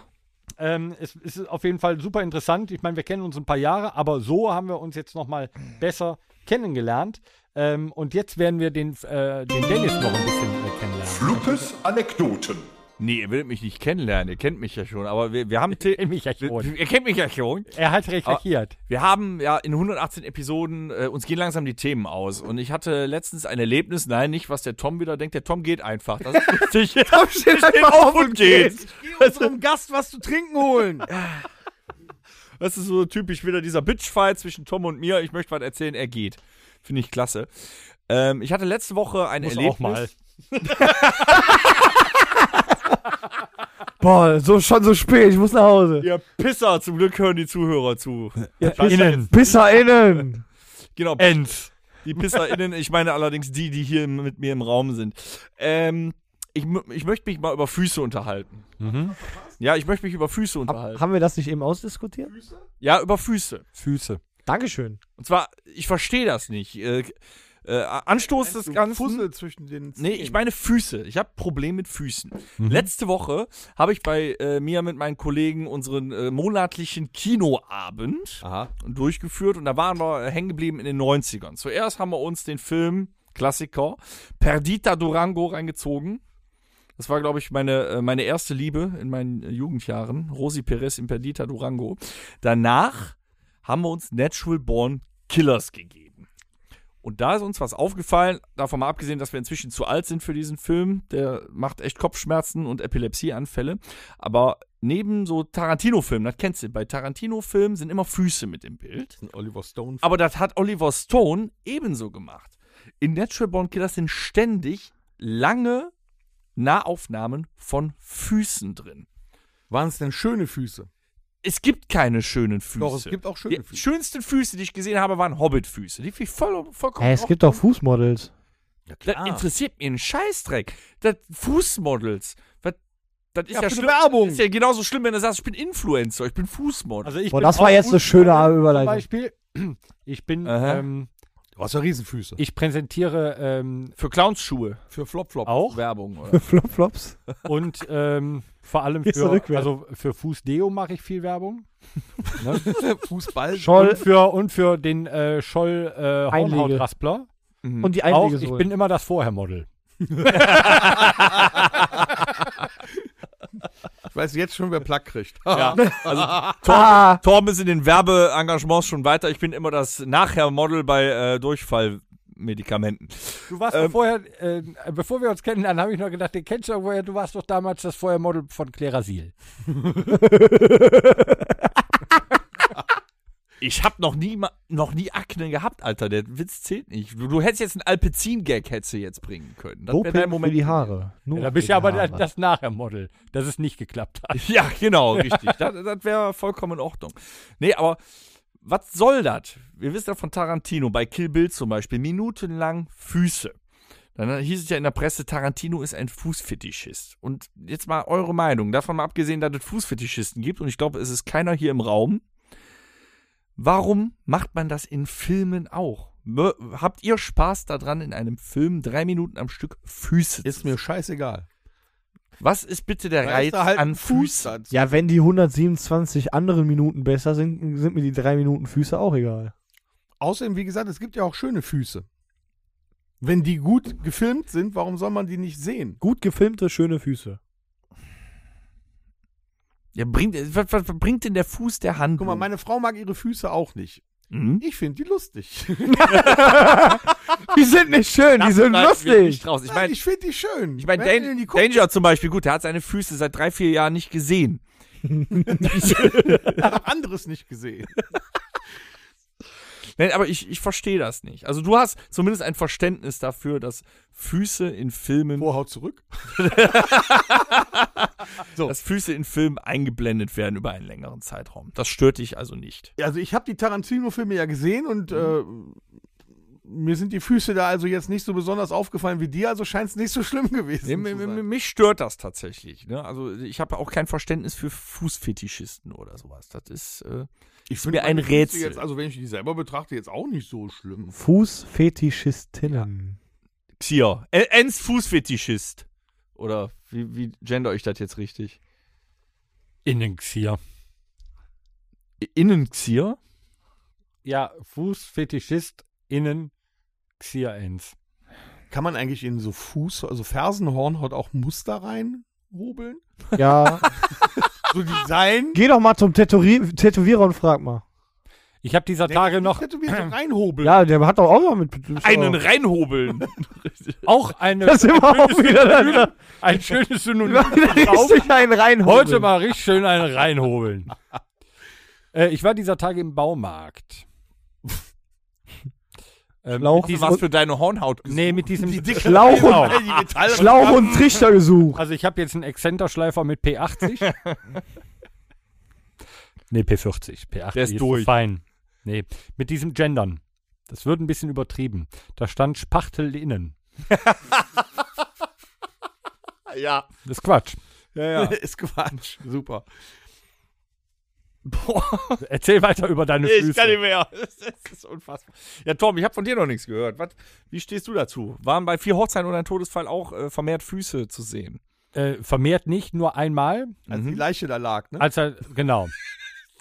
[SPEAKER 2] Ähm, es ist auf jeden Fall super interessant. Ich meine, wir kennen uns ein paar Jahre, aber so haben wir uns jetzt nochmal besser kennengelernt. Ähm, und jetzt werden wir den, äh, den Dennis noch ein bisschen äh, kennenlernen.
[SPEAKER 7] Lupes Anekdoten.
[SPEAKER 4] Nee, ihr wollt mich nicht kennenlernen. Ihr kennt mich ja schon. Aber wir, wir haben.
[SPEAKER 2] Kennt mich ja
[SPEAKER 5] Äh,
[SPEAKER 2] schon.
[SPEAKER 4] Ihr kennt mich ja schon.
[SPEAKER 2] Äh, Er hat recherchiert.
[SPEAKER 5] Ah,
[SPEAKER 4] Wir haben ja in 118 Episoden, äh, uns gehen langsam die Themen aus. Und ich hatte letztens ein Erlebnis, nein, nicht, was der Tom wieder denkt, der Tom geht einfach. Das ist richtig. Tom steht
[SPEAKER 5] einfach auf und
[SPEAKER 4] geht.
[SPEAKER 3] Unserem Gast was zu trinken holen.
[SPEAKER 4] Das ist so typisch wieder dieser Bitchfight zwischen Tom und mir. Ich möchte was erzählen, er geht. Finde ich klasse. Ähm, ich hatte letzte Woche ein
[SPEAKER 2] Muss
[SPEAKER 4] Erlebnis.
[SPEAKER 2] auch mal.
[SPEAKER 5] Boah, so schon so spät, ich muss nach Hause.
[SPEAKER 4] Ihr Pisser, zum Glück hören die Zuhörer zu.
[SPEAKER 2] Innen.
[SPEAKER 5] PisserInnen!
[SPEAKER 4] Genau,
[SPEAKER 2] Ends.
[SPEAKER 4] die PisserInnen, ich meine allerdings die, die hier mit mir im Raum sind. Ähm, ich, mö- ich möchte mich mal über Füße unterhalten. Ja, ich möchte mich über Füße unterhalten.
[SPEAKER 5] Haben wir das nicht eben ausdiskutiert?
[SPEAKER 4] Ja, über Füße.
[SPEAKER 2] Füße.
[SPEAKER 5] Dankeschön.
[SPEAKER 4] Und zwar, ich verstehe das nicht. Äh, äh, Anstoß des Ganzen.
[SPEAKER 3] Fussel zwischen den
[SPEAKER 4] Nee, ich meine Füße. Ich habe Problem mit Füßen. Letzte Woche habe ich bei äh, mir mit meinen Kollegen unseren äh, monatlichen Kinoabend
[SPEAKER 3] Aha.
[SPEAKER 4] durchgeführt und da waren wir äh, hängen geblieben in den 90ern. Zuerst haben wir uns den Film Klassiker Perdita Durango reingezogen. Das war, glaube ich, meine, äh, meine erste Liebe in meinen äh, Jugendjahren. Rosi Perez in Perdita Durango. Danach haben wir uns Natural Born Killers gegeben. Und da ist uns was aufgefallen, davon mal abgesehen, dass wir inzwischen zu alt sind für diesen Film. Der macht echt Kopfschmerzen und Epilepsieanfälle. Aber neben so Tarantino-Filmen, das kennst du, bei Tarantino-Filmen sind immer Füße mit im Bild.
[SPEAKER 3] Ein Oliver Stone.
[SPEAKER 4] Aber das hat Oliver Stone ebenso gemacht. In Natural Born Killers sind ständig lange Nahaufnahmen von Füßen drin.
[SPEAKER 3] Waren es denn schöne Füße?
[SPEAKER 4] Es gibt keine schönen Füße.
[SPEAKER 3] Doch, es gibt auch schöne
[SPEAKER 4] die
[SPEAKER 3] Füße.
[SPEAKER 4] schönsten Füße, die ich gesehen habe, waren Hobbit-Füße. Die finde ich voll, vollkommen
[SPEAKER 5] Hey, es
[SPEAKER 4] in
[SPEAKER 5] gibt doch Fußmodels.
[SPEAKER 4] Das
[SPEAKER 3] Ah.
[SPEAKER 4] interessiert mir einen Scheißdreck. Das Fußmodels. Was- Das ist ja,
[SPEAKER 3] für eine
[SPEAKER 4] schlimm.
[SPEAKER 3] Werbung.
[SPEAKER 4] Das ist ja genauso schlimm, wenn du sagst, ich bin Influencer, ich bin Fußmodel.
[SPEAKER 2] Also ich
[SPEAKER 5] Boah,
[SPEAKER 2] bin
[SPEAKER 5] das war
[SPEAKER 2] auch
[SPEAKER 5] jetzt eine
[SPEAKER 2] gut-
[SPEAKER 5] schöne
[SPEAKER 2] Zum
[SPEAKER 5] Überleitung.
[SPEAKER 2] Beispiel, ich bin,
[SPEAKER 4] Aha.
[SPEAKER 2] ähm,
[SPEAKER 3] Du hast Oh, ja Riesenfüße.
[SPEAKER 2] ich präsentiere ähm,
[SPEAKER 4] für Clownsschuhe.
[SPEAKER 3] Für Flop-Flop.
[SPEAKER 2] auch
[SPEAKER 4] Werbung, oder?
[SPEAKER 5] Flopflops.
[SPEAKER 2] und ähm, vor allem
[SPEAKER 5] Gehst du
[SPEAKER 2] für,
[SPEAKER 5] rückwärts?
[SPEAKER 2] also für Fußdeo mache ich viel Werbung.
[SPEAKER 3] Fußball.
[SPEAKER 5] Scholl
[SPEAKER 2] Und für, und für den äh, Scholl äh,
[SPEAKER 5] Einlege.
[SPEAKER 2] Hornhautraspler.
[SPEAKER 4] Mhm.
[SPEAKER 5] und die
[SPEAKER 2] Auch,
[SPEAKER 5] Einlegesohle.
[SPEAKER 2] ich bin immer das Vorhermodel.
[SPEAKER 3] Ich weiß jetzt schon, wer Plack kriegt.
[SPEAKER 4] ja, also
[SPEAKER 5] ah,
[SPEAKER 4] Torben ist in den Werbeengagements schon weiter. Ich bin immer das Nachher-Model bei äh, Durchfallmedikamenten.
[SPEAKER 2] Du warst
[SPEAKER 4] Ähm,
[SPEAKER 2] doch vorher, äh, bevor wir uns kennen, dann habe ich noch gedacht, den kennst du doch woher, du warst doch damals das Vorhermodel von Claire Sil.
[SPEAKER 4] Ich hab noch nie, ma- noch nie Akne gehabt, Alter. Der Witz zählt nicht. Du, du hättest jetzt einen Alpezin-Gag hättest du jetzt bringen können. Das wär
[SPEAKER 5] Doping
[SPEAKER 4] dein
[SPEAKER 5] für die Haare. Nur
[SPEAKER 2] Ja, da bist du
[SPEAKER 5] für die
[SPEAKER 2] aber
[SPEAKER 5] Haare.
[SPEAKER 2] das, das Nachher-Model, dass es nicht geklappt hat.
[SPEAKER 4] Ja, genau, richtig. Das, das wäre vollkommen in Ordnung. Nee, aber was soll das? Wir wissen ja von Tarantino, bei Kill Bill zum Beispiel, minutenlang Füße. Dann hieß es ja in der Presse, Tarantino ist ein Fußfetischist. Und jetzt mal eure Meinung, davon mal abgesehen, dass es Fußfetischisten gibt, und ich glaube, es ist keiner hier im Raum. Warum macht man das in Filmen auch? Mö- Habt ihr Spaß daran, in einem Film drei Minuten am Stück Füße zu
[SPEAKER 3] Ist mir scheißegal.
[SPEAKER 4] Was ist bitte der
[SPEAKER 3] Da
[SPEAKER 4] Reiz
[SPEAKER 3] ist da halt
[SPEAKER 4] an
[SPEAKER 3] ein Fuß
[SPEAKER 4] Füßen?
[SPEAKER 3] dazu.
[SPEAKER 5] Ja, wenn die 127 anderen Minuten besser sind, sind mir die drei Minuten Füße auch egal.
[SPEAKER 3] Außerdem, wie gesagt, es gibt ja auch schöne Füße. Wenn die gut gefilmt sind, warum soll man die nicht sehen?
[SPEAKER 5] Gut gefilmte, schöne Füße.
[SPEAKER 4] Ja, bringt, äh, was, was, was bringt denn der Fuß der Hand?
[SPEAKER 3] Guck mal, meine Frau mag ihre Füße auch nicht.
[SPEAKER 4] Mhm.
[SPEAKER 3] Ich finde die lustig.
[SPEAKER 5] Die sind nicht schön, die sind
[SPEAKER 4] Nein, wir
[SPEAKER 5] lustig.
[SPEAKER 4] nicht raus. Ich
[SPEAKER 3] Nein,
[SPEAKER 4] meine,
[SPEAKER 3] ich finde die schön.
[SPEAKER 4] ich mein,
[SPEAKER 3] Wenn
[SPEAKER 4] Dan
[SPEAKER 3] ihr in die guckt,
[SPEAKER 4] Danger zum Beispiel, gut, der hat seine Füße seit drei, vier Jahren nicht gesehen.
[SPEAKER 3] hab anderes nicht gesehen.
[SPEAKER 4] Nein, aber ich, ich verstehe das nicht. Also du hast zumindest ein Verständnis dafür, dass Füße in Filmen,
[SPEAKER 3] Vorhaut zurück.
[SPEAKER 4] dass Füße in Filmen eingeblendet werden über einen längeren Zeitraum. Das stört dich also nicht.
[SPEAKER 3] Also ich habe die Tarantino-Filme ja gesehen und äh, mir sind die Füße da also jetzt nicht so besonders aufgefallen wie dir, also scheint es nicht so schlimm gewesen
[SPEAKER 4] Nee,
[SPEAKER 3] zu
[SPEAKER 4] mi- mi-
[SPEAKER 3] sein.
[SPEAKER 4] mich stört das tatsächlich. Ne? Also ich habe auch kein Verständnis für Fußfetischisten oder sowas. Das ist äh,
[SPEAKER 3] Ich
[SPEAKER 4] mir ein
[SPEAKER 3] meine Füße
[SPEAKER 4] Rätsel.
[SPEAKER 3] Jetzt, also wenn ich die selber betrachte, jetzt auch nicht so schlimm.
[SPEAKER 5] Fußfetischistinnen.
[SPEAKER 4] Xier. Ä- Ens Fußfetischist. Oder wie, wie gender ich das jetzt richtig?
[SPEAKER 2] Innenxier.
[SPEAKER 4] Innenxier?
[SPEAKER 2] Ja, Fußfetischist, innen Xier-Ends.
[SPEAKER 3] Kann man eigentlich in so Fuß, also Fersenhornhaut auch Muster reinhobeln?
[SPEAKER 5] Ja,
[SPEAKER 3] So Design?
[SPEAKER 5] geh doch mal zum Tätowier Tätowierer und frag mal.
[SPEAKER 2] Ich habe dieser Tage noch
[SPEAKER 3] Tätowierst du reinhobeln?
[SPEAKER 5] Ja, der hat doch auch mal mit. Oh.
[SPEAKER 4] Einen reinhobeln.
[SPEAKER 2] auch eine,
[SPEAKER 5] Das ist immer auch wieder da.
[SPEAKER 2] ein schönes Synonym.
[SPEAKER 5] Richtig einen reinholen.
[SPEAKER 2] Heute mal richtig schön einen reinhobeln. äh, ich war dieser Tage im Baumarkt. ähm,
[SPEAKER 5] Schlauch-
[SPEAKER 2] mit diesem-
[SPEAKER 4] Was für deine Hornhaut
[SPEAKER 2] nee, mit diesem die dicke
[SPEAKER 5] Schlauch
[SPEAKER 2] Genau.
[SPEAKER 5] und, Schlauch und Trichter gesucht.
[SPEAKER 2] Also ich habe jetzt einen Exzenterschleifer mit P80. nee, P40. P80
[SPEAKER 4] Der ist durch.
[SPEAKER 2] fein. Nee, mit diesem Gendern. Das wird ein bisschen übertrieben. Da stand Spachtel innen.
[SPEAKER 4] Ja.
[SPEAKER 2] Das ist Quatsch.
[SPEAKER 4] ja, ja.
[SPEAKER 3] ist Quatsch. Super.
[SPEAKER 2] Erzähl weiter über deine
[SPEAKER 4] Ich kann
[SPEAKER 2] Füße.
[SPEAKER 4] nicht mehr. Das ist unfassbar. Ja, Tom, ich habe von dir noch nichts gehört. Was, wie stehst du dazu? Waren bei vier Hochzeiten und einem Todesfall auch äh, vermehrt Füße zu sehen?
[SPEAKER 2] Äh, vermehrt nicht, nur einmal.
[SPEAKER 3] Als die Leiche da lag, ne?
[SPEAKER 2] Als er, genau.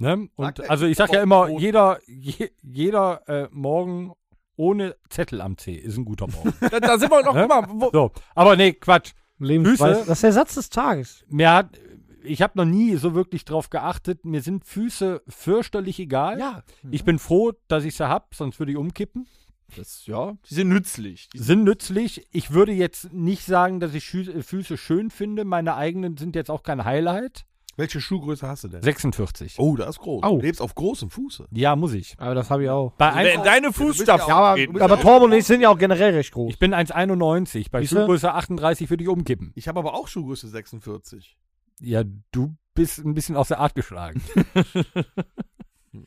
[SPEAKER 2] Ne? Und
[SPEAKER 3] Sagt er,
[SPEAKER 2] also ich sag
[SPEAKER 3] ich
[SPEAKER 2] ja
[SPEAKER 3] bin
[SPEAKER 2] immer,
[SPEAKER 3] tot.
[SPEAKER 2] jeder, je, jeder äh, Morgen ohne Zettel am Zeh ist ein guter Morgen.
[SPEAKER 4] Da, da sind wir noch
[SPEAKER 2] Ne?
[SPEAKER 4] immer. Wo,
[SPEAKER 2] so, aber nee, Quatsch.
[SPEAKER 5] Lebensweis-
[SPEAKER 2] Füße.
[SPEAKER 5] Das ist der Satz des Tages.
[SPEAKER 2] Mir hat, ich habe noch nie so wirklich drauf geachtet. Mir sind Füße fürchterlich egal.
[SPEAKER 4] ja.
[SPEAKER 2] Ich bin froh, dass ich sie hab, sonst würde ich umkippen.
[SPEAKER 4] Das, ja. Die sind nützlich. Die,
[SPEAKER 2] Sind nützlich. Ich würde jetzt nicht sagen, dass ich Schü- äh, Füße schön finde. Meine eigenen sind jetzt auch kein Highlight.
[SPEAKER 3] Welche Schuhgröße hast du denn?
[SPEAKER 2] 46.
[SPEAKER 3] Oh, das ist groß.
[SPEAKER 2] Au.
[SPEAKER 3] Du lebst auf großem Fuße.
[SPEAKER 2] Ja, muss ich.
[SPEAKER 5] Aber das habe ich auch.
[SPEAKER 2] Bei
[SPEAKER 4] Also wenn
[SPEAKER 2] 1,
[SPEAKER 4] deine Fußstapfen.
[SPEAKER 3] ja auch-
[SPEAKER 4] gehen.
[SPEAKER 3] du bist
[SPEAKER 5] Aber
[SPEAKER 3] ja auch-
[SPEAKER 5] Torben und ich sind ja auch generell recht groß.
[SPEAKER 2] ich bin 1,91. Bei
[SPEAKER 5] Siehste?
[SPEAKER 2] Schuhgröße 38 würde ich umkippen.
[SPEAKER 3] Ich habe aber auch Schuhgröße 46.
[SPEAKER 2] Ja, du bist ein bisschen aus der Art geschlagen.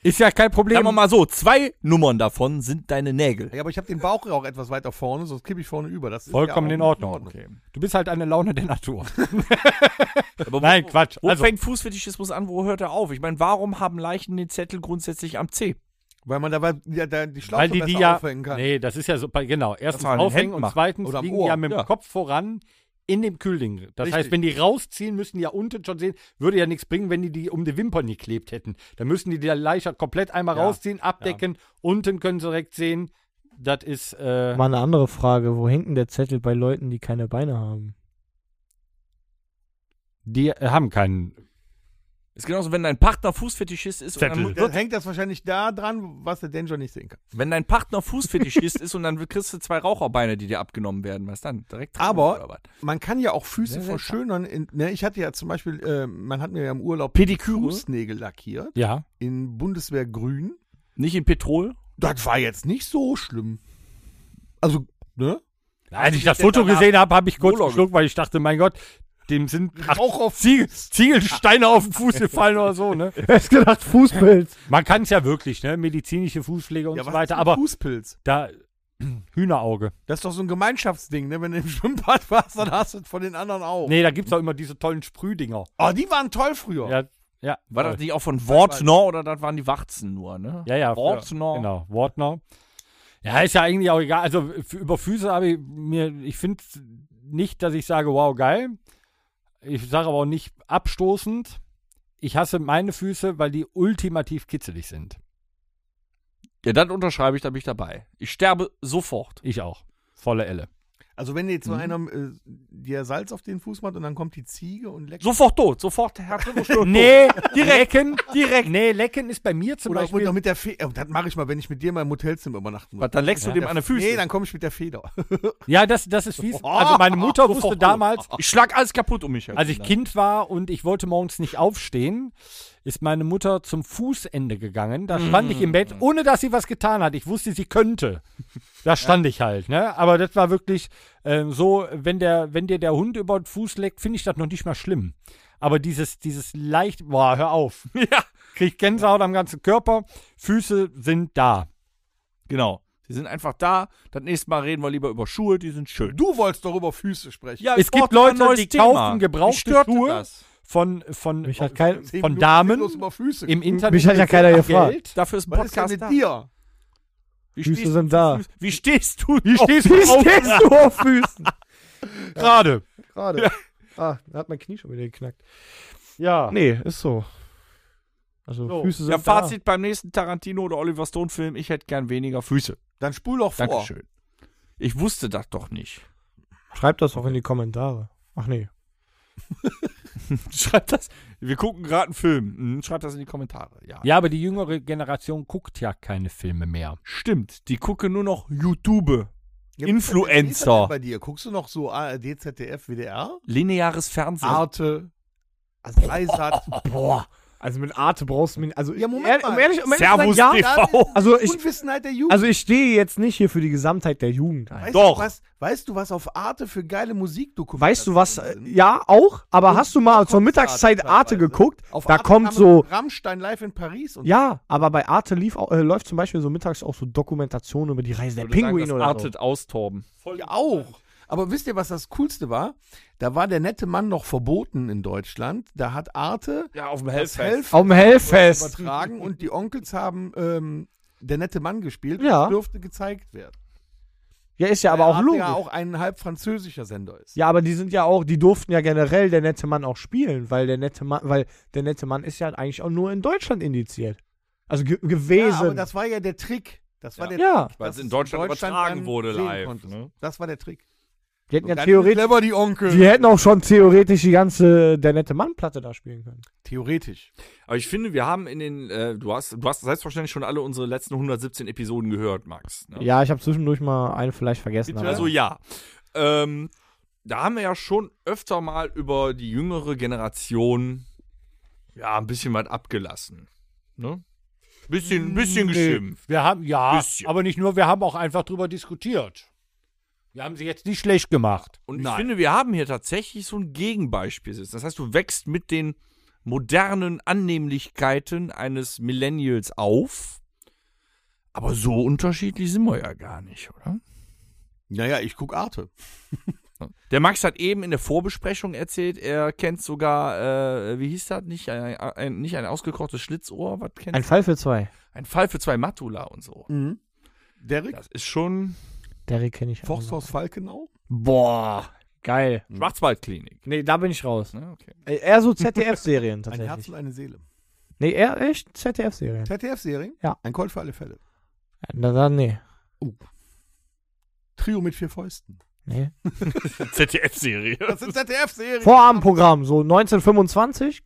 [SPEAKER 2] ist ja kein Problem.
[SPEAKER 4] Sagen wir mal so, zwei Nummern davon sind deine Nägel.
[SPEAKER 3] Ja, aber ich habe den Bauch ja auch etwas weiter vorne, sonst kippe ich vorne über. Das ist
[SPEAKER 2] Vollkommen
[SPEAKER 3] ja auch
[SPEAKER 2] in Ordnung. Du bist halt eine Laune der Natur.
[SPEAKER 4] Aber
[SPEAKER 2] Nein, Quatsch.
[SPEAKER 4] Wo
[SPEAKER 2] Also,
[SPEAKER 4] fängt Fußfetischismus an? Wo hört er auf? Ich meine, warum haben Leichen den Zettel grundsätzlich am C?
[SPEAKER 3] Weil man dabei ja, da die Schlaufe
[SPEAKER 2] weil die
[SPEAKER 3] besser
[SPEAKER 2] die ja.
[SPEAKER 3] aufhängen kann.
[SPEAKER 2] Nee, das ist ja so. bei- Genau. Erstens
[SPEAKER 4] man an den
[SPEAKER 2] aufhängen
[SPEAKER 4] Händen
[SPEAKER 2] und
[SPEAKER 4] macht.
[SPEAKER 2] zweitens
[SPEAKER 3] Oder am
[SPEAKER 2] liegen
[SPEAKER 3] Ohr.
[SPEAKER 2] die ja mit dem
[SPEAKER 4] Ja.
[SPEAKER 2] Kopf voran in dem Kühlding. Das heißt,
[SPEAKER 3] Richtig.
[SPEAKER 2] wenn die rausziehen, müssen die ja unten schon sehen. Würde ja nichts bringen, wenn die die um die Wimpern geklebt hätten. Dann müssen die die Leiche komplett einmal rausziehen, abdecken. Unten können sie direkt sehen. Das ist. Äh,
[SPEAKER 5] Mal eine andere Frage. Wo hängt denn der Zettel bei Leuten, die keine Beine haben?
[SPEAKER 2] die äh, haben keinen.
[SPEAKER 4] Ist genauso, wenn dein Partner Fußfetischist ist und
[SPEAKER 2] Zettel.
[SPEAKER 3] Da
[SPEAKER 4] dann,
[SPEAKER 3] hängt das wahrscheinlich da dran, was der Danger nicht sehen kann.
[SPEAKER 4] wenn dein Partner Fußfetischist ist und dann kriegst du zwei Raucherbeine, die dir abgenommen werden, was dann? Direkt
[SPEAKER 3] Aber-
[SPEAKER 4] oder was?
[SPEAKER 3] Man kann ja auch Füße
[SPEAKER 4] Sehr seltsam.
[SPEAKER 3] verschönern. In, ne, ich hatte ja zum Beispiel, äh, man hat mir ja im Urlaub
[SPEAKER 4] Pediküre?
[SPEAKER 3] Fußnägel lackiert
[SPEAKER 2] Ja.
[SPEAKER 3] in Bundeswehr Grün.
[SPEAKER 4] Nicht in Petrol?
[SPEAKER 3] Das war jetzt nicht so schlimm. Also, ne?
[SPEAKER 2] Als ich das Foto gesehen habe, habe ich kurz
[SPEAKER 4] Urlaub.
[SPEAKER 2] geschluckt, weil ich dachte, mein Gott, dem sind acht Ziegel, Ziegelsteine auf den Fuß gefallen oder so. Ne?
[SPEAKER 5] Er ist gedacht, Fußpilz.
[SPEAKER 2] Man kann es ja wirklich, ne? medizinische Fußpflege und so weiter, aber
[SPEAKER 3] Fußpilz.
[SPEAKER 2] da Hühnerauge.
[SPEAKER 3] Das ist doch so ein Gemeinschaftsding, ne? Wenn du im Schwimmbad warst, dann hast du es von den anderen auch.
[SPEAKER 2] Nee, da gibt es auch immer diese tollen Sprühdinger.
[SPEAKER 3] Oh, die waren toll früher.
[SPEAKER 2] Ja, ja.
[SPEAKER 4] War das nicht auch von Wortnor oder das waren die Warzen nur, ne?
[SPEAKER 2] Ja, ja.
[SPEAKER 4] Wortnor.
[SPEAKER 2] für- Genau, Wortner. Ja, ist ja eigentlich auch egal. Also f- über Füße habe ich mir, ich finde nicht, dass ich sage, wow, geil. Ich sage aber auch nicht abstoßend. Ich hasse meine Füße, weil die ultimativ kitzelig sind.
[SPEAKER 4] Ja, dann unterschreibe ich, da bin ich dabei. Ich sterbe sofort.
[SPEAKER 2] Ich auch. Volle Elle.
[SPEAKER 3] Also, wenn jetzt mal einer äh, dir Salz auf den Fuß macht und dann kommt die Ziege und leckt.
[SPEAKER 4] Sofort tot, sofort Herr Klippenstuhl.
[SPEAKER 2] Nee, direkt. Lecken, direkt. Nee, lecken ist bei mir zum
[SPEAKER 3] Oder mit,
[SPEAKER 2] Beispiel.
[SPEAKER 3] mit der Feder. Das mache ich mal, wenn ich mit dir mal im Hotelzimmer übernachten muss.
[SPEAKER 4] Was, dann leckst du dem an den Füßen.
[SPEAKER 3] Nee, dann komme ich mit der Feder.
[SPEAKER 2] Ja, das, das ist fies. Also meine Mutter wusste damals,
[SPEAKER 4] ich schlag alles kaputt um mich herum.
[SPEAKER 2] Als Also ich Kind war und ich wollte morgens nicht aufstehen, ist meine Mutter zum Fußende gegangen. Da stand ich im Bett, ohne dass sie was getan hat. Ich wusste, sie könnte. Da stand ich halt. Ne? Aber das war wirklich ähm, so, wenn, der, wenn dir der Hund über den Fuß leckt, finde ich das noch nicht mal schlimm. Aber dieses, dieses leicht, boah, hör auf.
[SPEAKER 4] Ja,
[SPEAKER 2] Krieg Gänsehaut am ganzen Körper, Füße sind da.
[SPEAKER 4] genau. Sie sind einfach da. Das nächste Mal reden wir lieber über Schuhe, die sind schön.
[SPEAKER 3] Du wolltest doch über Füße sprechen.
[SPEAKER 4] Ja,
[SPEAKER 2] Es gibt Leute, die kaufen gebrauchte Schuhe.
[SPEAKER 4] Das.
[SPEAKER 2] Von, von,
[SPEAKER 5] Mich hat kein.
[SPEAKER 3] Zehn
[SPEAKER 2] von
[SPEAKER 3] Minuten
[SPEAKER 2] Damen
[SPEAKER 3] sinnlos über Füße.
[SPEAKER 2] im Internet.
[SPEAKER 5] Mich hat ja
[SPEAKER 2] für
[SPEAKER 5] keiner
[SPEAKER 2] viel
[SPEAKER 5] gefragt.
[SPEAKER 2] Geld.
[SPEAKER 4] Dafür ist ein
[SPEAKER 3] Was ist
[SPEAKER 4] Podcast
[SPEAKER 3] denn mit
[SPEAKER 4] da.
[SPEAKER 3] dir?
[SPEAKER 4] Wie
[SPEAKER 5] Füße sind da.
[SPEAKER 4] Wie stehst du?
[SPEAKER 2] Wie stehst
[SPEAKER 5] Wie
[SPEAKER 2] du auf?
[SPEAKER 5] stehst du auf Füßen?
[SPEAKER 2] gerade?
[SPEAKER 5] Gerade. Ah, da hat mein Knie schon wieder geknackt.
[SPEAKER 2] Ja.
[SPEAKER 5] Nee, ist so. Also
[SPEAKER 2] So.
[SPEAKER 5] Füße sind
[SPEAKER 4] Ja, Fazit beim nächsten Tarantino oder Oliver Stone Film, ich hätte gern weniger Füße.
[SPEAKER 3] Dann spul doch vor.
[SPEAKER 4] Dankeschön. Ich wusste das doch nicht.
[SPEAKER 5] da. Schreibt das auch in die Kommentare. Ach nee.
[SPEAKER 4] Schreibt das. Wir gucken gerade einen Film. Hm, Schreibt das in die Kommentare. Ja.
[SPEAKER 2] Ja, aber die jüngere Generation guckt ja keine Filme mehr.
[SPEAKER 4] Stimmt. Die gucken nur noch YouTube.
[SPEAKER 3] Ja, Wie ist das denn
[SPEAKER 4] Influencer.
[SPEAKER 3] bei dir? Guckst du noch so ah, ARD, ZDF, WDR?
[SPEAKER 4] Lineares Fernsehen.
[SPEAKER 3] Ah, Arte. Also Dreisat.
[SPEAKER 5] Boah. Also mit Arte brauchst du mir. Also,
[SPEAKER 3] Ja, Moment
[SPEAKER 5] ehrlich-
[SPEAKER 3] mal.
[SPEAKER 5] um ehrlich, um ehrlich
[SPEAKER 4] Servus
[SPEAKER 5] zu sagen, ja,
[SPEAKER 3] oh,
[SPEAKER 4] TV.
[SPEAKER 5] also ich,
[SPEAKER 3] Unwissenheit der Jugend.
[SPEAKER 5] also ich stehe jetzt nicht hier für die Gesamtheit der Jugend ein.
[SPEAKER 3] weißt
[SPEAKER 4] doch.
[SPEAKER 3] Du, was, weißt du, was auf Arte für geile Musikdokumentationen
[SPEAKER 5] Weißt du was? äh,
[SPEAKER 3] sind?
[SPEAKER 5] Ja, auch. Aber hast du mal zur
[SPEAKER 3] Konzerte
[SPEAKER 5] Mittagszeit Arte
[SPEAKER 3] teilweise.
[SPEAKER 5] geguckt?
[SPEAKER 3] Auf
[SPEAKER 5] Da
[SPEAKER 3] Arte
[SPEAKER 5] kommt
[SPEAKER 3] kam
[SPEAKER 5] so.
[SPEAKER 3] Rammstein live in Paris und
[SPEAKER 5] Ja, aber bei Arte lief, au- äh, läuft zum Beispiel so mittags auch so Dokumentationen über die Reise der Pinguine oder so.
[SPEAKER 4] Artet austorben.
[SPEAKER 3] Ja, auch. Aber wisst ihr, was das Coolste war? Da war der nette Mann noch verboten in Deutschland. Da hat Arte
[SPEAKER 4] Ja, auf dem
[SPEAKER 3] das Helf
[SPEAKER 5] Auf dem Um Hellfest.
[SPEAKER 3] übertragen und die Onkels haben ähm, der nette Mann gespielt.
[SPEAKER 5] Ja.
[SPEAKER 3] Das dürfte gezeigt werden.
[SPEAKER 5] Ja, ist ja aber
[SPEAKER 3] Weil
[SPEAKER 5] auch
[SPEAKER 3] Arte
[SPEAKER 5] logisch.
[SPEAKER 3] ja auch ein halb französischer Sender ist.
[SPEAKER 5] Ja, aber die sind ja auch, die durften ja generell der nette Mann auch spielen, weil der nette Mann, weil der nette Mann ist ja eigentlich auch nur in Deutschland indiziert. Also ge gewesen.
[SPEAKER 3] Ja, aber das war ja der Trick. Das war der
[SPEAKER 5] Ja.
[SPEAKER 3] Trick.
[SPEAKER 4] Weil
[SPEAKER 3] dass
[SPEAKER 4] es in Deutschland übertragen
[SPEAKER 3] dann
[SPEAKER 4] wurde
[SPEAKER 3] sehen
[SPEAKER 4] live,
[SPEAKER 3] konntest.
[SPEAKER 4] ne?
[SPEAKER 3] Das war der Trick.
[SPEAKER 5] die hätten ja
[SPEAKER 3] Ganz
[SPEAKER 5] theoretisch,
[SPEAKER 3] Clever die Onkel.
[SPEAKER 5] die hätten auch schon theoretisch die ganze der nette Mann Platte da spielen können.
[SPEAKER 3] Theoretisch.
[SPEAKER 4] Aber ich finde, wir haben in den, äh, du hast, du hast selbstverständlich schon alle unsere letzten 117 Episoden gehört, Max. Ne?
[SPEAKER 5] Ja, ich habe zwischendurch mal eine vielleicht vergessen. aber-
[SPEAKER 4] Also ja. Ähm, da haben wir ja schon öfter mal über die jüngere Generation ja ein bisschen was abgelassen. Ne? Bisschen, bisschen geschimpft.
[SPEAKER 2] Wir haben, ja,
[SPEAKER 4] Bisschen.
[SPEAKER 2] aber nicht nur, wir haben auch einfach drüber diskutiert. Wir haben sie jetzt nicht schlecht gemacht.
[SPEAKER 4] Und ich finde, wir haben hier tatsächlich so ein Gegenbeispiel sitzen. Das heißt, du wächst mit den modernen Annehmlichkeiten eines Millennials auf. Aber so unterschiedlich sind wir ja gar nicht, oder?
[SPEAKER 3] Naja, ich guck Arte.
[SPEAKER 4] Der Max hat eben in der Vorbesprechung erzählt, er kennt sogar, äh, wie hieß das? Nicht ein, ein, nicht ein ausgekochtes Schlitzohr, was kennt
[SPEAKER 5] ein Fall für zwei.
[SPEAKER 4] Ein Fall für zwei Matula und so.
[SPEAKER 3] Mhm. Derek,
[SPEAKER 4] Das ist schon.
[SPEAKER 5] Derek kenne ich. auch noch.
[SPEAKER 3] Forsthaus Falkenau.
[SPEAKER 5] Boah, geil.
[SPEAKER 4] Schwarzwaldklinik.
[SPEAKER 5] Nee, da bin ich raus.
[SPEAKER 4] Ne, okay.
[SPEAKER 5] Äh, Eher so ZDF-Serien
[SPEAKER 3] Ein Herz
[SPEAKER 5] tatsächlich.
[SPEAKER 3] und eine Seele.
[SPEAKER 5] Nee, eher echt ZDF-Serien.
[SPEAKER 3] ZDF-Serie?
[SPEAKER 5] Ja.
[SPEAKER 3] Ein Colt für alle Fälle.
[SPEAKER 5] Äh, Na dann, nee.
[SPEAKER 3] Trio mit vier Fäusten.
[SPEAKER 5] Nee.
[SPEAKER 4] ZDF-Serie.
[SPEAKER 3] Das sind
[SPEAKER 5] Äh,
[SPEAKER 3] ZDF-Serien.
[SPEAKER 5] Vorabendprogramm, so 1925.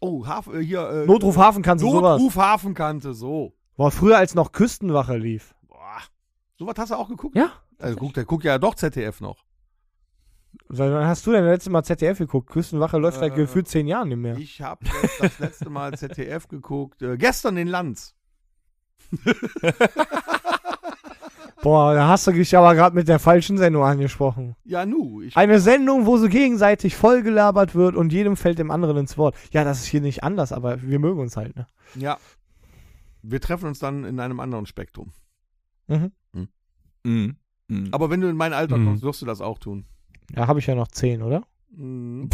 [SPEAKER 3] Oh, Haf äh, hier. Äh,
[SPEAKER 5] Notruf Hafenkante, sowas.
[SPEAKER 3] Notruf Hafenkante, so.
[SPEAKER 5] War früher als noch Küstenwache lief.
[SPEAKER 3] Boah. Sowas hast du auch geguckt?
[SPEAKER 5] Ja.
[SPEAKER 3] Also guck, der guckt ja doch ZDF noch.
[SPEAKER 5] Weil wann hast du denn das letzte Mal ZDF geguckt? Küstenwache läuft seit
[SPEAKER 3] Äh,
[SPEAKER 5] gefühlt zehn Jahren nicht mehr.
[SPEAKER 3] Ich habe das letzte Mal ZDF geguckt. Äh, gestern den Lanz.
[SPEAKER 5] Boah, da hast du dich aber gerade mit der falschen Sendung angesprochen.
[SPEAKER 3] Ja, nu. Ich,
[SPEAKER 5] Eine Sendung, wo so gegenseitig vollgelabert wird und jedem fällt dem anderen ins Wort. Ja, das ist hier nicht anders, aber wir mögen uns halt, ne?
[SPEAKER 3] ja. Wir treffen uns dann in einem anderen Spektrum.
[SPEAKER 5] Mhm.
[SPEAKER 4] Mhm. Mhm.
[SPEAKER 3] Aber wenn du in mein Alter
[SPEAKER 2] Mhm.
[SPEAKER 3] kommst, wirst du das auch tun.
[SPEAKER 5] Da habe ich ja noch zehn, oder?
[SPEAKER 3] Mhm.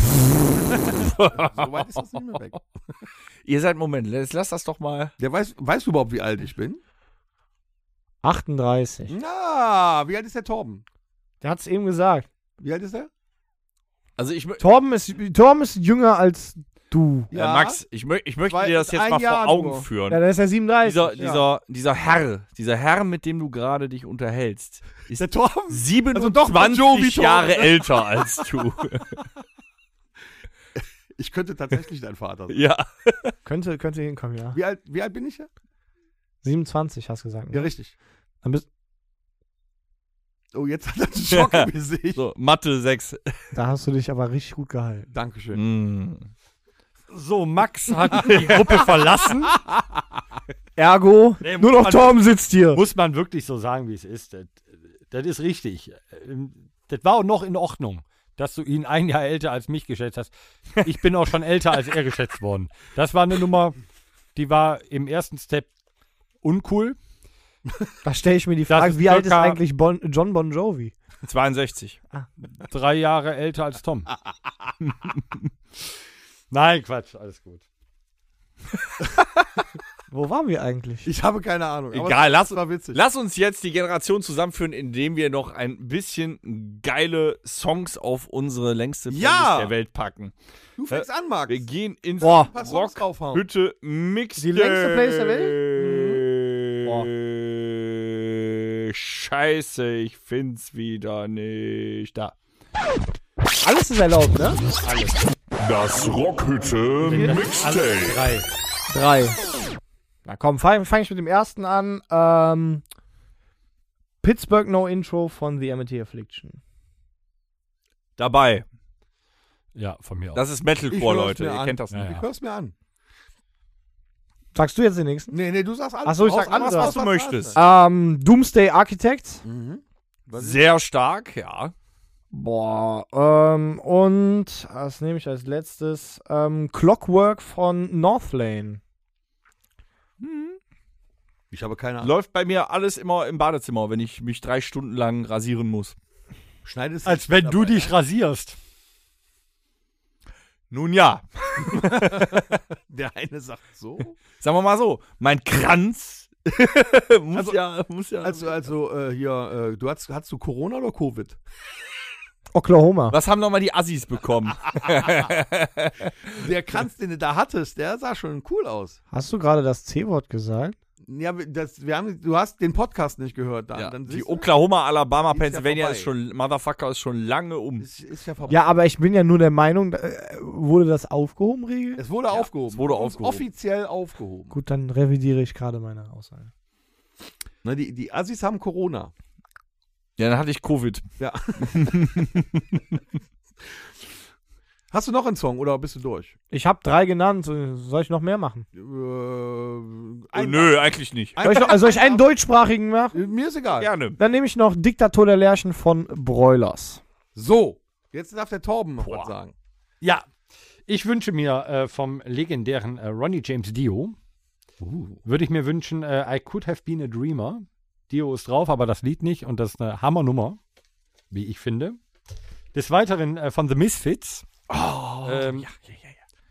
[SPEAKER 3] so weit ist das nicht mehr weg.
[SPEAKER 4] Ihr seid, Moment, lass, lass das doch mal.
[SPEAKER 3] Der weiß, weißt du überhaupt, wie alt ich bin?
[SPEAKER 5] 38.
[SPEAKER 3] Na, wie alt ist der Torben?
[SPEAKER 5] Der hat's eben gesagt.
[SPEAKER 3] Wie alt ist der?
[SPEAKER 4] Also ich, mö-
[SPEAKER 5] Torben ist, Torben ist jünger als du.
[SPEAKER 4] äh, Max, ich, mö ich möchte
[SPEAKER 3] Zwei-
[SPEAKER 4] dir das jetzt
[SPEAKER 3] ein
[SPEAKER 4] mal
[SPEAKER 3] Jahr
[SPEAKER 4] vor Augen
[SPEAKER 3] nur.
[SPEAKER 4] führen.
[SPEAKER 5] Ja, dann ist er 37.
[SPEAKER 4] dieser,
[SPEAKER 3] ja.
[SPEAKER 4] dieser, dieser Herr, dieser Herr, mit dem du gerade dich unterhältst, ist
[SPEAKER 3] Der Torben?
[SPEAKER 4] 27
[SPEAKER 3] Also doch Bon Jovi, Torben.
[SPEAKER 4] Jahre älter als du.
[SPEAKER 3] Ich könnte tatsächlich dein Vater sein.
[SPEAKER 4] ja.
[SPEAKER 5] Könnte, könnte hinkommen, ja.
[SPEAKER 3] Wie alt, wie alt bin ich ja?
[SPEAKER 5] 27 hast du gesagt.
[SPEAKER 3] Ja,
[SPEAKER 5] Ne?
[SPEAKER 3] richtig.
[SPEAKER 5] Dann bist,
[SPEAKER 3] Oh, jetzt hat er einen Schock
[SPEAKER 4] Ja.
[SPEAKER 3] im Gesicht.
[SPEAKER 4] So, Mathe 6.
[SPEAKER 5] da hast du dich aber richtig gut gehalten.
[SPEAKER 3] Dankeschön.
[SPEAKER 4] Mhm.
[SPEAKER 2] So, Max hat die Gruppe verlassen.
[SPEAKER 5] Ergo,
[SPEAKER 2] Nee,
[SPEAKER 5] nur noch
[SPEAKER 2] Mann.
[SPEAKER 5] Torben sitzt hier.
[SPEAKER 2] Muss man wirklich so sagen, wie es ist. Das, das ist richtig. Ähm, Das war auch noch in Ordnung, dass du ihn ein Jahr älter als mich geschätzt hast. Ich bin auch schon älter als er geschätzt worden. Das war eine Nummer, die war im ersten Step uncool.
[SPEAKER 5] Da stelle ich mir die
[SPEAKER 2] Das
[SPEAKER 5] Frage,
[SPEAKER 2] ist
[SPEAKER 5] wie alt ist
[SPEAKER 2] circa-
[SPEAKER 5] eigentlich bon, John Bon Jovi?
[SPEAKER 4] 62.
[SPEAKER 2] Drei Jahre älter als Tom. Nein, Quatsch, alles gut.
[SPEAKER 5] Wo waren wir eigentlich?
[SPEAKER 3] Ich habe keine Ahnung. aber
[SPEAKER 4] Egal, lass,
[SPEAKER 3] Das war witzig.
[SPEAKER 4] lass uns jetzt die Generation zusammenführen, indem wir noch ein bisschen geile Songs auf unsere längste Playlist
[SPEAKER 3] Ja.
[SPEAKER 4] der Welt packen.
[SPEAKER 3] Du fängst an, Max.
[SPEAKER 4] Wir gehen ins
[SPEAKER 5] Boah.
[SPEAKER 3] Pass Songs draufhauen.
[SPEAKER 4] Hütte Mix.
[SPEAKER 5] Die längste Playlist der
[SPEAKER 4] Mhm. Welt? Scheiße, ich find's wieder nicht. Da.
[SPEAKER 5] Alles ist erlaubt, ne?
[SPEAKER 7] Das Rockhütte Mixtape.
[SPEAKER 2] Drei.
[SPEAKER 5] Drei. Na komm, fange fang ich mit dem ersten an. Ähm, Pittsburgh No Intro von The Amity Affliction.
[SPEAKER 4] Dabei.
[SPEAKER 2] Ja, von mir aus.
[SPEAKER 4] Das ist
[SPEAKER 3] Ich
[SPEAKER 4] Metalcore,
[SPEAKER 3] hör's
[SPEAKER 4] Leute.
[SPEAKER 3] mir
[SPEAKER 4] Ihr
[SPEAKER 3] an.
[SPEAKER 4] kennt das nicht.
[SPEAKER 2] Ja,
[SPEAKER 3] Ich hör's mir an.
[SPEAKER 5] Sagst du jetzt den nächsten?
[SPEAKER 3] Nee, nee, du sagst alles.
[SPEAKER 5] Ach so, ich sag
[SPEAKER 3] Haus an,
[SPEAKER 5] alles,
[SPEAKER 4] was du möchtest.
[SPEAKER 5] Ähm, Doomsday Architects.
[SPEAKER 3] Mhm.
[SPEAKER 4] Sehr stark, ja.
[SPEAKER 5] Boah. Ähm, und was nehme ich als letztes? Ähm, Clockwork von Northlane.
[SPEAKER 3] Ich habe keine Ahnung.
[SPEAKER 4] Läuft bei mir alles immer im Badezimmer, wenn ich mich drei Stunden lang rasieren muss.
[SPEAKER 3] Schneidest
[SPEAKER 2] Als wenn du dich rasierst.
[SPEAKER 4] Nun ja,
[SPEAKER 3] Der eine sagt so.
[SPEAKER 4] sagen wir mal so, mein Kranz muss ja, muss ja.
[SPEAKER 3] Also, also äh, hier, äh, du hast, hast du Corona oder Covid?
[SPEAKER 5] Oklahoma.
[SPEAKER 4] was haben nochmal die Assis bekommen?
[SPEAKER 3] Der Kranz, den du da hattest, der sah schon cool aus.
[SPEAKER 5] Hast du gerade das C-Wort gesagt?
[SPEAKER 3] Ja, wir- das, wir haben, du hast den Podcast nicht gehört. Dann,
[SPEAKER 4] ja,
[SPEAKER 3] dann
[SPEAKER 4] die
[SPEAKER 3] siehst du,
[SPEAKER 4] Oklahoma, Alabama,
[SPEAKER 3] Die ist ja
[SPEAKER 4] Pennsylvania
[SPEAKER 3] vorbei.
[SPEAKER 4] ist schon, Motherfucker ist schon lange um.
[SPEAKER 3] ist, ist ja vorbei.
[SPEAKER 5] Ja, aber ich bin ja nur der Meinung, da- äh, wurde das aufgehoben, Regel?
[SPEAKER 3] Es wurde aufgehoben.
[SPEAKER 4] es wurde
[SPEAKER 3] Uns
[SPEAKER 4] aufgehoben.
[SPEAKER 3] Offiziell aufgehoben.
[SPEAKER 5] Gut, dann revidiere ich gerade meine Aussage.
[SPEAKER 3] Ne, die, die Assis haben Corona.
[SPEAKER 4] Ja, dann hatte ich Covid. Oh,
[SPEAKER 3] Hast du noch einen Song oder bist du durch?
[SPEAKER 5] Ich habe drei genannt. äh, Soll ich noch mehr machen?
[SPEAKER 3] Äh, ein,
[SPEAKER 4] Oh, nö, eigentlich nicht.
[SPEAKER 5] Soll ich, noch, äh, soll ich einen deutschsprachigen machen?
[SPEAKER 3] Mir ist egal.
[SPEAKER 4] Gerne.
[SPEAKER 5] Dann nehme ich noch Diktator der Lerchen von Broilers.
[SPEAKER 3] So, jetzt darf der Torben noch was sagen.
[SPEAKER 2] Ja, ich wünsche mir äh, vom legendären äh, Ronnie James Dio, würde ich mir wünschen, äh, I Could Have Been a Dreamer. Dio ist drauf, aber das Lied nicht und das ist eine Hammernummer, wie ich finde. Des Weiteren äh, von The Misfits. Oh, ähm,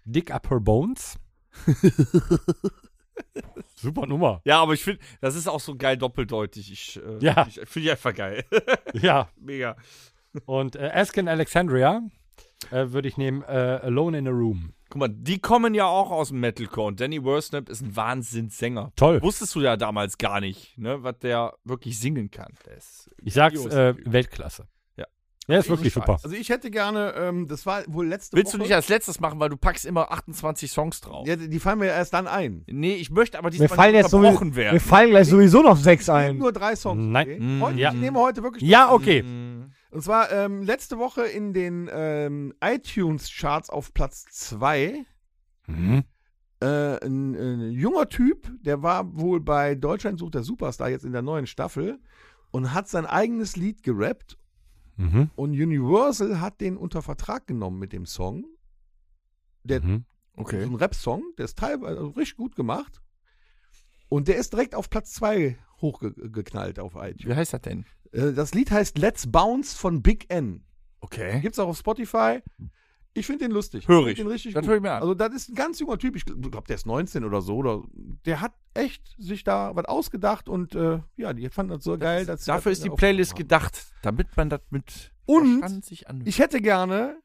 [SPEAKER 2] Dick Upper Bones. Super Nummer.
[SPEAKER 4] Ja, aber ich finde, das ist auch so geil doppeldeutig. Ich, äh,
[SPEAKER 2] Ja.
[SPEAKER 4] ich finde die einfach geil.
[SPEAKER 2] Ja,
[SPEAKER 4] Mega.
[SPEAKER 2] und äh, Askin Alexandria äh, würde ich nehmen, äh, Alone in a Room.
[SPEAKER 4] Guck mal, die kommen ja auch aus dem Metalcore und Danny Worsnap ist ein Wahnsinnssänger.
[SPEAKER 2] Toll.
[SPEAKER 4] Wusstest du ja damals gar nicht, ne, was der wirklich singen kann. Der ist
[SPEAKER 2] Ich sag's,
[SPEAKER 4] grandios.
[SPEAKER 2] äh, Weltklasse.
[SPEAKER 4] Ja.
[SPEAKER 2] Ja, ist wirklich super.
[SPEAKER 3] Also ich hätte gerne, ähm, das war wohl letzte
[SPEAKER 4] Willst du
[SPEAKER 3] Woche.
[SPEAKER 4] nicht als letztes machen, weil du packst immer 28 Songs drauf?
[SPEAKER 3] ja, die fallen mir erst dann ein.
[SPEAKER 4] Nee, ich möchte aber
[SPEAKER 5] Mir
[SPEAKER 4] diesmal
[SPEAKER 5] fallen
[SPEAKER 4] nicht
[SPEAKER 5] jetzt
[SPEAKER 4] unterbrochen
[SPEAKER 5] sowieso, mir
[SPEAKER 4] werden.
[SPEAKER 5] fallen gleich sowieso noch sechs
[SPEAKER 3] Sind
[SPEAKER 5] ein.
[SPEAKER 3] Nur drei Songs.
[SPEAKER 2] Nein.
[SPEAKER 3] Okay? Heute,
[SPEAKER 4] ja.
[SPEAKER 3] Ich nehme heute wirklich.
[SPEAKER 2] Ja, okay.
[SPEAKER 4] Mhm.
[SPEAKER 3] Und zwar ähm, letzte Woche
[SPEAKER 2] Mhm.
[SPEAKER 1] Mhm,
[SPEAKER 3] in den ähm, iTunes Charts auf Platz 2 äh, ein, ein junger Typ, der war wohl bei Deutschland sucht der Superstar jetzt in der neuen Staffel und hat sein eigenes Lied gerappt
[SPEAKER 1] Mhm.
[SPEAKER 3] und Universal hat den unter Vertrag genommen mit dem Song. Der
[SPEAKER 1] Mhm.
[SPEAKER 3] so ein Rap-Song, der ist teilweise also richtig gut gemacht und der ist direkt auf Platz 2 hochgeknallt auf iTunes.
[SPEAKER 4] Wie heißt das denn?
[SPEAKER 3] Äh, Das Lied heißt Let's Bounce von Big N.
[SPEAKER 4] Okay.
[SPEAKER 3] Gibt's auch auf Spotify. Ich finde den lustig.
[SPEAKER 4] Hör
[SPEAKER 3] find
[SPEAKER 4] ich.
[SPEAKER 3] Den richtig
[SPEAKER 4] Das
[SPEAKER 3] gut.
[SPEAKER 4] höre ich mir an.
[SPEAKER 3] Also das ist ein ganz junger Typ. Ich glaube, der ist 19 oder so. Oder der hat echt sich da was ausgedacht und äh, ja, die fanden das so geil. Dass sie
[SPEAKER 4] Dafür
[SPEAKER 3] das
[SPEAKER 4] ist die
[SPEAKER 3] aufgenommen
[SPEAKER 4] Playlist
[SPEAKER 3] haben.
[SPEAKER 4] gedacht, damit man das mit
[SPEAKER 3] Und
[SPEAKER 4] Verstand sich anhört.
[SPEAKER 3] Ich hätte gerne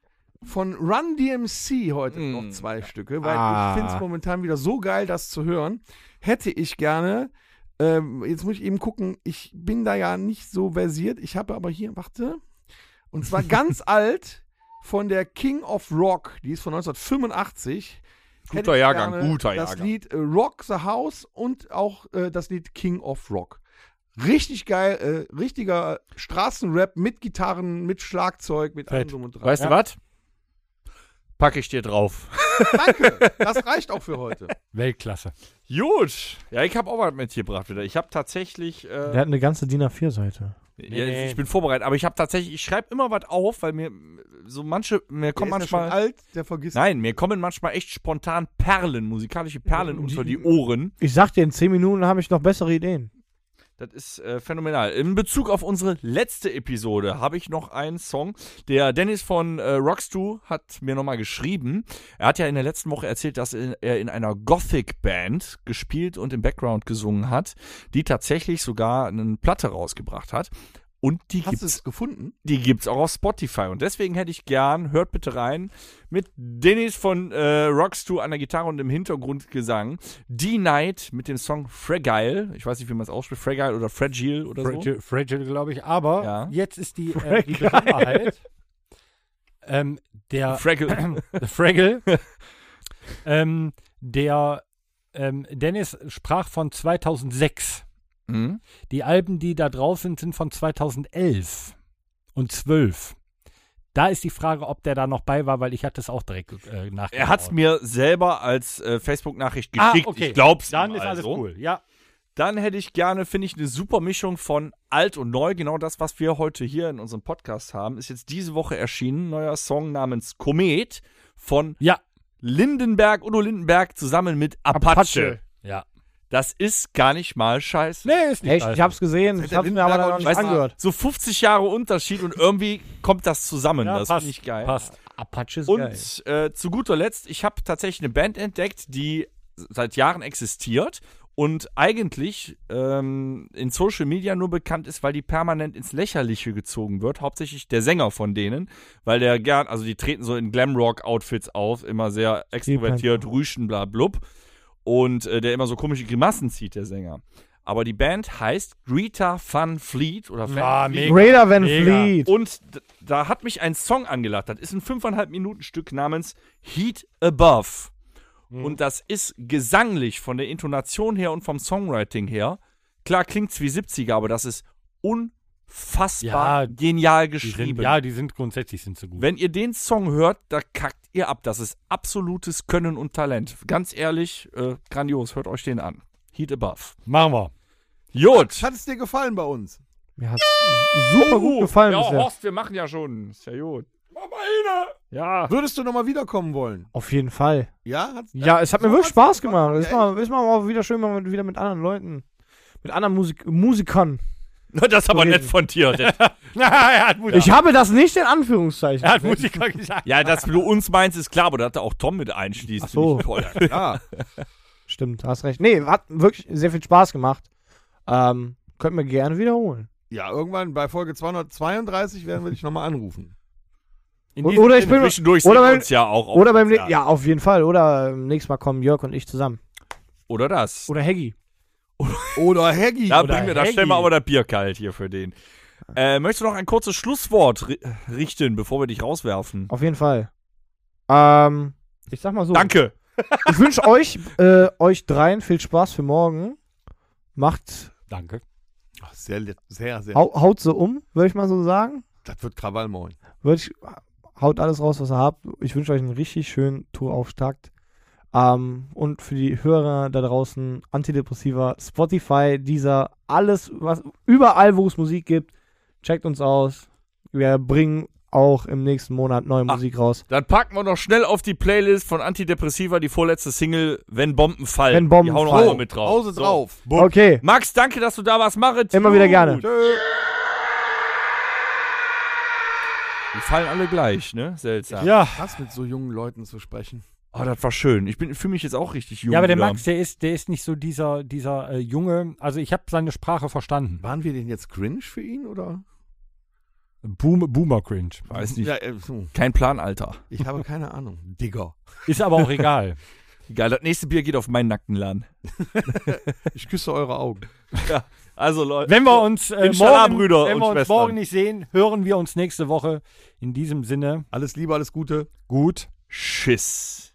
[SPEAKER 3] von Run DMC heute
[SPEAKER 4] Mm.
[SPEAKER 3] noch zwei Stücke, weil
[SPEAKER 5] Ah.
[SPEAKER 3] ich finde es momentan wieder so geil, das zu hören. Hätte ich gerne. Ähm, jetzt muss ich eben gucken. Ich bin da ja nicht so versiert. Ich habe aber hier, warte. Und zwar ganz alt von der King of Rock. Die ist von 1985.
[SPEAKER 4] Guter
[SPEAKER 3] Hätte ich
[SPEAKER 4] Jahrgang,
[SPEAKER 3] gerne
[SPEAKER 4] guter
[SPEAKER 3] das
[SPEAKER 4] Jahrgang.
[SPEAKER 3] Lied äh, Rock the House und auch äh, das Lied King of Rock. Richtig geil, äh, richtiger Straßenrap mit Gitarren, mit Schlagzeug, mit allem
[SPEAKER 1] Fett.
[SPEAKER 3] drum und dran.
[SPEAKER 4] weißt du was? Packe ich dir drauf.
[SPEAKER 3] Danke, das reicht auch für heute.
[SPEAKER 1] Weltklasse.
[SPEAKER 4] Gut. Ja, ich habe auch was mitgebracht wieder. Ich habe tatsächlich. Äh,
[SPEAKER 5] Der hat eine ganze DIN A4-Seite.
[SPEAKER 4] ja, ich bin vorbereitet, aber ich habe tatsächlich. Ich schreibe immer was auf, weil mir so manche. Mir kommen
[SPEAKER 3] der ist ja schon
[SPEAKER 4] manchmal.
[SPEAKER 3] alt, der vergisst.
[SPEAKER 4] Nein, mir kommen manchmal echt spontan Perlen, musikalische Perlen unter die Ohren.
[SPEAKER 5] Ich sag dir, in 10 Minuten habe ich noch bessere Ideen.
[SPEAKER 4] Das ist äh, phänomenal. In Bezug auf unsere letzte Episode habe ich noch einen Song. Der Dennis von äh, Rockstu hat mir nochmal geschrieben. Er hat ja in der letzten Woche erzählt, dass in, er in einer Gothic-Band gespielt und im Background gesungen hat, die tatsächlich sogar eine Platte rausgebracht hat. Und die
[SPEAKER 3] Hast du
[SPEAKER 4] gibt's,
[SPEAKER 3] es gefunden?
[SPEAKER 4] die gibt's auch auf Spotify. Und deswegen hätte ich gern, hört bitte rein, mit Dennis von äh, Rockstu an der Gitarre und im Hintergrund Gesang, D-Night mit dem Song Fragile. Ich weiß nicht, wie man es ausspricht. Fragile oder Fragile oder so.
[SPEAKER 2] Fragile, Fragile glaube ich. Aber
[SPEAKER 4] Ja.
[SPEAKER 2] jetzt ist die, äh, die Besonderheit. ähm, der
[SPEAKER 4] Fragile.
[SPEAKER 2] Fraggle, ähm, der ähm, Dennis sprach von 2006.
[SPEAKER 4] Mhm.
[SPEAKER 2] Die Alben, die da drauf sind, sind von 2011 und 12. Da ist die Frage, ob der da noch bei war, weil ich hatte es auch direkt äh, nachgeschaut.
[SPEAKER 4] Er hat es mir selber als äh, Facebook-Nachricht
[SPEAKER 2] Ah,
[SPEAKER 4] geschickt.
[SPEAKER 2] okay.
[SPEAKER 4] Ich glaub's.
[SPEAKER 2] Dann
[SPEAKER 4] ihm
[SPEAKER 2] ist alles
[SPEAKER 4] also.
[SPEAKER 2] cool. Ja,
[SPEAKER 4] Dann hätte ich gerne, finde ich, eine super Mischung von alt und neu. Genau das, was wir heute hier in unserem Podcast haben, ist jetzt diese Woche erschienen. Ein Neuer Song namens Komet von
[SPEAKER 2] ja,
[SPEAKER 4] Lindenberg, Udo Lindenberg zusammen mit Apache.
[SPEAKER 5] Apache.
[SPEAKER 2] ja.
[SPEAKER 4] Das ist gar nicht mal scheiße.
[SPEAKER 2] Nee, ist nicht
[SPEAKER 5] Hey, ich,
[SPEAKER 2] scheiße.
[SPEAKER 5] ich hab's gesehen, ich
[SPEAKER 3] der
[SPEAKER 5] hab's mir aber
[SPEAKER 3] Lindbergh
[SPEAKER 5] noch
[SPEAKER 3] und
[SPEAKER 5] nicht
[SPEAKER 4] Weißt du,
[SPEAKER 5] angehört.
[SPEAKER 4] so 50 Jahre Unterschied und irgendwie kommt das zusammen.
[SPEAKER 2] Ja,
[SPEAKER 4] das
[SPEAKER 2] passt,
[SPEAKER 4] finde ich geil.
[SPEAKER 2] Passt.
[SPEAKER 5] Apache ist geil.
[SPEAKER 4] Und äh, zu guter Letzt, ich habe tatsächlich eine Band entdeckt, die seit Jahren existiert und eigentlich ähm, in Social Media nur bekannt ist, weil die permanent ins Lächerliche gezogen wird. Hauptsächlich der Sänger von denen, weil der gern, also die treten so in Glamrock-Outfits auf, immer sehr extrovertiert, rüschen, bla blub. Und äh, der immer so komische Grimassen zieht, der Sänger. Aber die Band heißt Greta Van Fleet oder Van
[SPEAKER 2] Ah,
[SPEAKER 4] Fleet.
[SPEAKER 2] mega.
[SPEAKER 5] Raider Van
[SPEAKER 2] Mega.
[SPEAKER 5] Fleet.
[SPEAKER 4] Und d- da hat mich ein Song angelacht. Das ist ein 5,5 Minuten Stück namens Heat Above. Und das ist gesanglich von der Intonation her und vom Songwriting her. Klar klingt's wie 70er, aber das ist unfassbar
[SPEAKER 2] Ja,
[SPEAKER 4] genial
[SPEAKER 2] Die
[SPEAKER 4] geschrieben.
[SPEAKER 2] sind, ja, die sind grundsätzlich sind so gut.
[SPEAKER 4] Wenn ihr den Song hört, da kackt ihr ab. Das ist absolutes Können und Talent. Ganz ehrlich, äh, grandios. Hört euch den an. Heat Above.
[SPEAKER 2] Machen wir.
[SPEAKER 4] Jod.
[SPEAKER 3] Hat es dir gefallen bei uns?
[SPEAKER 5] Mir hat's super gut gefallen
[SPEAKER 4] Ja,
[SPEAKER 5] bisher.
[SPEAKER 4] Horst, wir machen ja schon. Ist ja gut. Mach mal hin. Ja.
[SPEAKER 3] Würdest du nochmal wiederkommen wollen?
[SPEAKER 5] Auf jeden Fall.
[SPEAKER 3] Ja? Hat's,
[SPEAKER 5] Ja, es hat mir
[SPEAKER 3] so
[SPEAKER 5] wirklich
[SPEAKER 3] hat's dir
[SPEAKER 5] Spaß
[SPEAKER 3] gefallen?
[SPEAKER 5] gemacht. Ist
[SPEAKER 3] Ja,
[SPEAKER 5] mal, ist mal auch wieder schön, wenn man wieder mit anderen Leuten, mit anderen Musik Musikern.
[SPEAKER 4] Das ist aber
[SPEAKER 5] Kollegen.
[SPEAKER 4] nett von dir. Dennis.
[SPEAKER 2] er hat Musiker,
[SPEAKER 5] Ich habe das nicht in Anführungszeichen.
[SPEAKER 2] er hat Musiker gesagt.
[SPEAKER 4] ja, dass du uns meinst, ist klar, aber da hat er auch Tom mit einschließt.
[SPEAKER 5] Ach so.
[SPEAKER 4] Finde ich toll.
[SPEAKER 3] Ja.
[SPEAKER 5] Stimmt, hast recht. Nee, hat wirklich sehr viel Spaß gemacht. Ähm, könnten wir gerne wiederholen.
[SPEAKER 3] ja, irgendwann bei Folge 232 werden wir dich nochmal anrufen.
[SPEAKER 4] In
[SPEAKER 5] O-
[SPEAKER 4] diesem
[SPEAKER 5] oder ich
[SPEAKER 4] Sinne,
[SPEAKER 5] bin-
[SPEAKER 4] zwischendurch
[SPEAKER 5] oder
[SPEAKER 4] sehen wir
[SPEAKER 5] beim-
[SPEAKER 4] uns Oh, ja auch. auf-
[SPEAKER 5] Oder beim ja. ja, auf jeden Fall. Oder ähm, nächstes Mal kommen Jörg und ich zusammen.
[SPEAKER 4] Oder das.
[SPEAKER 5] Oder Heggy.
[SPEAKER 3] Oder Haggy.
[SPEAKER 4] Da,
[SPEAKER 3] Ja,
[SPEAKER 4] bringen wir, da
[SPEAKER 2] Haggy.
[SPEAKER 4] stellen wir aber das Bier kalt halt hier für den. Äh, möchtest du noch ein kurzes Schlusswort ri richten, bevor wir dich rauswerfen?
[SPEAKER 5] Auf jeden Fall. Ähm, ich sag mal so.
[SPEAKER 4] Danke.
[SPEAKER 5] Ich wünsche euch, äh, euch dreien viel Spaß für morgen. Macht,
[SPEAKER 2] Danke.
[SPEAKER 3] sehr, le- sehr, sehr.
[SPEAKER 5] hau, haut so um, würde ich mal so sagen.
[SPEAKER 3] Das wird Krawall moin.
[SPEAKER 5] Würde ich, haut alles raus, was ihr habt. Ich wünsche euch einen richtig schönen Tourauftakt. Ähm, und für die Hörer da draußen, Antidepressiva, Spotify, dieser, alles, was, überall, wo es Musik gibt, checkt uns aus. Wir bringen auch im nächsten Monat neue
[SPEAKER 4] Ah.
[SPEAKER 5] Musik raus.
[SPEAKER 4] Dann packen wir noch schnell auf die Playlist von Antidepressiva die vorletzte Single Wenn Bomben fallen.
[SPEAKER 5] Wenn
[SPEAKER 4] die
[SPEAKER 5] Bomben
[SPEAKER 4] hauen
[SPEAKER 5] fallen.
[SPEAKER 4] Auch noch mit drauf.
[SPEAKER 3] Also, Hause
[SPEAKER 4] So.
[SPEAKER 3] drauf.
[SPEAKER 5] Okay,
[SPEAKER 4] Max, danke, dass du da warst. Marit.
[SPEAKER 5] Immer wieder gerne.
[SPEAKER 4] Die fallen alle gleich, ne? Seltsam.
[SPEAKER 2] Ja.
[SPEAKER 3] Krass, mit so jungen Leuten zu sprechen.
[SPEAKER 4] Oh, das war schön. Ich bin- fühle mich jetzt auch richtig jung.
[SPEAKER 2] Ja, aber der
[SPEAKER 4] wieder.
[SPEAKER 2] Max, der ist, der ist nicht so dieser, dieser äh, Junge. Also ich habe seine Sprache verstanden.
[SPEAKER 3] Waren wir denn jetzt cringe für ihn oder?
[SPEAKER 2] Boom, Boomer Cringe.
[SPEAKER 4] Weiß nicht.
[SPEAKER 3] Ja, äh, so.
[SPEAKER 4] Kein Plan, Alter.
[SPEAKER 3] ich habe keine Ahnung. Digger.
[SPEAKER 2] Ist aber auch egal.
[SPEAKER 4] Egal, das nächste Bier geht auf meinen nackten Laden.
[SPEAKER 3] Ich küsse eure Augen.
[SPEAKER 4] Also, Leute.
[SPEAKER 2] Wenn wir uns, äh,
[SPEAKER 4] Inshallah,
[SPEAKER 2] morgen,
[SPEAKER 4] Brüder
[SPEAKER 2] wenn
[SPEAKER 4] und
[SPEAKER 2] wir uns
[SPEAKER 4] Schwestern.
[SPEAKER 2] morgen nicht sehen, hören wir uns nächste Woche. In diesem Sinne,
[SPEAKER 3] Alles Liebe, alles Gute.
[SPEAKER 2] gut.
[SPEAKER 4] Schiss.